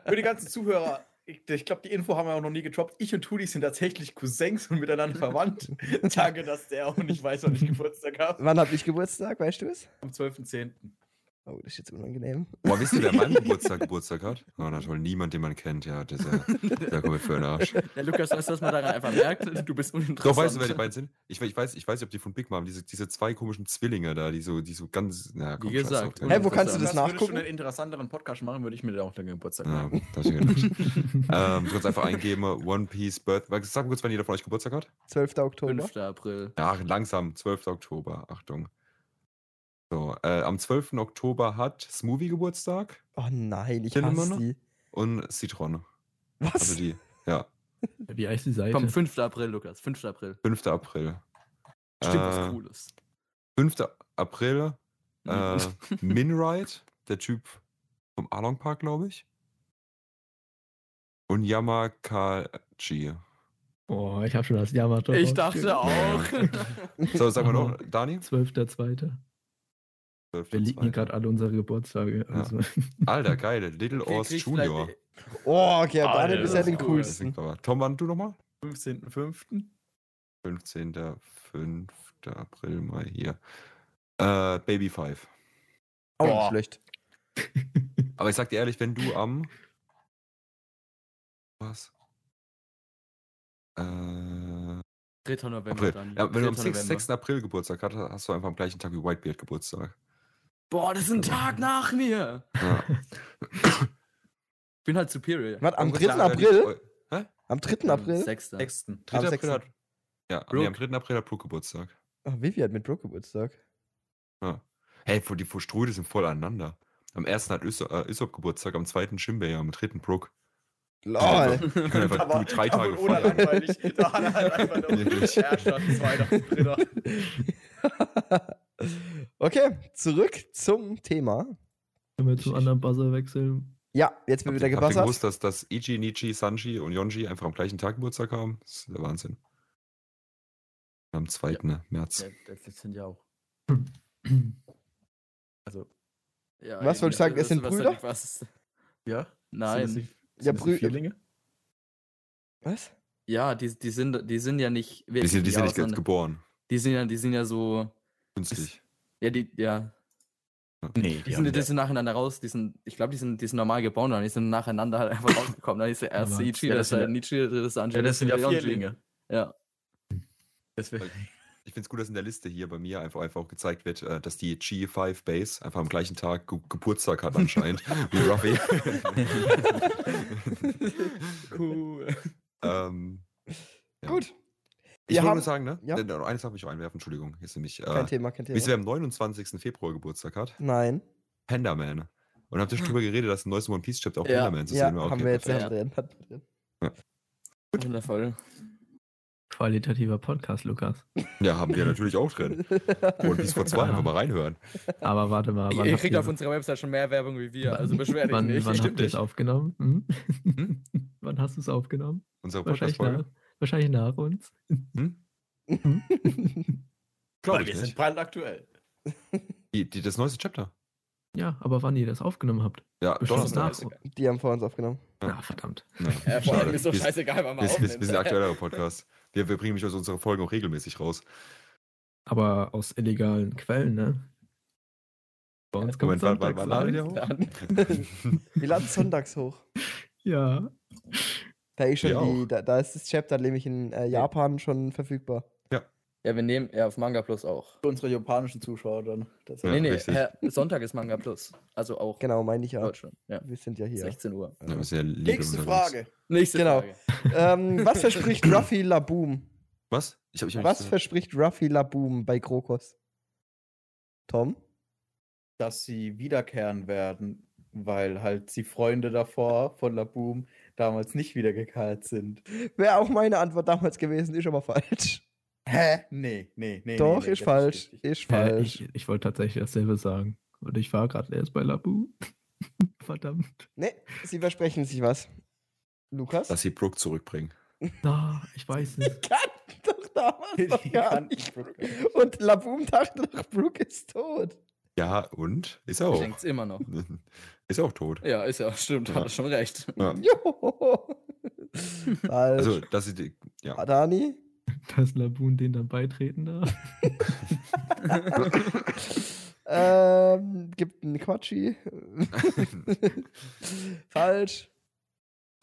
Speaker 4: Für die ganzen Zuhörer, ich, ich glaube, die Info haben wir auch noch nie getroppt. Ich und Tudi sind tatsächlich Cousins und miteinander verwandt. Danke, dass der auch nicht weiß, wann ich Geburtstag habe.
Speaker 1: Wann hab ich Geburtstag, weißt du es?
Speaker 4: Am 12.10.
Speaker 1: Oh, das ist jetzt unangenehm.
Speaker 2: Boah, wisst ihr, wer meinen Geburtstag Geburtstag hat? Oh, na toll, niemand, den man kennt. Ja, dieser, da kommt mir für einen Arsch.
Speaker 5: Der Lukas weiß, dass man daran einfach merkt, du bist
Speaker 2: Doch,
Speaker 5: uninteressant.
Speaker 2: weißt du, wer die beiden sind? Ich, we- ich weiß, ich weiß nicht, ob die von Big Mom, diese, diese zwei komischen Zwillinge da, die so, die so ganz, na komm,
Speaker 5: Wie
Speaker 2: scheiß drauf,
Speaker 5: gesagt,
Speaker 2: ja.
Speaker 5: und-
Speaker 1: Hä, wo kannst du das
Speaker 4: Jonas würde schon
Speaker 1: nachgucken?
Speaker 4: einen interessanteren Podcast machen, würde ich mir da auch den Geburtstag
Speaker 2: Ja,
Speaker 4: merken.
Speaker 2: das hab ich mir gedacht. ähm, du kannst einfach eingeben, One Piece Birth. Warte, Sag mal kurz, wann jeder von euch Geburtstag hat.
Speaker 1: 12. Oktober.
Speaker 5: 5. April.
Speaker 2: Ja, langsam, 12. Oktober, Achtung. So, äh, am 12. Oktober hat Smoothie Geburtstag
Speaker 1: Oh nein, ich
Speaker 2: Sind immer
Speaker 1: hasse
Speaker 2: noch?
Speaker 1: die.
Speaker 2: und Citron.
Speaker 1: Was?
Speaker 2: Also die, ja,
Speaker 3: Wie heißt die Seite?
Speaker 5: Komm, 5. April, Lukas. 5. April.
Speaker 2: 5. April.
Speaker 5: Stimmt, was
Speaker 2: Äh,
Speaker 5: Cooles.
Speaker 2: 5. April, äh,
Speaker 5: Mhm.
Speaker 2: Minride, der Typ vom Along Park, glaube ich. Und Yamakachi.
Speaker 3: Oh, ich habe schon das Jahr mal drauf
Speaker 5: Ich dachte
Speaker 3: aufgeschrieben.
Speaker 5: auch.
Speaker 2: So, sag mal
Speaker 3: Aha.
Speaker 2: noch,
Speaker 5: Mhm.
Speaker 2: Dani?
Speaker 3: 12.2. Wir liegen hier gerade alle unsere Geburtstage. Also.
Speaker 2: Alter, geil, Little
Speaker 5: Okay,
Speaker 2: Ors
Speaker 5: kriegst
Speaker 2: Junior.
Speaker 5: vielleicht-
Speaker 1: Oh, okay,
Speaker 4: Alter,
Speaker 1: Daniel ist ja
Speaker 4: das
Speaker 1: den
Speaker 4: ist cool.
Speaker 2: Das
Speaker 1: coolsten.
Speaker 2: klingt aber- Tom, wann du nochmal?
Speaker 4: 15.05.
Speaker 2: 15. 5. April mal hier. Äh, Baby Five.
Speaker 1: Auch nicht
Speaker 4: Boah.
Speaker 1: Oh, schlecht.
Speaker 2: Aber ich sag dir ehrlich, wenn du am. Was? Äh, April.
Speaker 5: 3. November dann.
Speaker 2: Ja, wenn du um am
Speaker 5: 3.
Speaker 2: 6.
Speaker 5: November.
Speaker 2: 6. April Geburtstag hast, hast du einfach am gleichen Tag wie Whitebeard Geburtstag.
Speaker 5: Boah, das ist ein Tag nach mir.
Speaker 2: Ja.
Speaker 5: Ich bin halt superior.
Speaker 1: Warte, am
Speaker 2: August
Speaker 1: 3.
Speaker 2: hat er die-
Speaker 1: April?
Speaker 2: Oh, Hä?
Speaker 1: Am 3. April?
Speaker 5: 6.
Speaker 4: 6.
Speaker 2: 3.
Speaker 1: Am
Speaker 2: April
Speaker 1: 6..
Speaker 2: hat. Ja, nee, am 3. April hat Brooke Geburtstag.
Speaker 1: Oh, Vivi hat mit Brooke Geburtstag.
Speaker 2: Hey, voll- die Verströte sind voll aneinander. Am 1. hat Ysop äh, Ysop Geburtstag, am 2. Schimbei, am 3. Brooke.
Speaker 1: Lol.
Speaker 2: Die können einfach nur drei Tage
Speaker 4: Oder
Speaker 2: feiern.
Speaker 4: langweilig. Da hat er halt einfach noch
Speaker 2: Wirklich.
Speaker 4: Ja, statt Weihnachten, dritter.
Speaker 1: okay, zurück zum Thema.
Speaker 3: Wenn wir
Speaker 2: Ich-
Speaker 3: zum anderen Buzzer wechseln.
Speaker 1: Ja, jetzt wird wieder
Speaker 2: Habt ihr- habt ihr
Speaker 1: gebassert.
Speaker 2: gewusst, dass, dass Ichi, Nichi, Sanji und Yonji einfach am gleichen Tag Geburtstag haben? Das ist der Wahnsinn. Am 2. März.
Speaker 4: Das sind ja auch. Also,
Speaker 5: Ja,
Speaker 1: Was wollte ich sagen,
Speaker 5: also
Speaker 1: es sind
Speaker 5: Silvester
Speaker 1: Brüder?
Speaker 5: liegt Was?
Speaker 4: ja. Sind das
Speaker 1: Ja,
Speaker 4: nicht,
Speaker 5: Nein.
Speaker 4: sind das nicht
Speaker 1: Brü-
Speaker 4: Vierlinge?
Speaker 1: Was?
Speaker 5: Ja, die, die, sind, die sind ja nicht.
Speaker 2: Die
Speaker 5: wirklich
Speaker 2: sind, die sind nicht
Speaker 5: auseinander.
Speaker 2: geboren.
Speaker 5: Die sind ja, die sind ja so.
Speaker 2: Günstig.
Speaker 5: Ja, die, ja.
Speaker 4: Nee,
Speaker 5: Die, sind, die sind nacheinander raus. Die sind, ich glaube, die sind, die sind normal geboren worden. Die sind nacheinander halt einfach rausgekommen. Dann ist der erste
Speaker 3: Aber-
Speaker 5: Ichi,
Speaker 4: Ja,
Speaker 5: dann
Speaker 4: das
Speaker 5: ist
Speaker 4: sind
Speaker 5: der
Speaker 4: ja-
Speaker 5: Nichi, dann ist der Anji.
Speaker 4: ja, das sind ja
Speaker 5: dann ist der Yonji.
Speaker 4: Vierlinge.
Speaker 5: Ja.
Speaker 4: Das wär-
Speaker 2: Ich finde es gut, dass in der Liste hier bei mir einfach, einfach auch gezeigt wird, äh, dass die G5 Base einfach am gleichen Tag Ge Geburtstag hat anscheinend, wie Ruffy.
Speaker 1: Cool.
Speaker 2: ähm, ja.
Speaker 1: Gut.
Speaker 2: Ich
Speaker 1: Wir
Speaker 2: wollte
Speaker 1: haben-
Speaker 2: nur sagen, ne?
Speaker 1: ja.
Speaker 2: Denn, äh, Eine Sache will ich noch einwerfen, Entschuldigung. Hier ist nämlich,
Speaker 1: Kein
Speaker 2: äh,
Speaker 1: Thema, kein
Speaker 2: wisst ihr, wer
Speaker 1: Thema.
Speaker 2: am 29. Februar Geburtstag hat?
Speaker 1: Nein.
Speaker 2: Pandaman. Und habt ihr schon drüber geredet, dass ein neues One Piece Chapter auch
Speaker 5: Ja,
Speaker 2: Pandaman zu
Speaker 1: Ja,
Speaker 2: sehen war?
Speaker 1: haben wir jetzt
Speaker 5: perfekt.
Speaker 1: ja. drin. hatten wir drin.
Speaker 5: Wundervoll.
Speaker 3: Qualitativer Podcast, Lukas.
Speaker 2: Ja, haben wir natürlich auch drin. One Piece vor zwei, einfach mal reinhören.
Speaker 3: Aber warte mal.
Speaker 5: Ihr,
Speaker 3: wann
Speaker 5: ihr
Speaker 3: habt
Speaker 5: kriegt
Speaker 3: ihr-
Speaker 5: auf unserer Website schon mehr Werbung wie wir.
Speaker 3: Wann-
Speaker 5: Also beschwer dich
Speaker 3: wann,
Speaker 5: nicht.
Speaker 3: Wann habt ihr es
Speaker 5: nicht.
Speaker 3: aufgenommen? Hm? wann hast du es aufgenommen?
Speaker 2: Unsere
Speaker 3: Wahrscheinlich
Speaker 2: Podcast-Folge.
Speaker 3: nach, wahrscheinlich nach uns.
Speaker 2: Hm? Glaube
Speaker 4: Weil
Speaker 2: ich
Speaker 4: wir sind
Speaker 2: nicht.
Speaker 4: brandaktuell.
Speaker 2: Die, die, das neueste Chapter.
Speaker 3: Ja, aber wann ihr das aufgenommen habt.
Speaker 2: Ja,
Speaker 3: Bestimmt
Speaker 2: Donnerstag.
Speaker 3: nach.
Speaker 1: Die haben vor uns aufgenommen.
Speaker 2: Ja.
Speaker 3: Ah, verdammt.
Speaker 2: Ja,
Speaker 5: Ja, vor allem
Speaker 2: schade.
Speaker 5: ist doch
Speaker 2: Wir-
Speaker 5: scheißegal, wann man
Speaker 2: Wir, wir, wir sind
Speaker 5: aufnimmt.
Speaker 2: aktuellerer Podcast. Wir, wir bringen mich aus unseren Folgen auch regelmäßig raus.
Speaker 3: Aber aus illegalen Quellen, ne? Bei uns kommt
Speaker 2: Moment, wann, wann,
Speaker 3: sonntags
Speaker 2: wann laden wir
Speaker 3: rein.
Speaker 2: hoch?
Speaker 1: Wir laden sonntags hoch.
Speaker 3: Ja.
Speaker 1: Da ist schon
Speaker 2: Wir auch.
Speaker 1: die, da, da ist das Chapter nämlich in äh, Japan schon verfügbar.
Speaker 5: Ja, wir nehmen ja auf Manga Plus auch.
Speaker 4: Für unsere japanischen Zuschauer dann. Das
Speaker 2: Ja,
Speaker 5: nee, nee,
Speaker 2: richtig.
Speaker 5: Herr, Sonntag ist Manga Plus. Also auch
Speaker 1: Genau, meine ich
Speaker 5: in
Speaker 1: ja.
Speaker 5: Deutschland. Ja,
Speaker 1: Wir sind ja hier.
Speaker 5: 16 Uhr.
Speaker 2: Ja, wir sind ja liebe
Speaker 4: Nächste
Speaker 2: unterwegs.
Speaker 4: Frage.
Speaker 5: Nächste
Speaker 1: Genau.
Speaker 5: Frage.
Speaker 1: ähm, was verspricht Ruffy Laboom?
Speaker 2: Was? Ich hab, ich hab
Speaker 1: Was
Speaker 2: nicht gehört.
Speaker 1: verspricht Ruffy Laboom bei Krokos? Tom?
Speaker 4: Dass sie wiederkehren werden, weil halt die Freunde davor von Laboom damals nicht wiedergekehrt sind.
Speaker 1: Wäre auch meine Antwort damals gewesen, ist aber falsch.
Speaker 4: Hä? Nee, nee, nee.
Speaker 1: Doch,
Speaker 4: nee, nee, das
Speaker 1: ist falsch.
Speaker 4: richtig.
Speaker 1: Ist
Speaker 3: Äh,
Speaker 1: falsch.
Speaker 3: ich ich wollte tatsächlich dasselbe sagen. Und ich war gerade erst bei Labu. verdammt.
Speaker 1: Nee, sie versprechen sich was. Lukas?
Speaker 2: Dass sie Brooke zurückbringen.
Speaker 3: Na, ich weiß es.
Speaker 1: doch damals noch
Speaker 4: Die
Speaker 1: gar
Speaker 4: kannten
Speaker 1: nicht.
Speaker 4: Brooke
Speaker 1: Und Laboom dachte doch, Brooke ist tot.
Speaker 2: Ja, und? Ist er
Speaker 5: Ich
Speaker 2: auch.
Speaker 5: denke es immer noch.
Speaker 2: Ist er auch tot.
Speaker 5: Ja, ist ja, stimmt,
Speaker 2: Oh. Ja.
Speaker 5: hat er schon recht.
Speaker 2: Ja.
Speaker 1: Jo. Falsch. Ah,
Speaker 2: Also, dass sie. die- Ja.
Speaker 1: Adani?
Speaker 3: Dass Labun den dann beitreten darf.
Speaker 1: Ähm, gibt einen Quatschi. Falsch.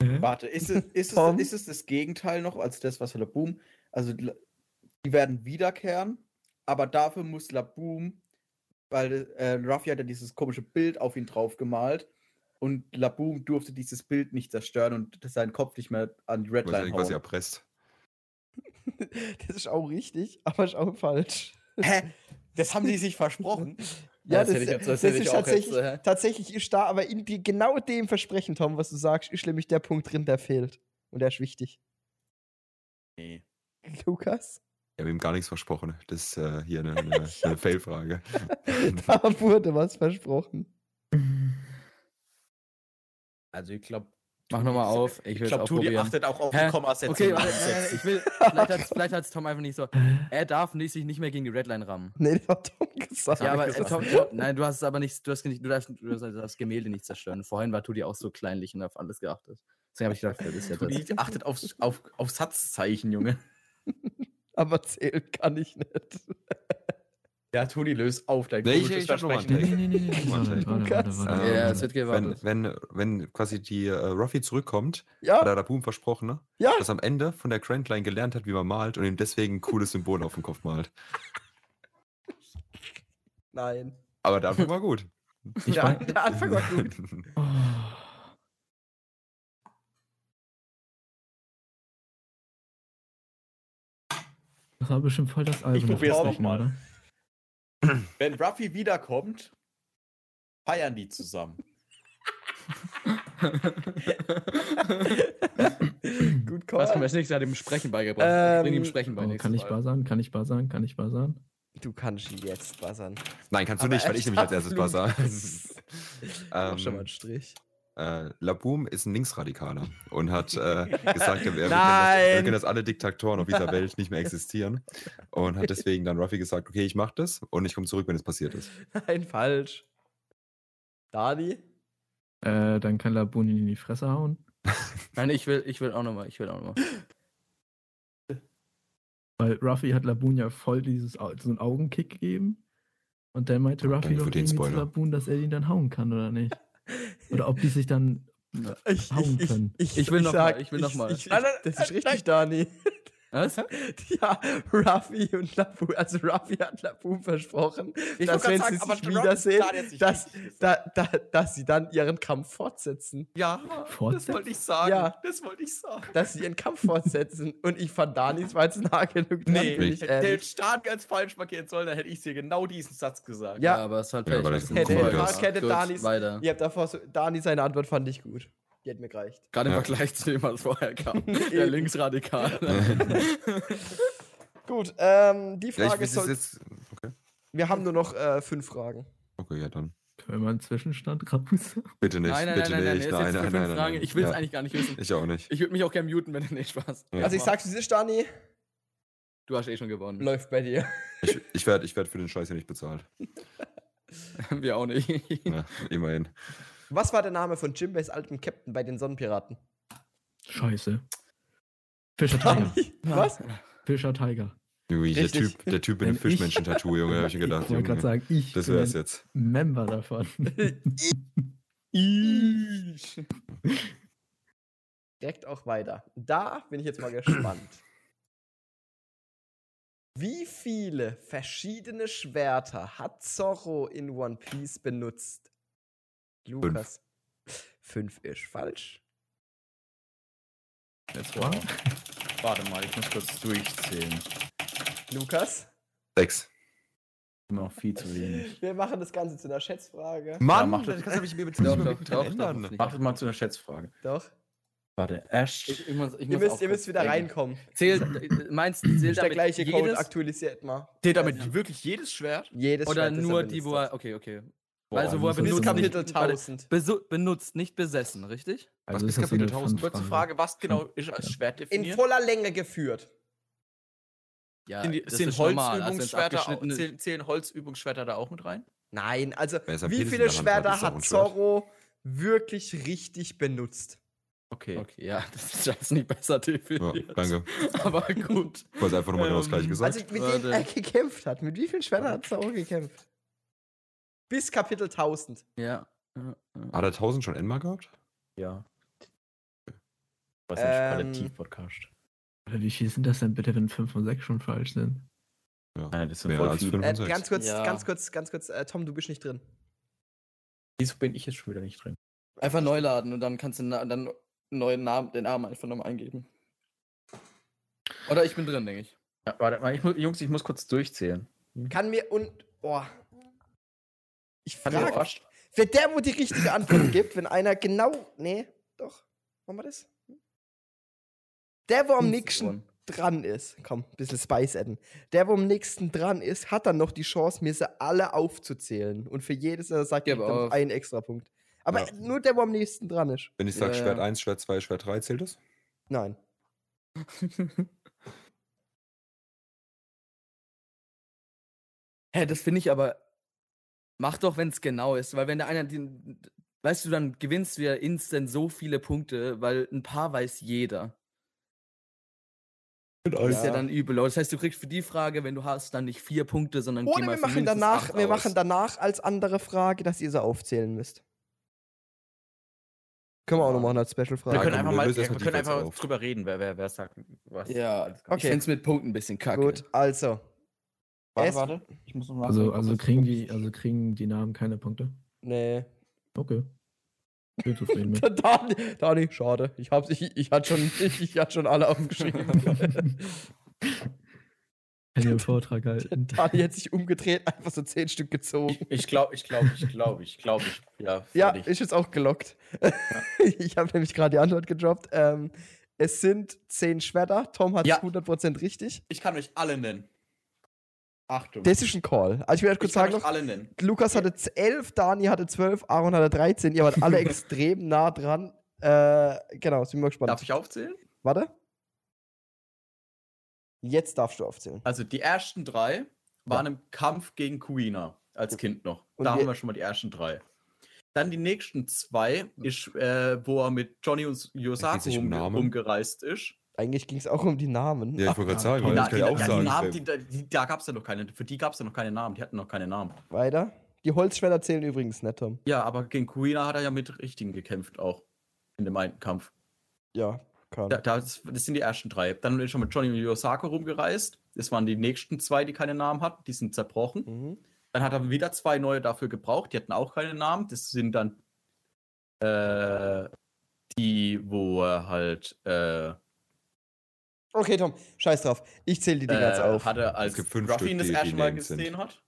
Speaker 3: Hä?
Speaker 4: Warte, ist es, ist,
Speaker 1: Tom?
Speaker 4: es, ist es das Gegenteil noch als das, was Laboom. Also, die La- die werden wiederkehren, aber dafür muss Laboom, weil äh, Ruffy hat ja dieses komische Bild auf ihn drauf gemalt und Laboom durfte dieses Bild nicht zerstören und das- seinen Kopf nicht mehr an die
Speaker 2: Weil sie
Speaker 4: Redline
Speaker 2: quasi
Speaker 4: hauen.
Speaker 2: erpresst.
Speaker 1: Das ist auch richtig, aber ist auch falsch.
Speaker 4: Hä? Das haben die sich versprochen.
Speaker 1: Ja,
Speaker 5: das
Speaker 1: das,
Speaker 5: hätte ich jetzt- das
Speaker 1: das
Speaker 5: hätte ich
Speaker 1: ist
Speaker 5: auch jetzt,
Speaker 1: tatsächlich,
Speaker 5: äh,
Speaker 1: tatsächlich ist da, aber in die, genau dem Versprechen, Tom, was du sagst, ist nämlich der Punkt drin, der fehlt. Und der ist wichtig.
Speaker 4: Nee.
Speaker 1: Lukas,
Speaker 2: Ich habe ihm gar nichts versprochen. Das ist äh, hier eine, eine, eine Fail-Frage.
Speaker 1: da wurde was versprochen.
Speaker 4: Also, ich glaube.
Speaker 5: Mach nochmal auf, ich will es auch probieren.
Speaker 4: auch auf
Speaker 5: Hä?
Speaker 4: Kommasetzung.
Speaker 5: Okay, äh,
Speaker 4: und
Speaker 5: warte,
Speaker 4: alles
Speaker 5: nein, nein, nein,
Speaker 4: setzen.
Speaker 5: ich will, vielleicht hat's- vielleicht hat es Tom einfach nicht so. Er darf nicht, sich nicht mehr gegen die Redline rammen.
Speaker 1: Nee, das hat Tom gesagt.
Speaker 5: Ja,
Speaker 4: hab
Speaker 5: aber
Speaker 4: ich
Speaker 5: äh, Tom, Tom, nein, du hast es aber nicht, du hast nicht, du darfst, du darfst das Gemälde nicht zerstören. Vorhin war Tudi auch so kleinlich und auf alles geachtet. Deswegen habe ich gedacht, das ist ja das.
Speaker 4: Die achtet auf, auf, auf Satzzeichen, Junge.
Speaker 1: Aber zählt kann ich nicht.
Speaker 4: Ja, Toni, löst auf dein
Speaker 2: Nee, ich-
Speaker 4: komisches
Speaker 2: ich hab noch mal einen
Speaker 4: Versprechen.
Speaker 2: Text.
Speaker 3: nee, nee, nee. Warte, warte, warte, warte,
Speaker 2: Ähm,
Speaker 5: Ja, es
Speaker 3: warte.
Speaker 5: wird gewartet.
Speaker 2: wenn, wenn, wenn quasi die äh, Ruffy zurückkommt, hat
Speaker 1: Ja,
Speaker 2: er Boom versprochen, ne?
Speaker 1: ja,
Speaker 2: dass am Ende von der Grand Line gelernt hat, wie man malt und ihm deswegen ein cooles Symbol auf den Kopf malt.
Speaker 1: nein.
Speaker 2: Aber der Anfang war gut.
Speaker 3: Ich
Speaker 1: ja,
Speaker 3: weiß-
Speaker 1: der Anfang war gut.
Speaker 3: Oh. Das war bestimmt voll das Album.
Speaker 4: probier's
Speaker 3: das Versprechen,
Speaker 4: noch mal.
Speaker 3: oder? Oh,
Speaker 4: Wenn Ruffy wiederkommt, feiern die zusammen.
Speaker 1: gut, komm.
Speaker 5: Was haben wir als nächstes hat dem Sprechen beigebracht?
Speaker 1: Ähm,
Speaker 5: ich bring ihm Sprechen bei
Speaker 3: Oh, kann ich
Speaker 5: nächstes Mal.
Speaker 3: buzzern? Kann ich buzzern? Kann ich buzzern?
Speaker 1: Du kannst ihn jetzt buzzern.
Speaker 2: Nein, kannst du
Speaker 1: Aber
Speaker 2: nicht, weil ich
Speaker 1: echt
Speaker 2: nämlich als erstes
Speaker 1: absolut.
Speaker 2: Buzzer.
Speaker 1: Mach schon mal
Speaker 2: ähm,
Speaker 1: einen Strich.
Speaker 2: äh, Laboom ist ein Linksradikaler und hat äh, gesagt, er
Speaker 1: Nein!
Speaker 2: wir, Können, dass, wir können, dass alle Diktatoren auf dieser Welt nicht mehr existieren. Und hat deswegen dann Ruffy gesagt, okay, ich mach das und ich komme zurück, wenn es passiert ist.
Speaker 1: Nein, falsch. Dani?
Speaker 3: Äh, dann kann Labun ihn in die Fresse hauen.
Speaker 5: Nein, ich will, ich will auch nochmal, ich will auch nochmal.
Speaker 3: Weil Ruffy hat Laboon ja voll dieses, Au- so einen Augenkick gegeben. Und dann meinte
Speaker 2: Oh,
Speaker 3: Ruffy
Speaker 2: danke
Speaker 3: doch
Speaker 2: für den
Speaker 3: irgendwie zu
Speaker 2: Spoiler.
Speaker 3: Laboon, dass er ihn dann hauen kann oder nicht. Oder ob die sich dann.
Speaker 1: Ich,
Speaker 3: hauen können.
Speaker 5: Ich will noch mal,
Speaker 1: sag-
Speaker 5: ich will noch mal.
Speaker 1: Ich, ich,
Speaker 4: Nein, nein,
Speaker 1: das ist
Speaker 4: nein,
Speaker 1: richtig, Dani.
Speaker 5: Was?
Speaker 1: Ja, Ruffy und Labu, also Ruffy hat Labu versprochen,
Speaker 4: Ich
Speaker 1: dass
Speaker 4: wollte
Speaker 1: wenn
Speaker 4: gerade
Speaker 1: sie
Speaker 4: sagen, aber
Speaker 1: sich
Speaker 4: Rocky
Speaker 1: wiedersehen,
Speaker 4: Star hat sich
Speaker 1: dass,
Speaker 4: richtig gesagt.
Speaker 1: da, da, dass sie dann ihren Kampf fortsetzen.
Speaker 4: Ja, das
Speaker 3: Fortsetzen?
Speaker 4: wollte ich sagen.
Speaker 1: Ja.
Speaker 4: Das wollte ich sagen.
Speaker 1: Dass sie ihren Kampf fortsetzen. Und ich fand Danis war jetzt nah genug dran,
Speaker 4: Nee,
Speaker 1: bin ich
Speaker 4: hätte der
Speaker 1: ehrlich.
Speaker 4: Staat ganz falsch markieren sollen, dann hätte ich dir genau diesen Satz gesagt.
Speaker 1: Ja.
Speaker 5: aber es ist halt
Speaker 2: Ja, aber das
Speaker 5: was
Speaker 2: ist ein
Speaker 5: du
Speaker 2: Hätte-
Speaker 5: gemacht
Speaker 2: Mark
Speaker 5: hast.
Speaker 1: hätte
Speaker 5: Gut,
Speaker 1: Danis-
Speaker 5: Weiter.
Speaker 1: Ihr habt davor so, Dani, seine Antwort fand ich gut. Die hat mir gereicht.
Speaker 5: Gerade im
Speaker 2: Ja.
Speaker 5: Vergleich zu dem, was vorher kam. Der Linksradikal.
Speaker 1: Gut, ähm, die
Speaker 2: ja, ich
Speaker 1: Frage
Speaker 2: weiß es
Speaker 1: soll.
Speaker 2: jetzt. Okay.
Speaker 1: Wir haben nur noch äh, fünf Fragen.
Speaker 2: okay, ja dann.
Speaker 3: Können wir mal einen Zwischenstand raus?
Speaker 2: Bitte nicht,
Speaker 5: Nein, nein,
Speaker 2: bitte
Speaker 5: nein, nein,
Speaker 2: nicht.
Speaker 5: nein, nein, nein, nein, nein. Ich will es
Speaker 2: Ja,
Speaker 5: eigentlich gar nicht wissen.
Speaker 2: Ich auch nicht.
Speaker 5: Ich würde mich auch gerne muten, wenn du nicht Spaß.
Speaker 2: Ja.
Speaker 1: Also ich sag's, wie es ist, Dani,
Speaker 5: Du hast eh schon gewonnen.
Speaker 1: läuft bei dir.
Speaker 2: Ich, ich werde ich werd für den Scheiß hier nicht bezahlt.
Speaker 5: Wir auch nicht.
Speaker 2: Ja, immerhin.
Speaker 1: Was war der Name von Jimbays altem Captain bei den Sonnenpiraten?
Speaker 3: Scheiße. Fischer Tiger.
Speaker 1: Was?
Speaker 3: Fischer Tiger.
Speaker 2: Ui, der,
Speaker 1: Richtig.
Speaker 2: typ, der Typ mit dem
Speaker 3: Wenn ich-
Speaker 2: Fischmenschen-Tattoo, Junge, habe ich mir gedacht.
Speaker 3: ich wollte gerade
Speaker 2: Junge,
Speaker 3: sagen, ich
Speaker 2: das
Speaker 3: bin
Speaker 2: wäre es
Speaker 3: ein
Speaker 2: jetzt.
Speaker 3: Member davon.
Speaker 1: Direkt auch weiter. Da bin ich jetzt mal gespannt. Wie viele verschiedene Schwerter hat Zorro in One Piece benutzt? Lukas. Fünf ist falsch.
Speaker 3: Jetzt war.
Speaker 4: Warte mal, ich muss kurz durchzählen.
Speaker 1: Lukas,
Speaker 2: Sechs.
Speaker 4: Immer noch viel zu wenig.
Speaker 1: wir machen das Ganze zu einer Schätzfrage.
Speaker 4: Mann, mach das-
Speaker 2: habe ich mir mit
Speaker 5: Doch, doch, doch, doch.
Speaker 4: Mach das mal zu einer Schätzfrage.
Speaker 1: Doch.
Speaker 4: Warte, Ash.
Speaker 5: Ich, ich muss, ich
Speaker 1: Ihr
Speaker 5: muss
Speaker 1: müsst,
Speaker 5: auch
Speaker 1: ihr
Speaker 5: kurz
Speaker 1: müsst wieder
Speaker 5: denken.
Speaker 1: reinkommen.
Speaker 5: Zählt, äh, meinst du, zählt
Speaker 1: Ist der
Speaker 5: damit
Speaker 1: gleiche
Speaker 5: jedes,
Speaker 1: Code, aktualisiert mal.
Speaker 4: Zählt damit wirklich jedes Schwert?
Speaker 1: Jedes
Speaker 5: Oder
Speaker 1: Schwert, das halt er
Speaker 5: nur die,
Speaker 1: benutzt
Speaker 5: wo
Speaker 1: hat.
Speaker 5: er. Okay, okay.
Speaker 4: Boah,
Speaker 5: also, wo er
Speaker 3: muss
Speaker 1: Bis
Speaker 3: Benutzt
Speaker 5: benutzt.
Speaker 1: Kapitel
Speaker 5: nicht- warte,
Speaker 1: 1000.
Speaker 5: besu- benutzt, nicht besessen, richtig?
Speaker 3: Also
Speaker 2: Was
Speaker 3: ist
Speaker 2: bis
Speaker 3: das so eine
Speaker 2: Kapitel 1000?
Speaker 4: Kurze
Speaker 3: Fangfrage.
Speaker 4: Frage, was genau ist als Schwert
Speaker 1: In
Speaker 4: definiert?
Speaker 1: voller Länge geführt.
Speaker 5: Ja,
Speaker 4: sind die,
Speaker 5: das
Speaker 4: sind
Speaker 5: ist normal, also als
Speaker 4: Holzübungsschwerter, au-
Speaker 5: abgeschnittene-
Speaker 4: zählen, zählen Holzübungsschwerter da auch mit rein?
Speaker 1: Nein, also
Speaker 2: Wer sein
Speaker 1: wie
Speaker 2: Penis in
Speaker 1: viele
Speaker 2: der Hand hat,
Speaker 1: Schwerter
Speaker 2: ist auch
Speaker 1: hat
Speaker 2: ein Schwert.
Speaker 1: Zorro wirklich richtig benutzt?
Speaker 4: Okay.
Speaker 5: Okay, ja, das ist jetzt nicht besser
Speaker 2: Ja,
Speaker 5: definiert.
Speaker 2: danke.
Speaker 5: Aber gut.
Speaker 2: Ich wollte einfach nochmal genau das
Speaker 4: Ähm,
Speaker 2: gleiche gesagt.
Speaker 1: Also mit denen er
Speaker 5: warte.
Speaker 1: gekämpft hat. Mit wie vielen Schwertern hat Zorro gekämpft? Bis Kapitel Äh, 1000.
Speaker 5: Ja.
Speaker 2: hat er 1000 schon Enma gehabt?
Speaker 4: Ja. Was
Speaker 1: ein Ähm, Qualitativ-Podcast.
Speaker 4: Podcast.
Speaker 3: Oder Wie viel sind das denn bitte, wenn 5 und 6 schon falsch sind?
Speaker 4: Nein, Ah, das sind
Speaker 2: Mehr
Speaker 4: voll
Speaker 2: als
Speaker 4: viele.
Speaker 2: 5
Speaker 1: Äh,
Speaker 2: und 6.
Speaker 1: ganz kurz,
Speaker 5: Ja.
Speaker 1: ganz kurz, ganz kurz. Äh, Tom, du bist nicht drin.
Speaker 4: Wieso bin ich jetzt schon wieder nicht drin?
Speaker 5: Einfach neu laden und dann kannst du na- dann neuen Namen, den Namen einfach nochmal eingeben. Oder ich bin drin, denke ich.
Speaker 4: Ja, warte mal, ich, mu- Jungs, ich muss kurz durchzählen.
Speaker 1: Kann mir und. Oh. Ich
Speaker 4: Hat ihr
Speaker 1: frage.
Speaker 4: Ash?
Speaker 1: Wer der, wo die richtige Antwort gibt, wenn einer genau. Nee, doch. Machen wir das? Der, wo am nächsten dran ist, komm, ein bisschen Spice adden. Der, wo am nächsten dran ist, hat dann noch die Chance, mir sie alle aufzuzählen. Und für jedes, er sagt,
Speaker 5: Gib
Speaker 1: kriegt er
Speaker 5: auf.
Speaker 1: einen extra Punkt. Aber
Speaker 2: Ja.
Speaker 1: nur der, wo am nächsten dran ist.
Speaker 2: Wenn ich sage
Speaker 5: Ja,
Speaker 2: Schwert
Speaker 5: ja.
Speaker 2: 1, Schwert 2, Schwert 3, zählt das?
Speaker 1: Nein.
Speaker 5: Hä, das finde ich aber. Mach doch, wenn es genau ist, weil wenn der einer den. Weißt du, dann gewinnst du ja instant so viele Punkte, weil ein paar weiß jeder. Das ist ja
Speaker 1: Ja.
Speaker 5: dann übel. Leute. Das heißt, du kriegst für die Frage, wenn du hast, dann nicht vier Punkte, sondern
Speaker 1: Oder wir
Speaker 5: für
Speaker 1: machen
Speaker 5: mindestens
Speaker 1: danach,
Speaker 5: acht
Speaker 1: wir
Speaker 5: aus.
Speaker 1: machen danach als andere Frage, dass ihr sie aufzählen müsst. Können wir auch noch machen als
Speaker 4: Wir
Speaker 2: Ja,
Speaker 1: Special-Frage.
Speaker 4: können
Speaker 2: komm,
Speaker 4: einfach
Speaker 2: wir
Speaker 4: mal
Speaker 2: lösen
Speaker 4: wir
Speaker 2: erstmal die
Speaker 4: können
Speaker 2: Fälle
Speaker 4: einfach
Speaker 2: auf.
Speaker 4: drüber reden, wer, wer, wer sagt was.
Speaker 5: Ja,
Speaker 1: Okay.
Speaker 5: ich finde es mit Punkten ein bisschen kacke.
Speaker 1: Gut, also.
Speaker 4: Warte,
Speaker 1: es-
Speaker 4: warte. Ich muss noch mal
Speaker 3: Also,
Speaker 4: nachdenken, ob
Speaker 3: also
Speaker 4: das-
Speaker 3: kriegen die, also kriegen die Namen keine Punkte.
Speaker 1: Nee.
Speaker 3: Okay. Ich bin zufrieden mit.
Speaker 1: Dani, Dani, schade. Ich, hab's, ich, ich, hatte schon, ich, ich hatte schon alle aufgeschrieben.
Speaker 3: Kann ich einen Vortrag halten.
Speaker 1: Dani hat sich umgedreht, einfach so zehn Stück gezogen.
Speaker 4: Ich, ich glaube, ich glaube, ich glaube, ich glaube, ich. Ja,
Speaker 1: Ja,
Speaker 4: fertig.
Speaker 1: ist jetzt auch gelockt. ich habe nämlich gerade die Antwort gedroppt. Ähm, es sind zehn Schwerter. Tom hat es
Speaker 4: Ja.
Speaker 1: 100% richtig.
Speaker 4: Ich kann euch alle nennen. Achtung.
Speaker 1: Das ist ein Call. Also ich will halt kurz
Speaker 4: ich kann
Speaker 1: sagen
Speaker 4: euch
Speaker 1: noch,
Speaker 4: alle nennen.
Speaker 1: Lukas hatte 11, Dani hatte 12, Aaron hatte 13. Ihr wart alle extrem nah dran. Äh, genau, sind wir gespannt.
Speaker 4: Darf ich aufzählen?
Speaker 1: Warte. Jetzt darfst du aufzählen.
Speaker 4: Also die ersten drei waren im Kampf gegen Kuina als Kind noch.
Speaker 1: Und
Speaker 4: da
Speaker 1: wir-
Speaker 4: haben wir schon mal die ersten drei. Dann die nächsten zwei ist, äh, wo er mit Johnny und Yosaku
Speaker 2: sich um
Speaker 4: umge
Speaker 2: Namen.
Speaker 4: umgereist ist.
Speaker 1: Eigentlich ging es auch um die Namen.
Speaker 2: Ja, ich wollte gerade sagen,
Speaker 4: Die,
Speaker 2: weil
Speaker 4: Na-
Speaker 2: ich
Speaker 4: die,
Speaker 2: kann ja auch
Speaker 4: die, die
Speaker 2: sagen.
Speaker 4: Namen,
Speaker 2: wer-
Speaker 4: die, die, da gab es ja noch keine, für die gab es ja noch keine Namen, die hatten noch keine Namen.
Speaker 1: Weiter. Die Holzschwerter zählen übrigens nicht, Tom.
Speaker 4: Ja, aber gegen Kuina hat er ja mit Richtigen gekämpft auch. In dem einen Kampf.
Speaker 1: Ja, kann.
Speaker 4: Da, da- das, das sind die ersten drei. Dann ist schon mit Johnny Yosako rumgereist. Das waren die nächsten zwei, die keine Namen hatten. Die sind zerbrochen.
Speaker 1: Mhm.
Speaker 4: Dann hat er wieder zwei neue dafür gebraucht. Die hatten auch keine Namen. Das sind dann äh, die, wo er halt äh,
Speaker 1: Okay, Tom, scheiß drauf. Ich zähle die Dinger jetzt
Speaker 4: äh,
Speaker 1: auf.
Speaker 4: hatte, als
Speaker 2: gibt fünf
Speaker 4: Ruffy
Speaker 2: Stück,
Speaker 4: ihn das
Speaker 2: die- die
Speaker 4: erste Mal
Speaker 2: named sind.
Speaker 4: gesehen hat.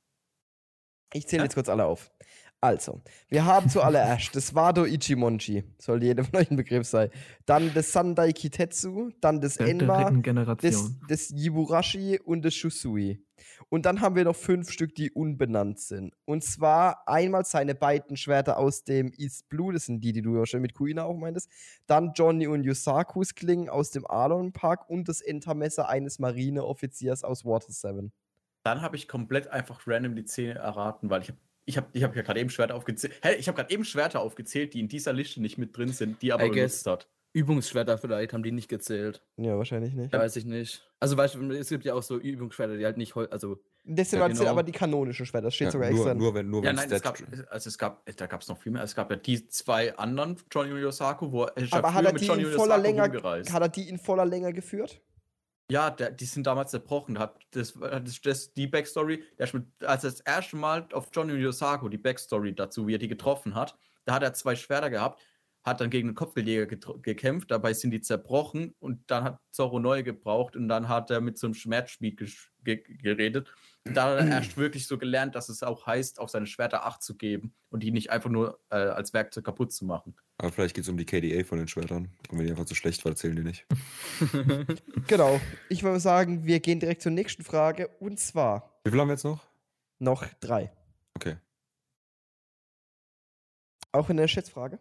Speaker 1: Ich zähle
Speaker 4: Ja?
Speaker 1: jetzt kurz alle auf. Also, wir haben zuallererst das Wado Ichimonji, soll jedem von euch ein Begriff sein. Dann das Sandai Kitetsu, dann das
Speaker 3: Der
Speaker 1: Enma,
Speaker 3: dritten
Speaker 1: das,
Speaker 3: Generation.
Speaker 1: das Yiburashi und das Shusui. Und dann haben wir noch fünf Stück, die unbenannt sind. Und zwar einmal seine beiden Schwerter aus dem East Blue, das sind die, die du ja schon mit Kuina auch meintest. Dann Johnny und Yusakus Klingen aus dem Alon Park und das Entermesser eines Marineoffiziers aus Water 7.
Speaker 4: Dann habe ich komplett einfach random die Zähne erraten, weil ich habe ich hab, ich hab ja gerade eben Schwerter aufgezählt. Hä, ich habe gerade eben Schwerter aufgezählt, die in dieser Liste nicht mit drin sind, die aber
Speaker 5: I guess.
Speaker 4: benutzt hat.
Speaker 5: Übungsschwerter vielleicht haben die nicht gezählt.
Speaker 1: Ja, wahrscheinlich nicht.
Speaker 5: Weiß ich nicht. Also weißt du, es gibt ja auch so Übungsschwerter, die halt nicht hol also
Speaker 1: Deswegen
Speaker 5: Ja,
Speaker 1: waren es
Speaker 5: genau.
Speaker 1: aber die kanonischen Schwerter, das steht
Speaker 2: Ja,
Speaker 1: sogar
Speaker 2: nur,
Speaker 1: extra.
Speaker 2: nur wenn nur
Speaker 4: Ja,
Speaker 2: wenn's
Speaker 4: nein, es
Speaker 2: Death-
Speaker 4: gab, also es gab, da gab es noch viel mehr. Es gab ja die zwei anderen, Johnny und Yosaku, wo er ist ja
Speaker 1: aber hat
Speaker 4: früher
Speaker 1: er, die in voller
Speaker 4: Yosaku
Speaker 1: Länge,
Speaker 4: rumgereist.
Speaker 1: hat er die in voller Länge geführt?
Speaker 4: Ja, der, die sind damals zerbrochen. Da Hat das, war- das, das, die Backstory, der ist mit, als er das erste Mal auf Johnny Yosaku, die Backstory dazu, wie er die getroffen hat, da hat er zwei Schwerter gehabt, hat dann gegen den Kopfgeldjäger getro- gekämpft, dabei sind die zerbrochen und dann hat Zorro neue gebraucht und dann hat er mit so einem Schmerzschmied gesch- ge geredet. Und da hat er erst wirklich so gelernt, dass es auch heißt, auf seine Schwerter Acht zu geben und die nicht einfach nur äh, als Werkzeug kaputt zu machen.
Speaker 2: Aber vielleicht geht es um die KDA von den Schwertern. Und wenn die einfach zu schlecht war, zählen die nicht.
Speaker 1: Genau. Ich würde sagen, wir gehen direkt zur nächsten Frage und zwar
Speaker 2: Wie viel haben wir jetzt noch?
Speaker 1: noch drei.
Speaker 2: Okay.
Speaker 1: Auch in der Schätzfrage.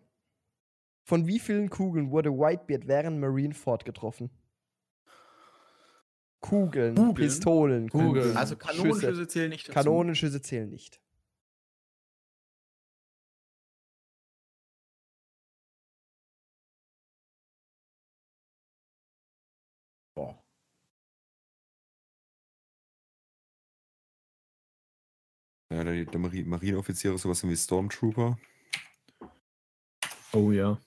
Speaker 1: Von wie vielen Kugeln wurde Whitebeard während Marineford getroffen? Kugeln,
Speaker 4: Kugeln?
Speaker 1: Pistolen,
Speaker 5: Kugeln.
Speaker 4: Also
Speaker 1: Schüsse.
Speaker 4: Kanonenschüsse zählen nicht dazu.
Speaker 1: Kanonenschüsse zählen nicht.
Speaker 4: Boah.
Speaker 2: Ja, der, der Mari- Marineoffiziere, sowas sind wie Stormtrooper.
Speaker 3: Oh ja.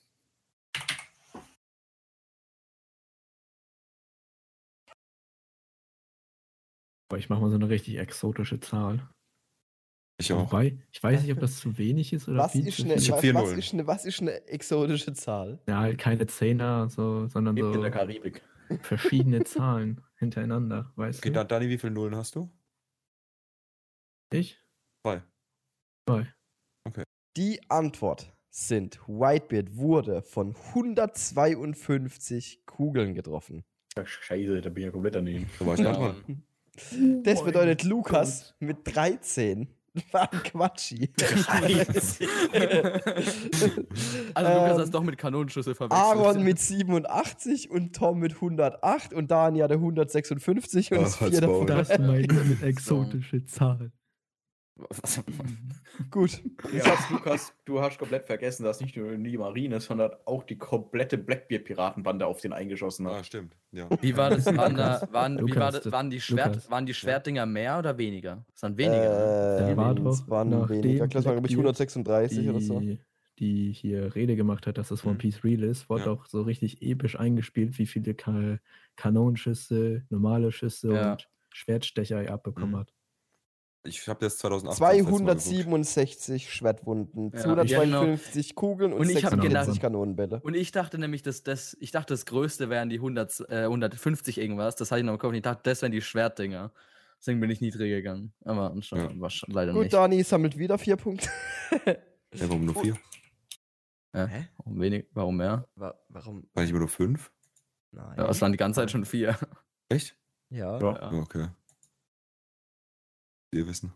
Speaker 3: Boah, ich mache mal so eine richtig exotische Zahl.
Speaker 2: Ich auch.
Speaker 3: Wobei, ich weiß nicht, ob das zu wenig ist oder
Speaker 1: Was
Speaker 3: viel
Speaker 1: ist,
Speaker 3: zu
Speaker 1: eine,
Speaker 3: viel.
Speaker 2: Ich hab
Speaker 1: was,
Speaker 2: vier
Speaker 1: was,
Speaker 2: Nullen.
Speaker 1: ist eine, was ist eine exotische Zahl?
Speaker 3: Ja, halt keine Zehner, so, sondern
Speaker 4: Lebt in der
Speaker 3: so
Speaker 4: Karibik.
Speaker 3: verschiedene Zahlen hintereinander, weißt
Speaker 2: Okay,
Speaker 3: du?
Speaker 2: dann, Dani, wie viele Nullen hast du?
Speaker 3: Ich?
Speaker 2: Zwei.
Speaker 3: Zwei.
Speaker 1: Die Antwort sind, Whitebeard wurde von 152 Kugeln getroffen.
Speaker 4: Ach, Scheiße, da bin ich ja komplett daneben.
Speaker 2: Da war ich
Speaker 5: Ja.
Speaker 2: gerade mal.
Speaker 1: Das bedeutet, Lukas mit 13 war ein Quatschi.
Speaker 4: Scheiße.
Speaker 5: Also Lukas hat
Speaker 1: Ähm,
Speaker 5: es doch mit Kanonenschüsse verwechselt.
Speaker 1: Aaron mit 87 und Tom mit 108 und Dani hatte 156 und
Speaker 2: Ach,
Speaker 1: ist
Speaker 2: halt's
Speaker 1: vier davon.
Speaker 2: Maul.
Speaker 3: Das meine ich mit exotische Zahl.
Speaker 1: Gut.
Speaker 4: Ich
Speaker 1: Ja.
Speaker 4: hab's, Lukas, du hast komplett vergessen, dass nicht nur die Marine, sondern auch die komplette Blackbeard-Piratenbande auf den eingeschossen
Speaker 2: Ah,
Speaker 4: hat.
Speaker 2: stimmt. Ja.
Speaker 5: Wie war das? Waren, da, waren, wie war
Speaker 3: Lukas,
Speaker 5: das,
Speaker 3: das-
Speaker 5: waren, die Schwert,
Speaker 3: Lukas.
Speaker 5: waren die Schwertdinger mehr oder weniger? Es waren weniger. ne?
Speaker 1: Äh,
Speaker 3: Der war doch,
Speaker 1: es waren
Speaker 3: nachdem
Speaker 1: weniger. Ich glaube, es waren, glaube ich,
Speaker 3: Blackbeard
Speaker 1: 136 oder so.
Speaker 3: die, die hier Rede gemacht hat, dass das One
Speaker 2: Mhm.
Speaker 3: Piece real ist, wurde
Speaker 2: Ja.
Speaker 3: auch so richtig episch eingespielt, wie viele Ka Kanonenschüsse, normale Schüsse
Speaker 5: Ja.
Speaker 3: und Schwertstecher er abbekommen
Speaker 2: Mhm.
Speaker 3: hat.
Speaker 2: Ich habe das 2008.
Speaker 1: 267 Schwertwunden,
Speaker 5: Ja,
Speaker 1: 252 Kugeln und,
Speaker 5: Und ich hab
Speaker 1: 46
Speaker 3: gedacht-
Speaker 1: Kanonenbälle.
Speaker 5: Und ich dachte nämlich, dass das, ich dachte, das größte wären die 100, äh, 150 irgendwas. Das hatte ich noch im Kopf. Und ich dachte, das wären die Schwertdinger. Deswegen bin ich niedriger gegangen. Aber anscheinend war schon leider
Speaker 1: Gut,
Speaker 5: nicht.
Speaker 1: Dani sammelt wieder vier Punkte.
Speaker 2: Ja, warum nur vier?
Speaker 5: Hä? Warum, wenig, warum mehr?
Speaker 1: warum?
Speaker 2: War ich immer nur fünf?
Speaker 1: Nein.
Speaker 5: Ja, es waren die ganze Zeit schon vier.
Speaker 2: Echt?
Speaker 1: Ja.
Speaker 2: Ja, okay. Wir wissen.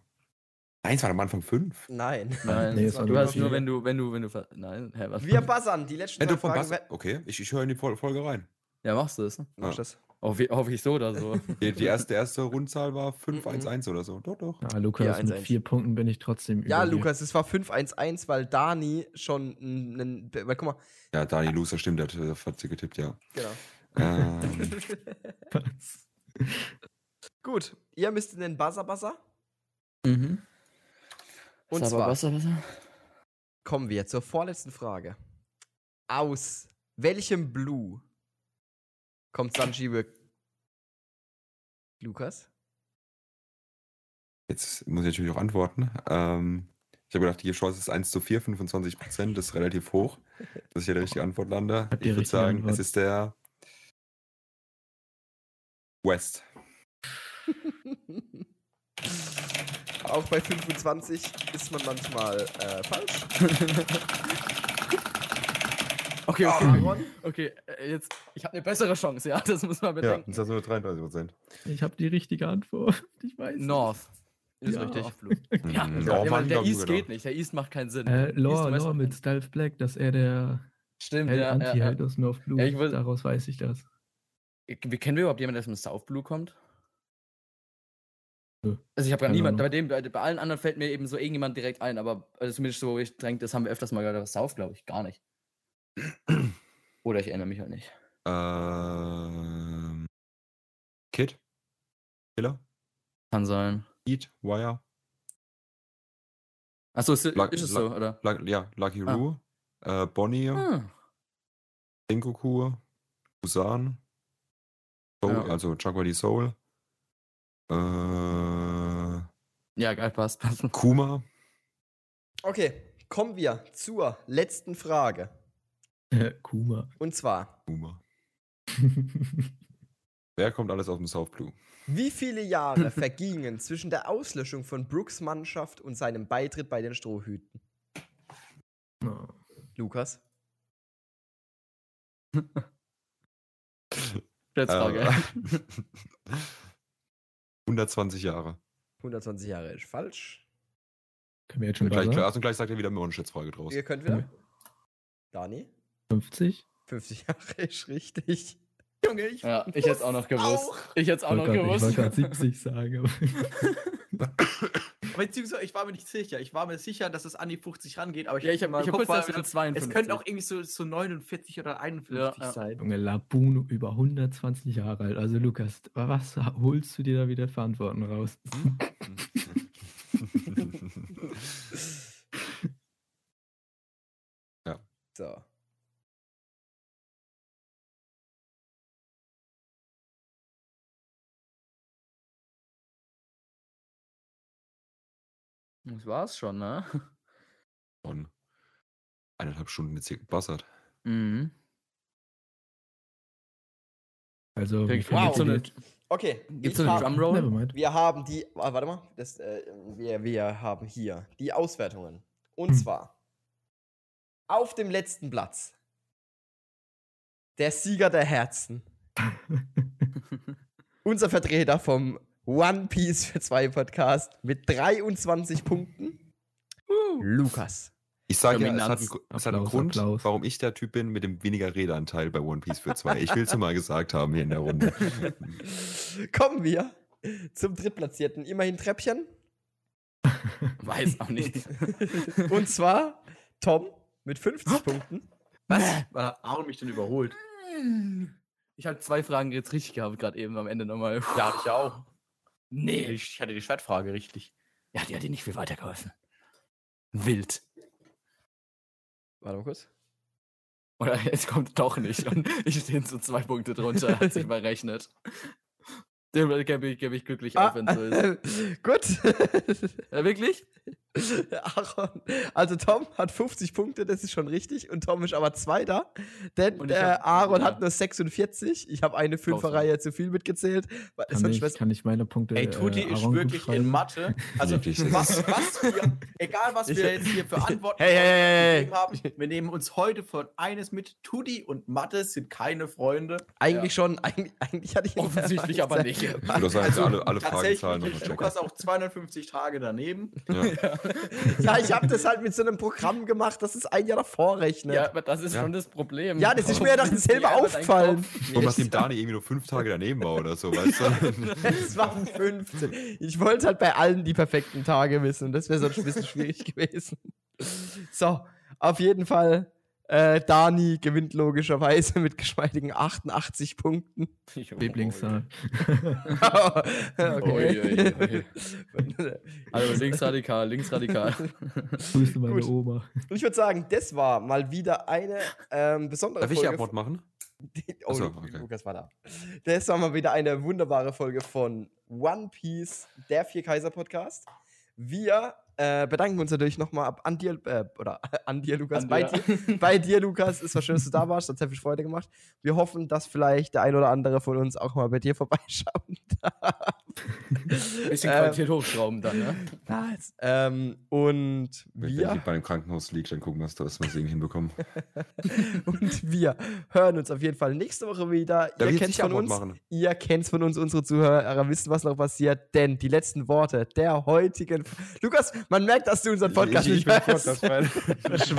Speaker 2: Eins war am Anfang fünf.
Speaker 1: Nein.
Speaker 5: Nein,
Speaker 3: Nee,
Speaker 5: das
Speaker 3: es
Speaker 5: war-
Speaker 3: waren
Speaker 5: du
Speaker 3: nur
Speaker 5: hast nur,
Speaker 3: vier.
Speaker 5: wenn du, wenn du, wenn du, ver- nein, hä, was?
Speaker 1: Wir buzzern. Die letzten
Speaker 2: Äh,
Speaker 1: drei
Speaker 2: du, von
Speaker 1: Fragen.
Speaker 2: was?
Speaker 1: wer-
Speaker 2: Okay, ich, ich höre in die Fol- Folge rein.
Speaker 5: Ja, machst du es?
Speaker 3: Ah.
Speaker 1: Mach das.
Speaker 5: Hoffe, hoffe ich so oder so.
Speaker 2: Die, die erste, die erste Rundzahl war 511 oder so. Doch, doch.
Speaker 3: Ah, Lukas, mit
Speaker 1: 1-1.
Speaker 3: vier Punkten bin ich trotzdem
Speaker 1: Ja,
Speaker 3: über dir.
Speaker 1: Lukas, es war 5-1-1, weil Dani schon einen. Weil, guck mal.
Speaker 2: Ja, Dani Loser, stimmt, der hat, der hat sie äh, getippt, ja.
Speaker 1: Genau.
Speaker 2: Ähm,
Speaker 3: Was?
Speaker 1: Gut, ihr müsst in den Buzzer Buzzer.
Speaker 4: Mhm.
Speaker 1: Und
Speaker 5: Sabber,
Speaker 1: zwar
Speaker 5: Wasser, Wasser.
Speaker 1: kommen wir zur vorletzten Frage. Aus welchem Blue kommt Sanjibe Lukas?
Speaker 2: Jetzt muss ich natürlich auch antworten. Ähm, ich habe gedacht, die Chance ist 1 zu 4, 25 Prozent, das ist relativ hoch, dass ich hier die richtige Antwort lande.
Speaker 3: Habt ihr
Speaker 2: Ich würde
Speaker 3: richtige
Speaker 2: sagen,
Speaker 3: Antwort?
Speaker 2: es ist der West.
Speaker 1: Auch bei 25 ist man manchmal äh, falsch.
Speaker 5: Okay, okay.
Speaker 3: Ah.
Speaker 1: Aaron,
Speaker 5: Okay, äh, jetzt, ich habe eine bessere Chance, ja, das muss man
Speaker 2: Ja,
Speaker 5: bedenken.
Speaker 2: das sind nur 33 Prozent.
Speaker 3: Ich habe die richtige Antwort. Ich weiß. nicht.
Speaker 5: North.
Speaker 3: Ja.
Speaker 5: North Blue. Ja,
Speaker 2: Mhm.
Speaker 5: ja,
Speaker 2: Oh, Mann,
Speaker 5: weil der
Speaker 2: glaub ich
Speaker 5: East
Speaker 2: genau.
Speaker 5: geht nicht, der East macht keinen Sinn.
Speaker 3: Äh,
Speaker 5: East
Speaker 3: Lore,
Speaker 5: und West
Speaker 3: Lore
Speaker 5: macht
Speaker 3: mit
Speaker 5: keinen-
Speaker 3: Stealth Black, dass er der
Speaker 5: Stimmt,
Speaker 3: Hell
Speaker 5: ja, ja,
Speaker 3: Anti-Held
Speaker 5: ja.
Speaker 3: aus North Blue
Speaker 5: Ja, ich
Speaker 3: ist.
Speaker 5: wollt-
Speaker 3: Daraus weiß ich das.
Speaker 5: Äh, Wie kennen wir überhaupt jemanden, der aus dem South Blue kommt?
Speaker 3: Nö.
Speaker 5: Also ich habe gar
Speaker 3: Keine
Speaker 5: niemanden,
Speaker 3: Ahnung.
Speaker 5: bei dem, bei, bei allen anderen fällt mir eben so irgendjemand direkt ein, aber äh, zumindest so ich drängt, das haben wir öfters mal gehört, aber South glaube ich gar nicht. Oder ich erinnere mich halt nicht.
Speaker 2: Ähm, Kid? Killer?
Speaker 5: Kann sein.
Speaker 2: Eat? Wire?
Speaker 5: Achso, ist, ist
Speaker 2: Lag-
Speaker 5: es
Speaker 2: lag-
Speaker 5: so, oder?
Speaker 2: Lu- ja, Lucky
Speaker 5: Ah.
Speaker 2: Roo? Äh, Bonnie?
Speaker 5: Hm.
Speaker 2: Dengoku, Busan, Soul,
Speaker 5: Ja.
Speaker 2: also Jaguar die Soul, äh,
Speaker 5: Ja, geil, passt, passt.
Speaker 2: Kuma.
Speaker 1: Okay, kommen wir zur letzten Frage.
Speaker 3: Äh, Kuma.
Speaker 1: Und zwar,
Speaker 2: Kuma. Wer kommt alles aus dem South Blue?
Speaker 1: wie viele Jahre vergingen zwischen der Auslöschung von Brooks Mannschaft und seinem Beitritt bei den Strohhüten?
Speaker 3: Oh.
Speaker 1: Lukas?
Speaker 5: Schätzfrage.
Speaker 2: Ähm, 120 Jahre.
Speaker 1: 120 Jahre ist falsch.
Speaker 3: Können wir jetzt schon
Speaker 2: Gleich,
Speaker 3: buzzern?
Speaker 2: also gleich sagt er wieder eine Schätzfrage draus.
Speaker 1: Ihr könnt wieder. Dani?
Speaker 3: 50?
Speaker 1: 50 Jahre ist richtig.
Speaker 4: Junge, ich
Speaker 5: Ja, ich hätte es auch noch gewusst.
Speaker 1: Auch.
Speaker 5: Ich hätte es auch
Speaker 3: Wollt
Speaker 5: noch
Speaker 3: grad- Ich wollte gerade
Speaker 5: gewusst.
Speaker 3: 70 sagen. Aber
Speaker 4: Beziehungsweise, ich war mir nicht sicher. Ich war mir sicher, dass es an die 50 rangeht, aber ich,
Speaker 5: Ja, ich
Speaker 4: in meinem
Speaker 5: habe
Speaker 4: Kopf
Speaker 5: kurz
Speaker 4: war
Speaker 5: das
Speaker 4: mir
Speaker 5: für
Speaker 4: so,
Speaker 5: 52.
Speaker 4: Es könnte auch irgendwie so, so 49 oder 51
Speaker 5: Ja, ja.
Speaker 4: sein.
Speaker 3: Junge, Labuno über 120 Jahre alt. Also Lukas, was holst du dir da wieder Verantworten raus?
Speaker 1: So.
Speaker 5: Das war's schon, ne?
Speaker 2: Von eineinhalb Stunden jetzt hier gebassert.
Speaker 5: Mhm.
Speaker 3: Also,
Speaker 5: Krieg-
Speaker 3: wie
Speaker 5: wow.
Speaker 3: verletzt ihr
Speaker 5: So eine-
Speaker 3: die jetzt?
Speaker 1: Okay.
Speaker 5: Gibt's
Speaker 1: ich
Speaker 5: so eine
Speaker 1: hab-
Speaker 5: Drumroll?
Speaker 3: Nevermind.
Speaker 1: Wir haben die, ah, warte mal, das, äh, wir, wir haben hier die Auswertungen. Und
Speaker 3: Hm.
Speaker 1: zwar auf dem letzten Platz der Sieger der Herzen, unser Vertreter vom One Piece für zwei Podcast mit 23 Punkten, Lukas.
Speaker 2: Ich sage ja, es hat
Speaker 5: Dominanz.
Speaker 2: einen, Gru- es hat einen
Speaker 3: Applaus,
Speaker 2: Grund,
Speaker 3: Applaus.
Speaker 2: warum ich der Typ bin mit dem weniger Redeanteil bei One Piece für zwei. Ich will es mal gesagt haben hier in der Runde.
Speaker 1: Kommen wir zum Drittplatzierten, immerhin Treppchen,
Speaker 5: Weiß auch nicht.
Speaker 1: und zwar Tom mit 50 Punkten.
Speaker 4: Was? War Aaron mich denn überholt?
Speaker 5: Ich habe zwei Fragen jetzt richtig gehabt, gerade eben am Ende nochmal.
Speaker 4: Ja, hatte ich ja auch.
Speaker 5: Nee.
Speaker 4: Ich hatte die Schwertfrage richtig.
Speaker 5: Ja, die hat dir nicht viel weitergeholfen. Wild.
Speaker 1: Warte mal kurz.
Speaker 5: Oder es kommt doch nicht. Und ich stehe so zwei Punkte drunter, hat sich verrechnet. Den gebe ich, geb ich glücklich
Speaker 1: Ah.
Speaker 5: auf, wenn so ist.
Speaker 1: gut.
Speaker 5: Ja, wirklich?
Speaker 1: Aaron, also Tom hat 50 Punkte, das ist schon richtig. Und Tom ist aber Zweiter, denn
Speaker 5: Und ich
Speaker 1: äh,
Speaker 5: hab-
Speaker 1: Aaron
Speaker 5: ja.
Speaker 1: hat nur 46. Ich habe eine Fünferreihe zu viel mitgezählt. Weil
Speaker 3: Kann
Speaker 1: sonst
Speaker 3: ich,
Speaker 1: wär's-
Speaker 3: kann ich meine Punkte.
Speaker 4: Ey, Tuti
Speaker 3: äh,
Speaker 4: ist
Speaker 3: Aaron gut
Speaker 4: wirklich in
Speaker 3: schreiben?
Speaker 4: Mathe. Also,
Speaker 2: Wirklich, das
Speaker 4: was, was wir, egal was
Speaker 1: Ich-
Speaker 4: wir jetzt hier für Antworten
Speaker 1: Hey, hey, hey, hey,
Speaker 4: gegeben haben, wir nehmen uns heute von eines mit. Tuti und Mathe sind keine Freunde.
Speaker 1: eigentlich schon, eigentlich, eigentlich hatte ich
Speaker 5: Offensichtlich aber nicht.
Speaker 2: Ich würde auch sagen,
Speaker 4: Also,
Speaker 2: alle, alle Fragenzahlen
Speaker 4: Tatsächlich
Speaker 2: nochmal
Speaker 4: ist
Speaker 2: checken.
Speaker 4: Lukas auch 250 Tage daneben.
Speaker 2: Ja.
Speaker 1: Ja, ich habe das halt mit so einem Programm gemacht, das ist ein Jahr davor rechnet.
Speaker 5: Ja,
Speaker 1: Ja.
Speaker 5: aber das ist
Speaker 2: Ja.
Speaker 5: schon das Problem.
Speaker 1: Ja, das ist mir ja doch selber
Speaker 5: Ja, aber dein
Speaker 1: aufgefallen.
Speaker 5: Kopf
Speaker 2: Und
Speaker 5: nicht.
Speaker 2: nachdem Dani irgendwie nur fünf Tage daneben war oder so, weißt du?
Speaker 1: Es waren 15. Ich wollte halt bei allen die perfekten Tage wissen. Das wäre sonst ein bisschen schwierig gewesen. So, auf jeden Fall Äh, Dani gewinnt logischerweise mit geschmeidigen 88 Punkten.
Speaker 3: Lieblingszahl.
Speaker 5: Ui, ui, ui.
Speaker 1: okay.
Speaker 5: Also linksradikal, linksradikal.
Speaker 3: Grüße meine
Speaker 1: Gut.
Speaker 3: Oma.
Speaker 1: Und ich würde sagen, das war mal wieder eine ähm, besondere
Speaker 2: Darf ich
Speaker 1: Folge.
Speaker 2: hier Abmord machen?
Speaker 1: oh,
Speaker 2: Achso,
Speaker 1: Lu-
Speaker 2: okay.
Speaker 1: Lukas war da. Das war mal wieder eine wunderbare Folge von One Piece, der Vier Kaiser Podcast. Wir äh, bedanken uns natürlich nochmal ab an dir, äh, oder an dir, Lukas,
Speaker 4: An
Speaker 1: bei
Speaker 4: dir.
Speaker 1: dir. bei dir, Lukas. Es war schön, dass du da warst. Hat sehr viel Freude gemacht. Wir hoffen, dass vielleicht der ein oder andere von uns auch mal bei dir vorbeischauen darf.
Speaker 5: Bisschen
Speaker 1: Ähm,
Speaker 5: Qualität hochschrauben dann, ne?
Speaker 1: Nice. Ähm, und
Speaker 2: Wenn
Speaker 1: wir,
Speaker 2: ich bei einem Krankenhaus liegt, dann gucken wir, dass wir es irgendwie hinbekommen.
Speaker 1: und wir hören uns auf jeden Fall nächste Woche wieder.
Speaker 2: Darf
Speaker 1: ihr
Speaker 2: ich jetzt
Speaker 1: kennt
Speaker 2: nicht
Speaker 1: von
Speaker 2: Abmord
Speaker 1: uns,
Speaker 2: machen?
Speaker 1: ihr kennt von uns, unsere Zuhörer wissen, was noch passiert, denn die letzten Worte der heutigen. Lukas, man merkt, dass du unseren Podcast
Speaker 2: ich, ich
Speaker 1: nicht
Speaker 2: bin
Speaker 1: hörst.
Speaker 2: Podcast-Fan.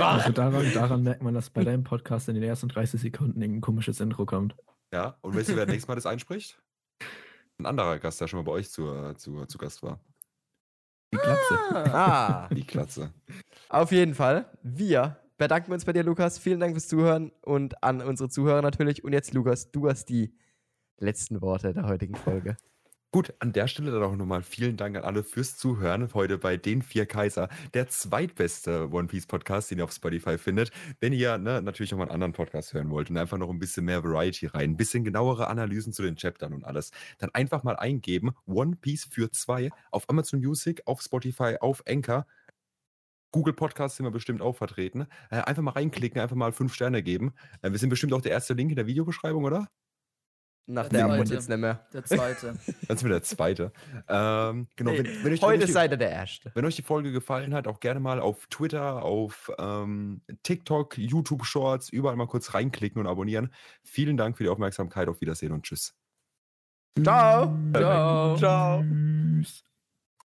Speaker 3: Also daran, daran merkt man, dass bei deinem Podcast in den ersten 30 Sekunden irgendein komisches Intro kommt.
Speaker 2: Ja, und weißt du, wer nächstes Mal das einspricht? Ein anderer Gast, der schon mal bei euch zu, äh, zu, zu Gast war.
Speaker 3: Die Klatze.
Speaker 1: Ah.
Speaker 2: Die Klatze.
Speaker 1: Auf jeden Fall. Wir bedanken uns bei dir, Lukas. Vielen Dank fürs Zuhören und an unsere Zuhörer natürlich. Und jetzt, Lukas, du hast die letzten Worte der heutigen Folge.
Speaker 2: Gut, an der Stelle dann auch nochmal vielen Dank an alle fürs Zuhören heute bei den vier Kaiser, der zweitbeste One Piece Podcast, den ihr auf Spotify findet. Wenn ihr ne, natürlich noch mal einen anderen Podcast hören wollt und einfach noch ein bisschen mehr Variety rein, ein bisschen genauere Analysen zu den Chaptern und alles, dann einfach mal eingeben One Piece für zwei auf Amazon Music, auf Spotify, auf Anchor. Google Podcasts sind wir bestimmt auch vertreten. Äh, einfach mal reinklicken, einfach mal fünf Sterne geben. Äh, wir sind bestimmt auch der erste Link in der Videobeschreibung, oder?
Speaker 1: Nach der
Speaker 5: Der
Speaker 1: Abmod
Speaker 5: zweite.
Speaker 1: jetzt nicht mehr.
Speaker 5: Der zweite.
Speaker 2: Dann sind wir der zweite. Ähm, genau,
Speaker 1: Nee,
Speaker 2: wenn, wenn, euch, wenn,
Speaker 1: Heute
Speaker 2: euch
Speaker 1: seid
Speaker 2: die,
Speaker 1: ihr der Erste.
Speaker 2: wenn euch die Folge gefallen hat, auch gerne mal auf Twitter, auf ähm, TikTok, YouTube Shorts, überall mal kurz reinklicken und abonnieren. Vielen Dank für die Aufmerksamkeit. Auf Wiedersehen und tschüss.
Speaker 1: Ciao.
Speaker 5: Ciao.
Speaker 1: Ciao.
Speaker 3: Tschüss.